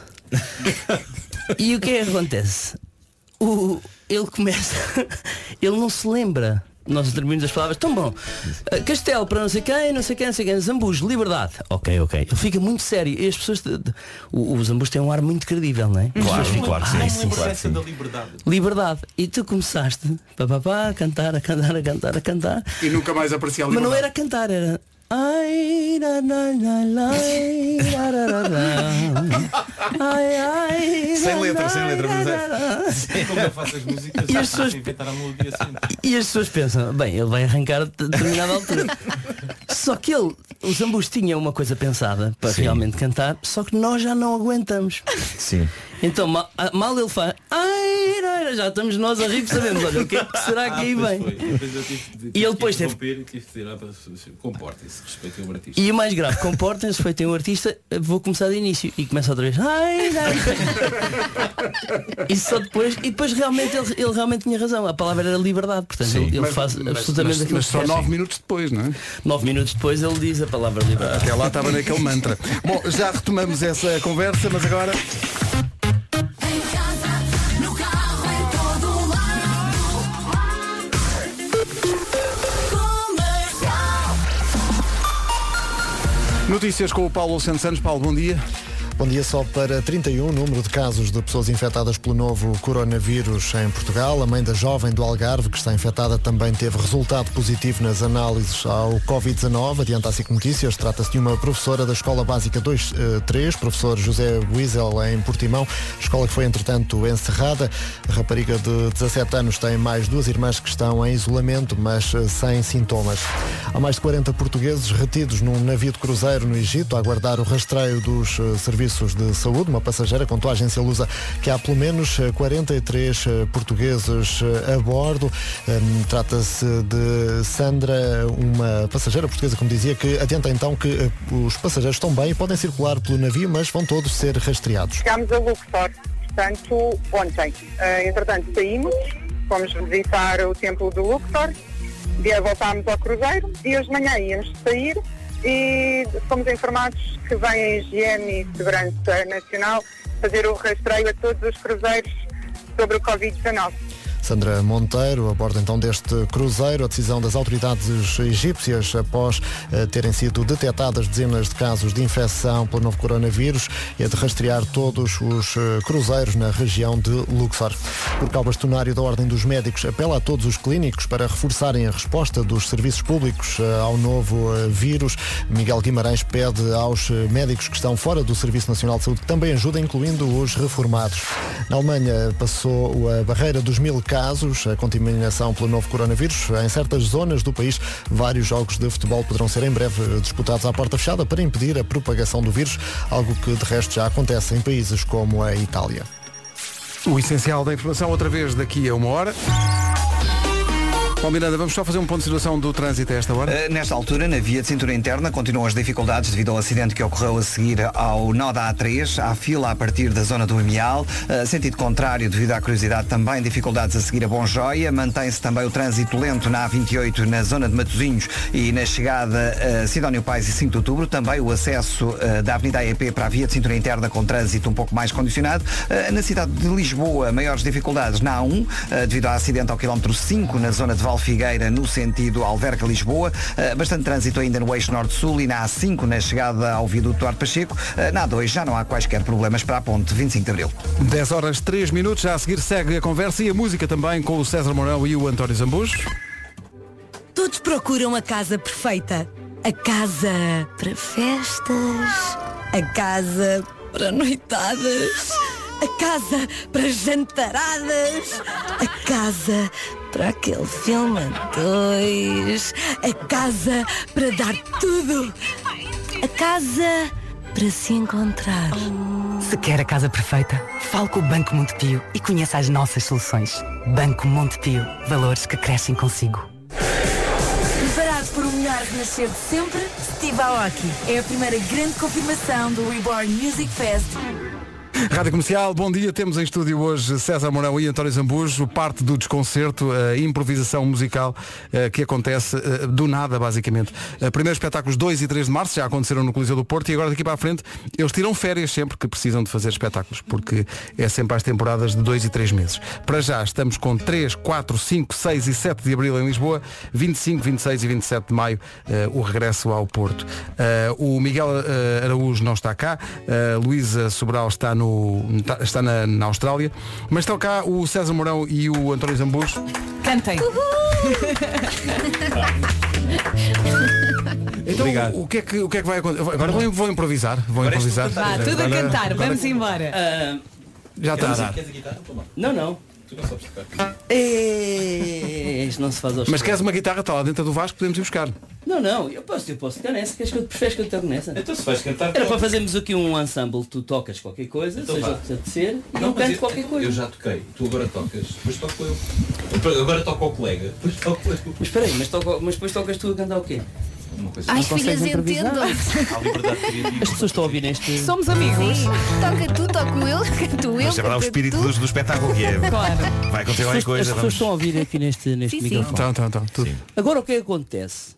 Speaker 16: e o que é que acontece? O, ele começa. <laughs> ele não se lembra. Nós atribuímos as palavras. Tão bom. eh, Castelo para não sei quem, não sei quem, não sei quem. Zambujo, liberdade. Ok, ok. Ele fica muito sério. E as pessoas. O, o Zambujo tem um ar muito credível, não é? As pessoas ficam, "Ah,
Speaker 13: Não
Speaker 16: sim,
Speaker 13: me
Speaker 16: sim,
Speaker 13: lembro
Speaker 16: claro,
Speaker 13: dessa
Speaker 16: sim."
Speaker 13: da liberdade.
Speaker 16: Liberdade. E tu começaste pá, pá, pá, a cantar, a cantar, a cantar, a cantar.
Speaker 2: E nunca mais aparecia a
Speaker 16: Mas não
Speaker 2: liberdade.
Speaker 16: era cantar, era. Ai, na, na, na, na, na, na, na, na. Ai, ai, na, na, na, na, na.
Speaker 13: Como eu faço as músicas,
Speaker 16: E
Speaker 13: eu
Speaker 16: as
Speaker 13: faço
Speaker 16: pessoas-
Speaker 13: inventar a melodia sempre.
Speaker 16: E as pessoas pensam, bem, ele vai arrancar a de- determinada altura. só que ele, o Zambus tinha uma coisa pensada para
Speaker 10: Sim.
Speaker 16: realmente cantar, só que nós já não aguentamos.
Speaker 10: Sim.
Speaker 16: Então ma- a- mal, ele faz, ai, não, não", já estamos nós a rir, que sabemos, olha, o que é que será que aí
Speaker 13: Ah, Pois
Speaker 16: vem?
Speaker 13: foi. E depois eu tive de-
Speaker 16: E ele depois
Speaker 13: tive de
Speaker 16: teve-
Speaker 13: romper e tive de dizer, ah, pá, comportem-se, respeitem o artista.
Speaker 16: E o mais
Speaker 2: <laughs>
Speaker 16: grave, comportem-se, foi tem um artista, vou começar de início. E começa outra vez. Ai,
Speaker 2: <laughs>
Speaker 16: ai. e só depois, e depois realmente ele, ele realmente tinha razão. A palavra era liberdade, portanto, ele, ele
Speaker 2: Mas-
Speaker 16: faz
Speaker 2: mas-
Speaker 16: absolutamente
Speaker 2: mas-
Speaker 16: aquilo
Speaker 2: mas
Speaker 16: que
Speaker 2: só
Speaker 16: quer.
Speaker 2: nove minutos depois, não é?
Speaker 16: Nove minutos depois ele diz a palavra liberdade.
Speaker 2: Até lá tá estava naquele é mantra. Bom, já retomamos essa conversa, mas agora. Notícias com o Paulo Santos Santos. Paulo, bom dia.
Speaker 1: Bom dia só para 31, número de casos de pessoas infectadas pelo novo coronavírus em Portugal. A mãe da jovem do Algarve, que está infectada, também teve resultado positivo nas análises ao Covid-19. Adianta a SIC Notícias, trata-se de uma professora da Escola Básica 23, professor José Buizel, em Portimão, escola que foi, entretanto, encerrada. A rapariga de 17 anos tem mais duas irmãs que estão em isolamento, mas eh, sem sintomas. Há mais de 40 portugueses retidos num navio de cruzeiro no Egito a aguardar o rastreio dos eh, serviços de saúde. Uma passageira contou à agência Lusa que há pelo menos eh, 43 eh, portugueses eh, a bordo. Hum, Trata-se de Sandra, uma passageira portuguesa, como dizia, que adianta então que eh, os passageiros estão bem e podem circular pelo navio, mas vão todos ser rastreados.
Speaker 17: Chegámos a Luxor, portanto, ontem. Ah, entretanto, saímos, fomos visitar o templo do Luxor, dia voltámos ao cruzeiro e hoje de manhã íamos sair e fomos informados que vem a Higiene e Segurança Nacional fazer o rastreio a todos os cruzeiros sobre o Covid-19.
Speaker 1: Sandra Monteiro, a bordo então deste cruzeiro, a decisão das autoridades egípcias após eh, terem sido detectadas dezenas de casos de infecção pelo novo coronavírus é de rastrear todos os eh, cruzeiros na região de Luxor. Porque o bastonário da Ordem dos Médicos apela a todos os clínicos para reforçarem a resposta dos serviços públicos eh, ao novo eh, vírus. Miguel Guimarães pede aos eh, médicos que estão fora do Serviço Nacional de Saúde que também ajudem, incluindo os reformados. Na Alemanha passou a barreira dos mil casos, a contaminação pelo novo coronavírus. Em certas zonas do país, vários jogos de futebol poderão ser em breve eh, disputados à porta fechada para impedir a propagação do vírus, algo que de resto já acontece em países como a Itália.
Speaker 2: O essencial da informação, outra vez daqui a uma hora. Bom, Miranda, vamos só fazer um ponto de situação do trânsito a esta hora.
Speaker 3: Eh, Nesta altura, na via de cintura interna, continuam as dificuldades devido ao acidente que ocorreu a seguir ao nó da A3. Há fila a partir da zona do Amial. Eh, Sentido contrário, devido à curiosidade, também dificuldades a seguir a Bonjoia. Mantém-se também o trânsito lento na A28, na zona de Matosinhos e na chegada a Sidónio Pais e 5 de Outubro. Também o acesso eh, da Avenida AEP para a via de cintura interna com trânsito um pouco mais condicionado. Eh, Na cidade de Lisboa, maiores dificuldades na A1, eh, devido ao acidente ao quilómetro 5, na zona de Valfigueira, no sentido Alverca-Lisboa. Eh, Bastante trânsito ainda no eixo norte-sul e na A5, na chegada ao viaduto do Ar Pacheco. Eh, Na A2 já não há quaisquer problemas para a ponte 25 de Abril.
Speaker 2: 10 horas 3 minutos, já a seguir segue a conversa e a música também com o César Mourão e o António Zambujo.
Speaker 6: Tu
Speaker 18: Todos procuram a casa perfeita. A casa para festas. A casa para noitadas. A casa para jantaradas. A casa para aquele filme a dois. A casa para dar tudo. A casa para se encontrar.
Speaker 19: Se quer a casa perfeita, fale com o Banco Montepio e conheça as nossas soluções. Banco Montepio. Valores que crescem consigo.
Speaker 18: Preparado por um melhor renascer de sempre, Steve Aoki. É a primeira grande confirmação do Reborn Music Fest.
Speaker 2: Rádio Comercial, bom dia. Temos em estúdio hoje César Mourão e António Zambujo, parte do desconcerto, a improvisação musical eh, que acontece eh, do nada, basicamente. Eh, Primeiros espetáculos 2 e 3 de março já aconteceram no Coliseu do Porto e agora daqui para a frente eles tiram férias sempre que precisam de fazer espetáculos, porque é sempre às temporadas de 2 e 3 meses. Para já estamos com 3, 4, 5, 6 e 7 de abril em Lisboa, 25, 26 e 27 de maio eh, o regresso ao Porto. Eh, o Miguel eh, Araújo não está cá, eh, Luísa Sobral está, no, tá- está na, na Austrália, mas estão cá o César Mourão e o António Zambujo.
Speaker 4: Cantem.
Speaker 2: Então, o, o que é que, o que é que vai acontecer? Agora vou, vou improvisar. Vou improvisar.
Speaker 4: Vá, tudo a
Speaker 2: Agora-
Speaker 4: cantar,
Speaker 2: agora-
Speaker 4: vamos embora.
Speaker 16: Ah,
Speaker 2: Já está a dar.
Speaker 16: Não, não. É, Isto não se faz hoje.
Speaker 2: Mas queres uma guitarra? Está lá dentro do Vasco, podemos ir buscar.
Speaker 16: Não, não, eu posso, eu posso cantar nessa. Queres que eu preferes cantar nessa? Então se
Speaker 20: vais cantar,
Speaker 16: Era
Speaker 20: toca.
Speaker 16: para fazermos aqui um ensemble, tu tocas qualquer coisa,
Speaker 20: Então
Speaker 16: seja
Speaker 20: vá.
Speaker 16: o que te apetecer, e
Speaker 20: Não,
Speaker 16: eu
Speaker 20: mas
Speaker 16: canto
Speaker 20: eu-
Speaker 16: qualquer coisa.
Speaker 20: Eu já toquei, tu agora tocas, depois toco eu. Depois- Agora toco ao colega, depois toco eu.
Speaker 16: Mas espera aí, mas, toco- mas depois tocas tu a cantar o quê?
Speaker 5: Ai, filhas,
Speaker 10: <laughs>
Speaker 5: entendam.
Speaker 16: As pessoas estão a ouvir
Speaker 14: é?
Speaker 16: este.
Speaker 5: Somos amigos. Toca tu, toco eu, tu eu.
Speaker 16: Mas é verdade, o
Speaker 5: canto
Speaker 16: espírito
Speaker 5: tu.
Speaker 16: dos-
Speaker 10: Do espetáculo que é.
Speaker 16: Claro.
Speaker 10: Vai acontecer qualquer
Speaker 16: As pessoas- As
Speaker 10: coisa.
Speaker 16: pessoas
Speaker 10: Vamos... Então,
Speaker 16: estão a ouvir aqui neste, neste
Speaker 10: Sim, sim.
Speaker 16: microfone.
Speaker 10: Estão,
Speaker 2: estão, estão.
Speaker 16: Agora o que é que acontece?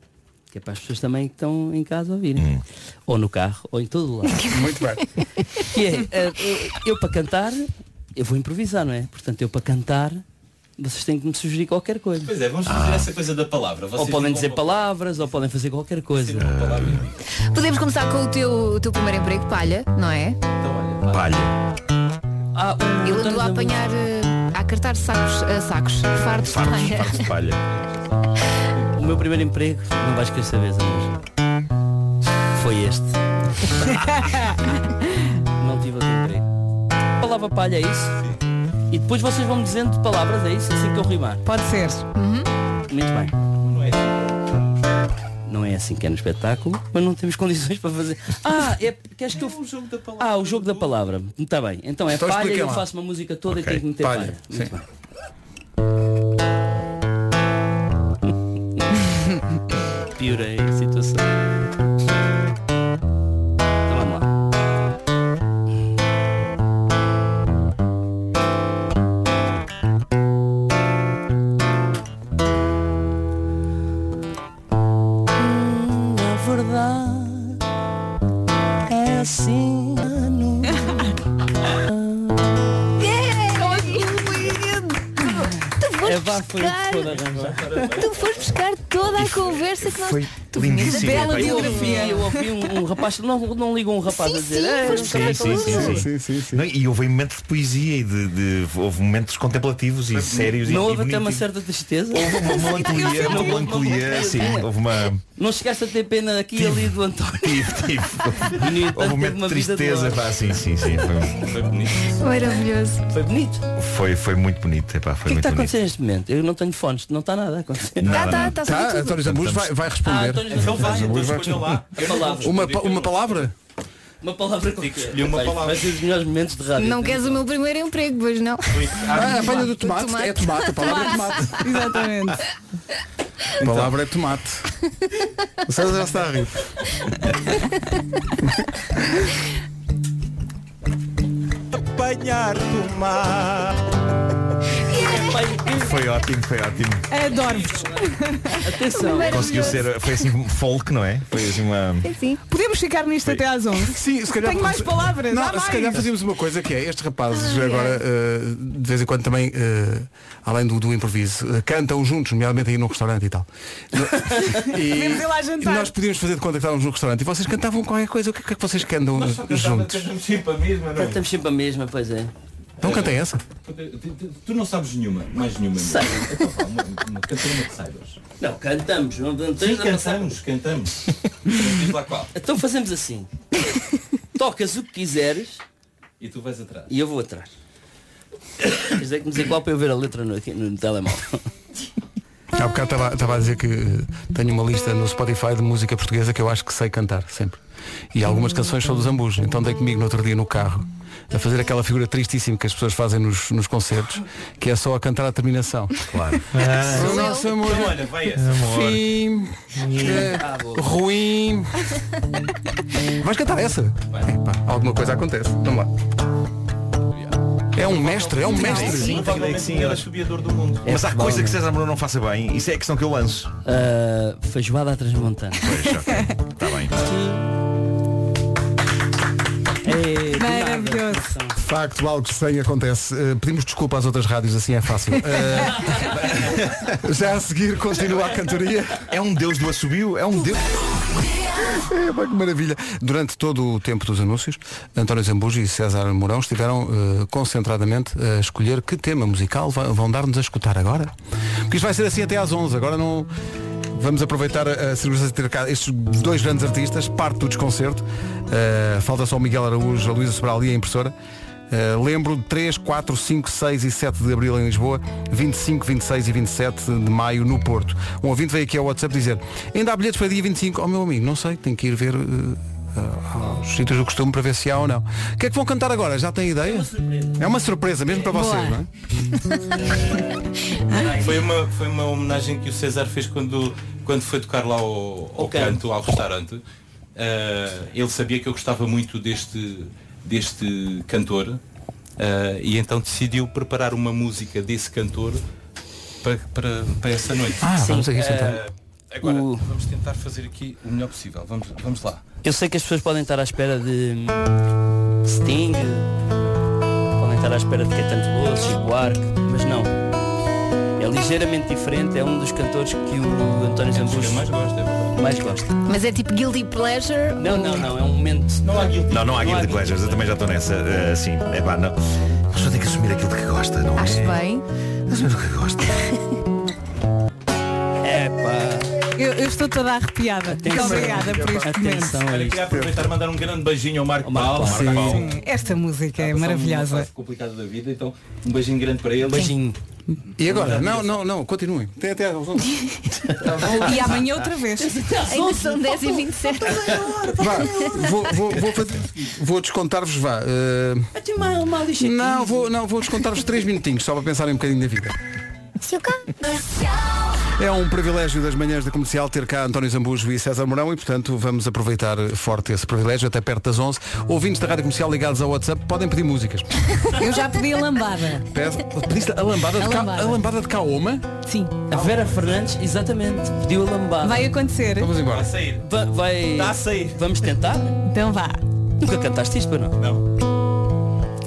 Speaker 16: Que é para as pessoas também que estão em casa a ouvirem.
Speaker 10: Hum.
Speaker 16: Ou no carro, ou em todo o
Speaker 20: <laughs>
Speaker 16: lado.
Speaker 2: Muito bem.
Speaker 16: Que é, eh, eh, eu para cantar, eu vou improvisar, não é? Portanto, eu para cantar, vocês têm que me sugerir qualquer coisa.
Speaker 20: Pois é, vamos
Speaker 10: Ah.
Speaker 20: fazer essa coisa da palavra.
Speaker 16: Ou
Speaker 20: Vocês
Speaker 16: podem
Speaker 20: digam
Speaker 16: dizer
Speaker 20: uma-
Speaker 16: palavras, ou podem fazer qualquer coisa.
Speaker 5: Podemos começar com o teu, o teu primeiro emprego, palha, não é?
Speaker 10: Palha.
Speaker 5: Ah,
Speaker 16: um
Speaker 5: Ele andou a apanhar, eh, a cartar sacos, eh, sacos, fardos, de palha.
Speaker 10: palha.
Speaker 16: O meu primeiro emprego, não vais querer saber, amor. Foi este. não tive outro emprego. Palavra palha, é isso? E depois vocês vão me dizendo palavras, é isso? Assim que eu rimar. Uhum.
Speaker 4: Pode ser.
Speaker 16: Muito bem. Não é assim que é no espetáculo, mas não temos condições para fazer. <laughs> Ah, é, queres que eu...
Speaker 20: um
Speaker 16: o jogo da palavra. Ah, o jogo da palavra. Está bem. Então é
Speaker 20: Então
Speaker 16: palha e
Speaker 20: expliquem
Speaker 16: eu
Speaker 20: lá.
Speaker 16: faço uma música toda
Speaker 20: Ok,
Speaker 16: e tenho que meter
Speaker 20: palha,
Speaker 16: palha.
Speaker 20: sim.
Speaker 16: Muito bem.
Speaker 20: <laughs>
Speaker 16: Piorei a situação. Então vamos lá.
Speaker 14: A verdade
Speaker 16: <laughs>
Speaker 14: é assim.
Speaker 5: Tu
Speaker 16: É vá, foi o que foi da razão.
Speaker 5: Tu foste buscar toda a conversa que nós.
Speaker 16: Foi
Speaker 5: tu vinhas
Speaker 16: lindíssimo.
Speaker 5: bela
Speaker 16: Eu ouvi-
Speaker 5: biografia.
Speaker 16: Eu ouvi um, um rapaz, não, não liga um rapaz a dizer. "Eh, não sei
Speaker 10: Sim, sim,
Speaker 16: tudo".
Speaker 10: sim, sim. Não, e houve momentos de poesia e de, de- houve momentos contemplativos e sérios e-
Speaker 16: Não
Speaker 10: e
Speaker 16: houve até
Speaker 10: bonitos.
Speaker 16: uma certa tristeza.
Speaker 10: Houve uma melancolia, uma melancolia, sim, houve uma.
Speaker 16: Não chegaste a ter pena aqui e ali do António. <laughs>
Speaker 10: Houve
Speaker 16: Menino,
Speaker 10: um
Speaker 16: teve
Speaker 10: momento
Speaker 16: uma
Speaker 10: de
Speaker 16: vida
Speaker 10: tristeza,
Speaker 16: de
Speaker 10: pá, sim, sim, sim. Foi, bonito.
Speaker 5: Maravilhoso.
Speaker 16: Foi bonito.
Speaker 10: Foi, foi muito bonito, epá,
Speaker 16: O que
Speaker 10: foi
Speaker 16: é que
Speaker 10: muito
Speaker 16: está
Speaker 10: bonito.
Speaker 16: a acontecer neste momento? Eu não tenho fones, não está nada a acontecer.
Speaker 10: Nada, Tá, tá, nada. tá,
Speaker 16: um
Speaker 10: Tá, sobretudo. António Zambujo vai- vai responder.
Speaker 16: Ah, António Zambujo vai,
Speaker 10: António
Speaker 16: então
Speaker 10: Zambujo
Speaker 16: escolha
Speaker 10: vai-
Speaker 16: lá. A palavra.
Speaker 2: Uma, pa- uma palavra?
Speaker 16: Uma palavra qualquer.
Speaker 2: escolher uma
Speaker 16: Vai-
Speaker 2: palavra.
Speaker 16: Vai ser os melhores momentos de rádio.
Speaker 5: Não queres o meu primeiro emprego, pois não?
Speaker 2: Ah, apanha do tomate, é tomate, a palavra
Speaker 5: <laughs>
Speaker 2: é tomate.
Speaker 4: <laughs> Exatamente.
Speaker 2: A palavra é tomate. O César já está a rir.
Speaker 14: Apanhar tomar.
Speaker 16: tá
Speaker 10: Foi ótimo, foi ótimo.
Speaker 4: É, Adoro-vos.
Speaker 16: Atenção.
Speaker 10: Conseguiu ser, foi assim folk, não é? Foi assim uma.
Speaker 4: Podemos ficar nisto até às
Speaker 2: <laughs>
Speaker 4: 11?
Speaker 2: Sim, se calhar-
Speaker 4: Tenho mais palavras.
Speaker 2: Não,
Speaker 4: há
Speaker 2: se
Speaker 4: mais. Ah, é.
Speaker 2: calhar fazíamos uma coisa que é, estes rapazes agora, eh, de vez em quando também, eh, além do, do improviso, eh, cantam juntos, nomeadamente aí num restaurante e tal.
Speaker 4: <laughs> Podemos ir lá
Speaker 2: E
Speaker 4: jantar.
Speaker 2: nós podíamos fazer de conta que estávamos no restaurante e vocês cantavam qualquer coisa, o que é que vocês cantam eh, juntos?
Speaker 16: Estamos sempre a mesma, não Estamos sempre a mesma, pois é.
Speaker 2: Então canta essa.
Speaker 20: Tu não sabes nenhuma, mais nenhuma.
Speaker 16: Sei.
Speaker 20: Então vá, uma, uma, canta uma que saibas.
Speaker 16: Não, cantamos, não, não
Speaker 20: Sim,
Speaker 16: tens a passar-
Speaker 20: cantamos, cantamos. Então, Diz lá qual.
Speaker 16: Então fazemos assim. Tocas o que quiseres
Speaker 20: E tu vais atrás.
Speaker 16: e eu vou atrás. Tens é que me dizer qual para eu ver a letra no, aqui no telemóvel.
Speaker 2: Há bocado estava- estava a dizer que eh, tenho uma lista no Spotify de música portuguesa que eu acho que sei cantar, sempre. E algumas canções são dos Ambus. Então dei comigo no outro dia no carro a fazer aquela figura tristíssima que as pessoas fazem nos, nos concertos, que é só a cantar a terminação. Claro.
Speaker 14: Ah.
Speaker 2: Nossa, amor.
Speaker 14: Então, olha, vai essa.
Speaker 2: Amor. Fim. Eh, <laughs> ruim. Vais cantar essa? Epá, alguma coisa acontece. Vamos lá. É um mestre, é um mestre.
Speaker 10: Sim,
Speaker 20: Provavelmente o
Speaker 2: é
Speaker 20: melhor assobiador do mundo.
Speaker 10: Mas há coisa que César Mourão não faça bem, isso é a questão que eu lanço.
Speaker 16: Ah, feijoada à transmontana.
Speaker 10: Está bem.
Speaker 4: Maravilhoso.
Speaker 2: É, De facto, algo estranho acontece. Eh, pedimos desculpa às outras rádios, assim é
Speaker 14: <laughs>
Speaker 2: fácil. Eh, já a seguir continua a cantoria.
Speaker 10: É um deus do assobio, é um deus.
Speaker 2: É, pá, que maravilha. Durante todo o tempo dos anúncios, António Zambujo e César Mourão estiveram eh, concentradamente a escolher que tema musical va- vão dar-nos a escutar agora. Porque isto vai ser assim até às 11. Agora não. Vamos aproveitar a a circunstância de ter cá estes dois grandes artistas, parte do desconcerto. Eh, falta só o Miguel Araújo, a Luísa Sobral e a impressora. Eh, lembro de 3, 4, 5, 6 e 7 de abril em Lisboa, 25, 26 e 27 de maio no Porto. Um ouvinte veio aqui ao WhatsApp dizer ainda há bilhetes para dia 25. Oh meu amigo, não sei, tenho que ir ver eh, aos sítios do costume para ver se há ou não. O que é que vão cantar agora? Já têm ideia? É uma surpresa, mesmo para
Speaker 13: Boa.
Speaker 2: vocês, não é?
Speaker 13: Foi uma, foi uma homenagem que o César fez quando, quando foi tocar lá ao, ao canto, ao restaurante. Ah, ele sabia que eu gostava muito deste, deste cantor ah, e então decidiu preparar uma música desse cantor para, para, para essa noite.
Speaker 2: Ah, vamos Sim. aqui sentar.
Speaker 13: Ah, agora vamos tentar fazer aqui o melhor possível. Vamos, vamos lá.
Speaker 16: Eu sei que as pessoas podem estar à espera de hum, Sting, podem estar à espera de Caetano Veloso, Chico Buarque, mas não. É ligeiramente diferente, é um dos cantores que o António Zambujo É mais
Speaker 20: gosta.
Speaker 16: Mais gosta.
Speaker 5: Mas é tipo guilty pleasure?
Speaker 16: Não, não, não, é um momento.
Speaker 13: Não há guilty.
Speaker 10: Não, não há guilty pleasures, eu também já estou nessa. eh, assim, é pá, não. A pessoa tem que assumir aquilo de que gosta, não
Speaker 5: Acho
Speaker 10: é?
Speaker 5: bem.
Speaker 10: Assumir o que gosta.
Speaker 16: É pá.
Speaker 4: Eu, eu estou toda arrepiada. Muito obrigada por este momento.
Speaker 13: Olha, queria aproveitar e mandar um grande beijinho ao Marco Paulo.
Speaker 4: Sim.
Speaker 13: Marco Paulo.
Speaker 4: Esta música
Speaker 13: um
Speaker 4: é
Speaker 20: Uma
Speaker 4: maravilhosa.
Speaker 20: fase complicada da vida, então um beijinho grande para ele.
Speaker 16: Beijinho.
Speaker 2: E agora? Não, não, não, continuem. Tem até às 11.
Speaker 4: <laughs> E amanhã outra vez.
Speaker 5: Ainda são 10 e 27.
Speaker 2: Vá, vou, vou, vou, fazer- vou descontar-vos, vá. eh, não, vou, não, vou descontar-vos três minutinhos, só para pensarem um bocadinho da vida. É um privilégio das manhãs da comercial ter cá António Zambujo e César Mourão e, portanto, vamos aproveitar forte esse privilégio até perto das 11. Ouvintes da rádio comercial ligados ao WhatsApp podem pedir músicas.
Speaker 4: Eu já pedi a lambada.
Speaker 2: Peço- Pediste a lambada de,
Speaker 4: A
Speaker 2: Ca-
Speaker 4: lambada.
Speaker 2: a lambada de Caoma?
Speaker 4: Sim.
Speaker 16: A Vera Fernandes, exatamente, pediu a lambada.
Speaker 4: Vai acontecer.
Speaker 2: Vamos embora.
Speaker 16: Va- vai. Está a sair. Vamos tentar?
Speaker 4: Então vá.
Speaker 16: Nunca cantaste isto, para não? Não.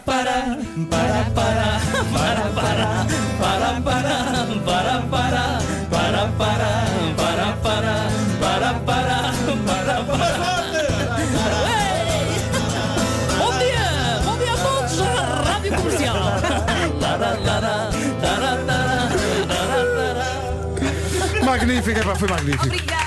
Speaker 14: para, para, para, para, para, para, para, para, para, para, para, para,
Speaker 16: Bom dia! Bom dia a todos da Rádio Comercial!
Speaker 2: Magnífica, pá, foi magnífico.
Speaker 5: Obrigada.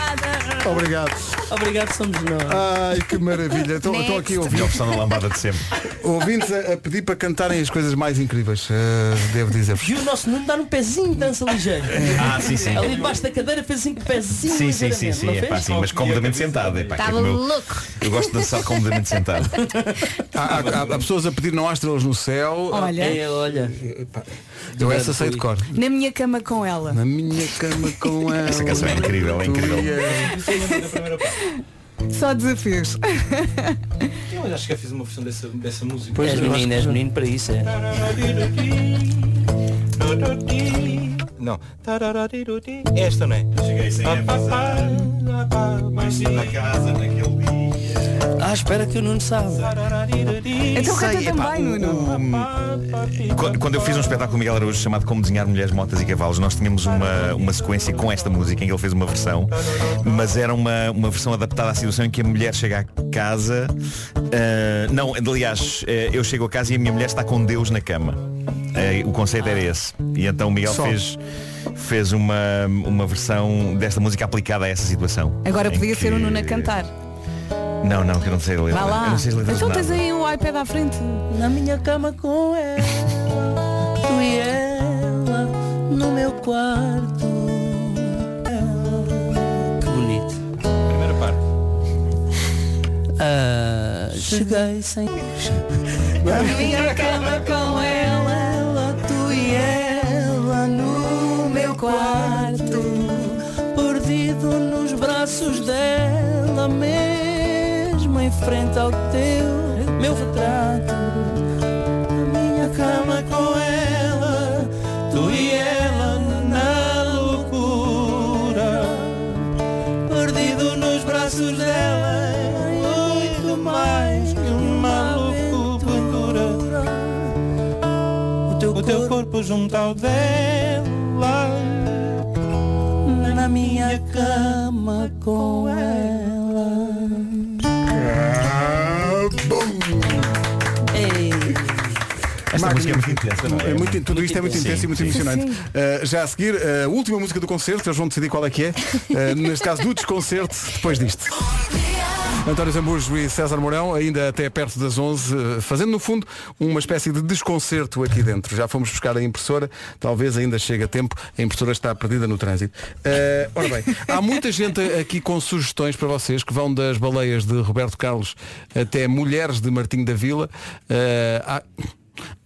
Speaker 2: Obrigado.
Speaker 16: Obrigado, somos nós.
Speaker 2: Ai, que maravilha. Estou estou aqui a ouvir.
Speaker 10: Minha opção da lambada de sempre.
Speaker 2: Ouvintes a, a pedir para cantarem as coisas mais incríveis, eh, devo dizer-vos.
Speaker 16: E o nosso Nuno dá um pezinho de dança ligeira.
Speaker 10: Ah, sim, sim.
Speaker 16: Ali debaixo da cadeira fez assim com o pezinho.
Speaker 10: Sim, sim, sim,
Speaker 16: ligeiramente,
Speaker 10: sim,
Speaker 16: não
Speaker 10: é pá,
Speaker 16: fez?
Speaker 10: sim, mas comodamente sentado. É pá, que é
Speaker 5: Estava
Speaker 10: como eu-
Speaker 5: louco.
Speaker 10: Eu gosto de dançar comodamente <laughs> sentado.
Speaker 2: Há, há- há- há pessoas a pedir não há estrelas no céu.
Speaker 4: Olha.
Speaker 16: É, olha.
Speaker 2: Eu essa sei de cor.
Speaker 4: Na minha cama com ela.
Speaker 2: Na minha cama com ela.
Speaker 10: Essa canção é incrível, é incrível.
Speaker 4: Só desafios.
Speaker 20: Eu acho que já fiz uma versão dessa, dessa música.
Speaker 16: é Pois, és menino, és menino para isso. É.
Speaker 13: Não. Tararariruti. Esta não é? Cheguei sem
Speaker 14: Ah,
Speaker 13: Mas na casa naquele
Speaker 16: Ah, espera que o Nuno sabe.
Speaker 4: Então
Speaker 10: Sei,
Speaker 4: canta
Speaker 10: epá,
Speaker 4: também, Nuno.
Speaker 10: Qu- Quando eu fiz um espetáculo com o Miguel Araújo chamado Como Desenhar Mulheres, Motas e Cavalos, nós tínhamos uma, uma sequência com esta música em que ele fez uma versão, mas era uma, uma versão adaptada à situação em que a mulher chega à casa. ah, não, aliás, eh, eu chego a casa e a minha mulher está com Deus na cama. Eh, o conceito era esse. E então o Miguel
Speaker 2: Só.
Speaker 10: fez, fez uma, uma versão desta música aplicada a essa situação.
Speaker 4: Agora
Speaker 10: Em
Speaker 4: podia ser o
Speaker 10: que-
Speaker 4: Nuno a cantar.
Speaker 10: Não, não, que eu não sei ler.
Speaker 4: Vá lá.
Speaker 10: Eu não sei as letras
Speaker 4: Então
Speaker 10: de
Speaker 4: tens
Speaker 10: nada.
Speaker 4: aí o iPad à frente.
Speaker 14: Na minha cama com ela, tu e ela, no meu quarto.
Speaker 16: Que bonito.
Speaker 13: Primeira parte.
Speaker 16: Ah,
Speaker 14: Cheguei sem. Na minha cama com ela, ela, tu e ela, no meu quarto. Perdido nos braços dela, mesmo em frente ao teu, meu retrato. Na minha cama com ela, tu e ela, na loucura perdido nos braços dela é muito mais que uma loucura. O teu, corpo, junto ao dela na minha cama com
Speaker 16: Ah,
Speaker 14: ela. Ei.
Speaker 10: Esta música é muito
Speaker 2: intensa,
Speaker 10: não é?
Speaker 2: muito, tudo isto é muito
Speaker 10: Sim,
Speaker 2: intenso e muito
Speaker 10: sim.
Speaker 2: emocionante.
Speaker 10: Sim.
Speaker 2: Uh, já a seguir, uh, a última música do concerto, eles vão decidir qual é que é. Uh, neste caso, do desconcerto, depois disto. António Zambujo e César Mourão, ainda até perto das 11, uh, fazendo no fundo uma espécie de desconcerto aqui dentro. Já fomos buscar a impressora, talvez ainda chegue a tempo, a impressora está perdida no trânsito. Uh, ora bem, há muita gente aqui com sugestões para vocês, que vão das baleias de Roberto Carlos até mulheres de Martim da Vila. Uh, há,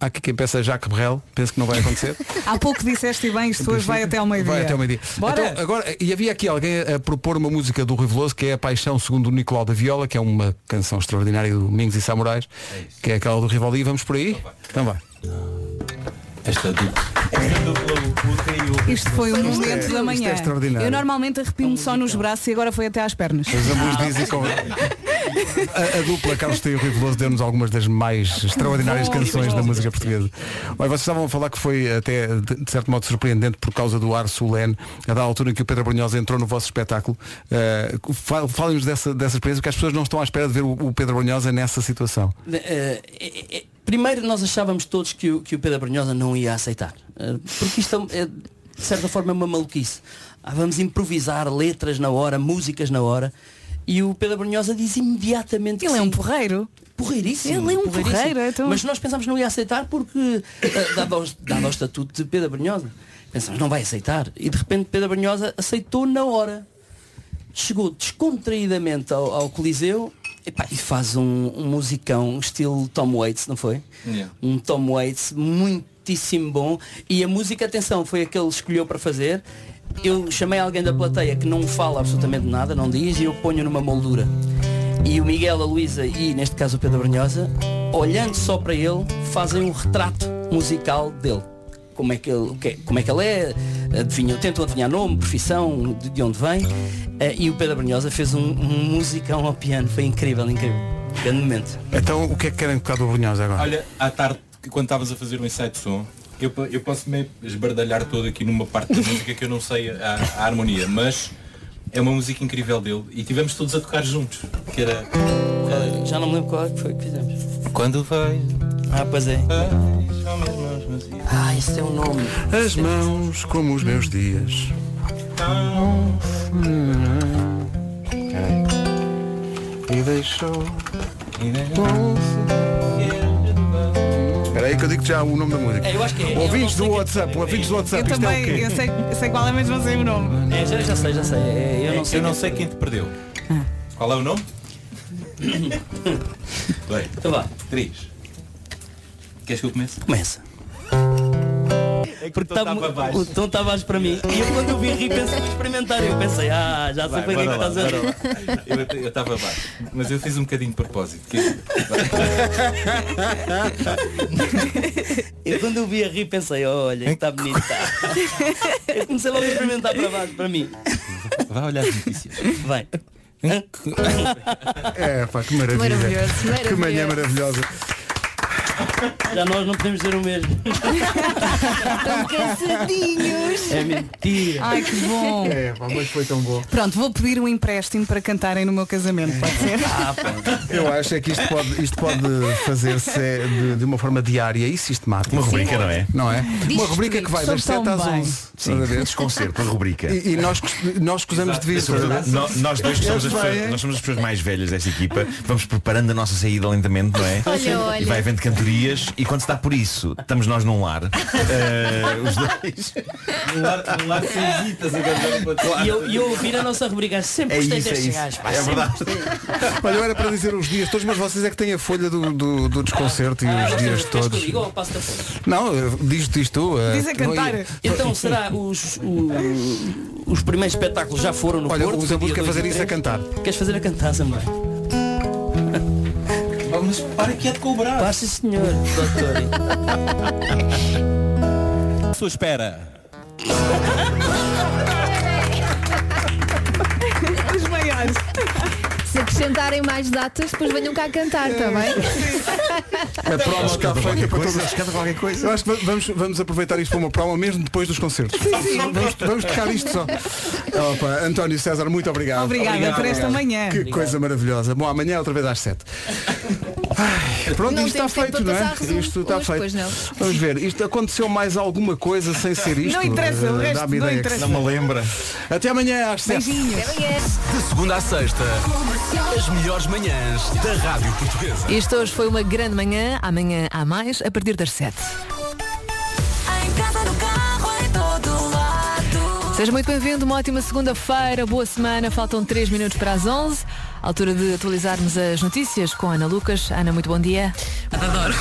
Speaker 2: há aqui quem pensa Jacques Brel, penso que não vai acontecer.
Speaker 4: Há pouco disseste e bem, isto hoje vai até ao meio-dia.
Speaker 2: Vai até ao meio-dia.
Speaker 4: Bora!
Speaker 2: Então, agora, e havia aqui alguém a propor uma música do Rui Veloso que é A Paixão segundo o Nicolau da Viola, que é uma canção extraordinária do Domingos e Samurais, que é aquela do Rivoli. Vamos por aí? Então vai. é
Speaker 13: Esta dupla.
Speaker 4: Isto foi um
Speaker 2: Isto é-
Speaker 4: momento
Speaker 2: isto
Speaker 4: da
Speaker 2: é
Speaker 4: manhã.
Speaker 2: extraordinário. é.
Speaker 4: Eu normalmente arrepio-me só nos braços e agora foi até às pernas.
Speaker 2: Os ambos dizem com... A, a dupla Carlos Teu e Rui Veloso deu-nos algumas das mais extraordinárias
Speaker 4: Bom,
Speaker 2: canções
Speaker 4: bom.
Speaker 2: da música portuguesa. Olha, vocês estavam a falar que foi até, de de certo modo, surpreendente por causa do ar solene, a da altura em que o Pedro Brunhosa entrou no vosso espetáculo. Uh, fal- Falem-nos dessa, dessa experiência, porque as pessoas não estão à espera de ver o, o Pedro Brunhosa nessa situação.
Speaker 16: Eh, eh, eh, Primeiro nós achávamos todos que o, que o Pedro Brunhosa não ia aceitar. Eh, Porque isto é um- é, de certa forma é uma maluquice. Ah, vamos improvisar letras na hora, músicas na hora. E o Pedro Brunhosa diz imediatamente Ele é um
Speaker 4: porreiro.
Speaker 16: Porreiríssimo.
Speaker 4: Ele é um
Speaker 16: porreiríssimo.
Speaker 4: porreiro, então.
Speaker 16: Mas nós pensámos que não ia aceitar porque, eh, dado, ao, dado ao estatuto de Pedro Brunhosa, pensámos não vai aceitar. E de repente Pedro Brunhosa aceitou na hora chegou descontraídamente ao, ao Coliseu epá, e faz um, um musicão estilo Tom Waits, não foi?
Speaker 14: É.
Speaker 16: Um Tom Waits muitíssimo bom e a música, atenção, foi a que ele escolheu para fazer. Eu chamei alguém da plateia que não fala absolutamente nada, não diz, e eu ponho numa moldura. E o Miguel, a Luísa e, neste caso, o Pedro Brunhosa, olhando só para ele, fazem um retrato musical dele como é que ele, o que é- como é que ele é, adivinham, tentam adivinhar nome, profissão, de, de onde vem. Eh, E o Pedro Brunhosa fez um, um musicão ao piano, foi incrível, incrível. Grande momento.
Speaker 2: Então o que é que querem tocar do Brunhosa agora?
Speaker 13: Olha, à tarde, que quando estavas a fazer um ensaio de som, eu, po- eu posso me esbardalhar todo aqui numa parte da música que eu não sei a, a harmonia, mas é uma música incrível dele e tivemos todos a tocar juntos. Que era. eh,
Speaker 16: Já não me lembro qual é que foi que fizemos.
Speaker 13: Quando vai.
Speaker 16: Ah, pois é. Ah, isso é um nome.
Speaker 2: As mãos como os meus dias. E deixou. Espera aí que eu digo já o nome da música.
Speaker 16: É, eu acho que é.
Speaker 2: Ouvintes do WhatsApp, ouvintes do
Speaker 4: Eu
Speaker 2: WhatsApp, isto
Speaker 4: também,
Speaker 2: é o quê?
Speaker 4: eu
Speaker 10: <laughs>
Speaker 4: sei, eu sei qual é, mas não sei o nome.
Speaker 16: É, já, já sei, já sei. É, eu não sei. Ah.
Speaker 13: eu não sei quem te perdeu. Qual é o
Speaker 16: <coughs>
Speaker 13: nome? Bem,
Speaker 16: então vá.
Speaker 13: Três. Queres que eu comece?
Speaker 16: Começa. Porque
Speaker 14: tom
Speaker 16: tá
Speaker 14: tá
Speaker 16: mu-
Speaker 14: para baixo.
Speaker 16: o tom está baixo para mim. E eu quando eu vi rir pensei vou experimentar. Eu pensei, ah, já sei
Speaker 20: Vai,
Speaker 16: para que é que
Speaker 20: bora
Speaker 16: estás a
Speaker 20: lá,
Speaker 16: rir.
Speaker 20: Eu até- eu estava baixo, mas eu fiz um bocadinho de propósito. que-
Speaker 16: Eu quando eu vi a rir pensei, olha, está bonito. tá. Eu comecei logo a experimentar para baixo, para mim.
Speaker 20: Vai olhar as notícias.
Speaker 16: Vai.
Speaker 2: É, pá, que maravilha.
Speaker 16: Maravilhoso,
Speaker 2: Que manhã
Speaker 16: maravilhoso.
Speaker 2: maravilhosa.
Speaker 16: Já nós não podemos dizer o mesmo.
Speaker 4: Estão cansadinhos.
Speaker 16: É mentira.
Speaker 4: Ai, que bom.
Speaker 2: É, pá, mas foi tão bom.
Speaker 4: Pronto, vou pedir um empréstimo para cantarem no meu casamento, pode ser?
Speaker 10: Ah,
Speaker 2: Eu acho é que isto pode, isto pode fazer-se é, de, de uma forma diária e sistemática.
Speaker 10: Uma rubrica, Sim. não é?
Speaker 2: Não é?
Speaker 10: Diz
Speaker 2: uma rubrica que vai
Speaker 10: tudo,
Speaker 2: das 7
Speaker 10: são tão
Speaker 2: às
Speaker 10: bem.
Speaker 2: 11.
Speaker 10: Sim,
Speaker 2: estás a ver?
Speaker 10: desconcerto, uma rubrica.
Speaker 2: E, e nós, cos- nós gozamos de vida.
Speaker 10: Sobretudo, nó- nós dois que somos as,
Speaker 2: Eles vêm,
Speaker 10: pessoas, nós somos as pessoas mais velhas desta equipa Vamos preparando a nossa saída lentamente, não é?
Speaker 14: Olha, olha.
Speaker 10: E vai havendo cantorias E quando se dá por isso, estamos nós num
Speaker 20: <laughs>
Speaker 10: lar Eh, Os dois
Speaker 20: Um lar, um lar sem visitas a cantar para
Speaker 16: E eu, e eu ouvir a nossa rubrica, sempre
Speaker 10: É
Speaker 16: gostei
Speaker 10: isso, é
Speaker 16: destes
Speaker 10: isso.
Speaker 16: gajos. pá,
Speaker 10: É
Speaker 16: sempre
Speaker 10: verdade.
Speaker 16: gostei.
Speaker 2: Olha, eu era para dizer os dias todos, mas vocês é que têm a folha do, do, do desconcerto e
Speaker 16: Ah,
Speaker 2: os dias todos. Não, eh, diz, diz tu. eh, não, e-
Speaker 16: Então será os, o- os primeiros espetáculos já foram no
Speaker 2: Olha,
Speaker 16: Porto?
Speaker 2: usa a música
Speaker 16: dia dois
Speaker 2: fazer
Speaker 16: e
Speaker 2: isso
Speaker 16: três?
Speaker 2: a cantar.
Speaker 16: Queres fazer a cantar também?
Speaker 20: Vamos para que é de cobrar.
Speaker 16: Passa senhor,
Speaker 20: Sua espera.
Speaker 4: <laughs> Os maiores.
Speaker 5: Se acrescentarem mais datas, depois venham cá cantar tá
Speaker 2: É.
Speaker 5: também.
Speaker 4: <laughs>
Speaker 2: A promo está feita para
Speaker 10: coisa,
Speaker 2: todas. qualquer coisa. Eu acho que va- vamos, vamos aproveitar isto para uma promo, mesmo depois dos concertos. Vamos, vamos tocar isto só. Opa, António César, muito obrigado.
Speaker 4: Obrigada
Speaker 2: Obrigado,
Speaker 4: por esta
Speaker 2: obrigado.
Speaker 4: manhã.
Speaker 2: Que
Speaker 4: Obrigado.
Speaker 2: coisa maravilhosa. Bom, amanhã outra vez às 7. Ai, pronto,
Speaker 5: Não
Speaker 2: isto está
Speaker 5: temos tempo
Speaker 2: feito,
Speaker 5: para
Speaker 2: não
Speaker 5: passar
Speaker 2: é?
Speaker 5: resumo
Speaker 2: Isto está
Speaker 5: hoje, pois
Speaker 2: feito.
Speaker 5: não.
Speaker 2: Vamos ver, isto aconteceu mais alguma coisa sem ser isto?
Speaker 5: Não interessa, o
Speaker 2: Eh,
Speaker 5: resto
Speaker 2: dá-me
Speaker 5: não
Speaker 2: ideia que
Speaker 5: interessa.
Speaker 2: sim.
Speaker 10: Não me lembra.
Speaker 2: Até amanhã às 7.
Speaker 15: De
Speaker 2: segunda à sexta,
Speaker 15: as
Speaker 2: melhores manhãs da Rádio Portuguesa.
Speaker 15: <laughs> Isto hoje foi uma grande manhã, amanhã há mais, a partir das 7. Seja muito bem-vindo, uma ótima segunda-feira, boa semana, faltam 3 minutos para as 11, altura de atualizarmos as notícias com Ana Lucas. Ana, muito bom dia.
Speaker 19: Adoro.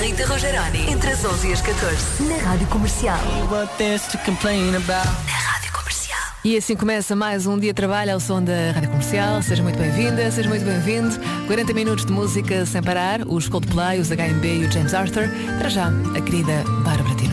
Speaker 19: Rita Rogeroni, entre as 11 e as 14, na Rádio Comercial. Na Rádio Comercial.
Speaker 15: E assim começa mais um dia de trabalho ao som da Rádio Comercial. Seja muito bem-vinda, seja muito bem-vindo. 40 minutos de música sem parar, os Coldplay, os HMB e o James Arthur. Para já, a querida Bárbara Tino.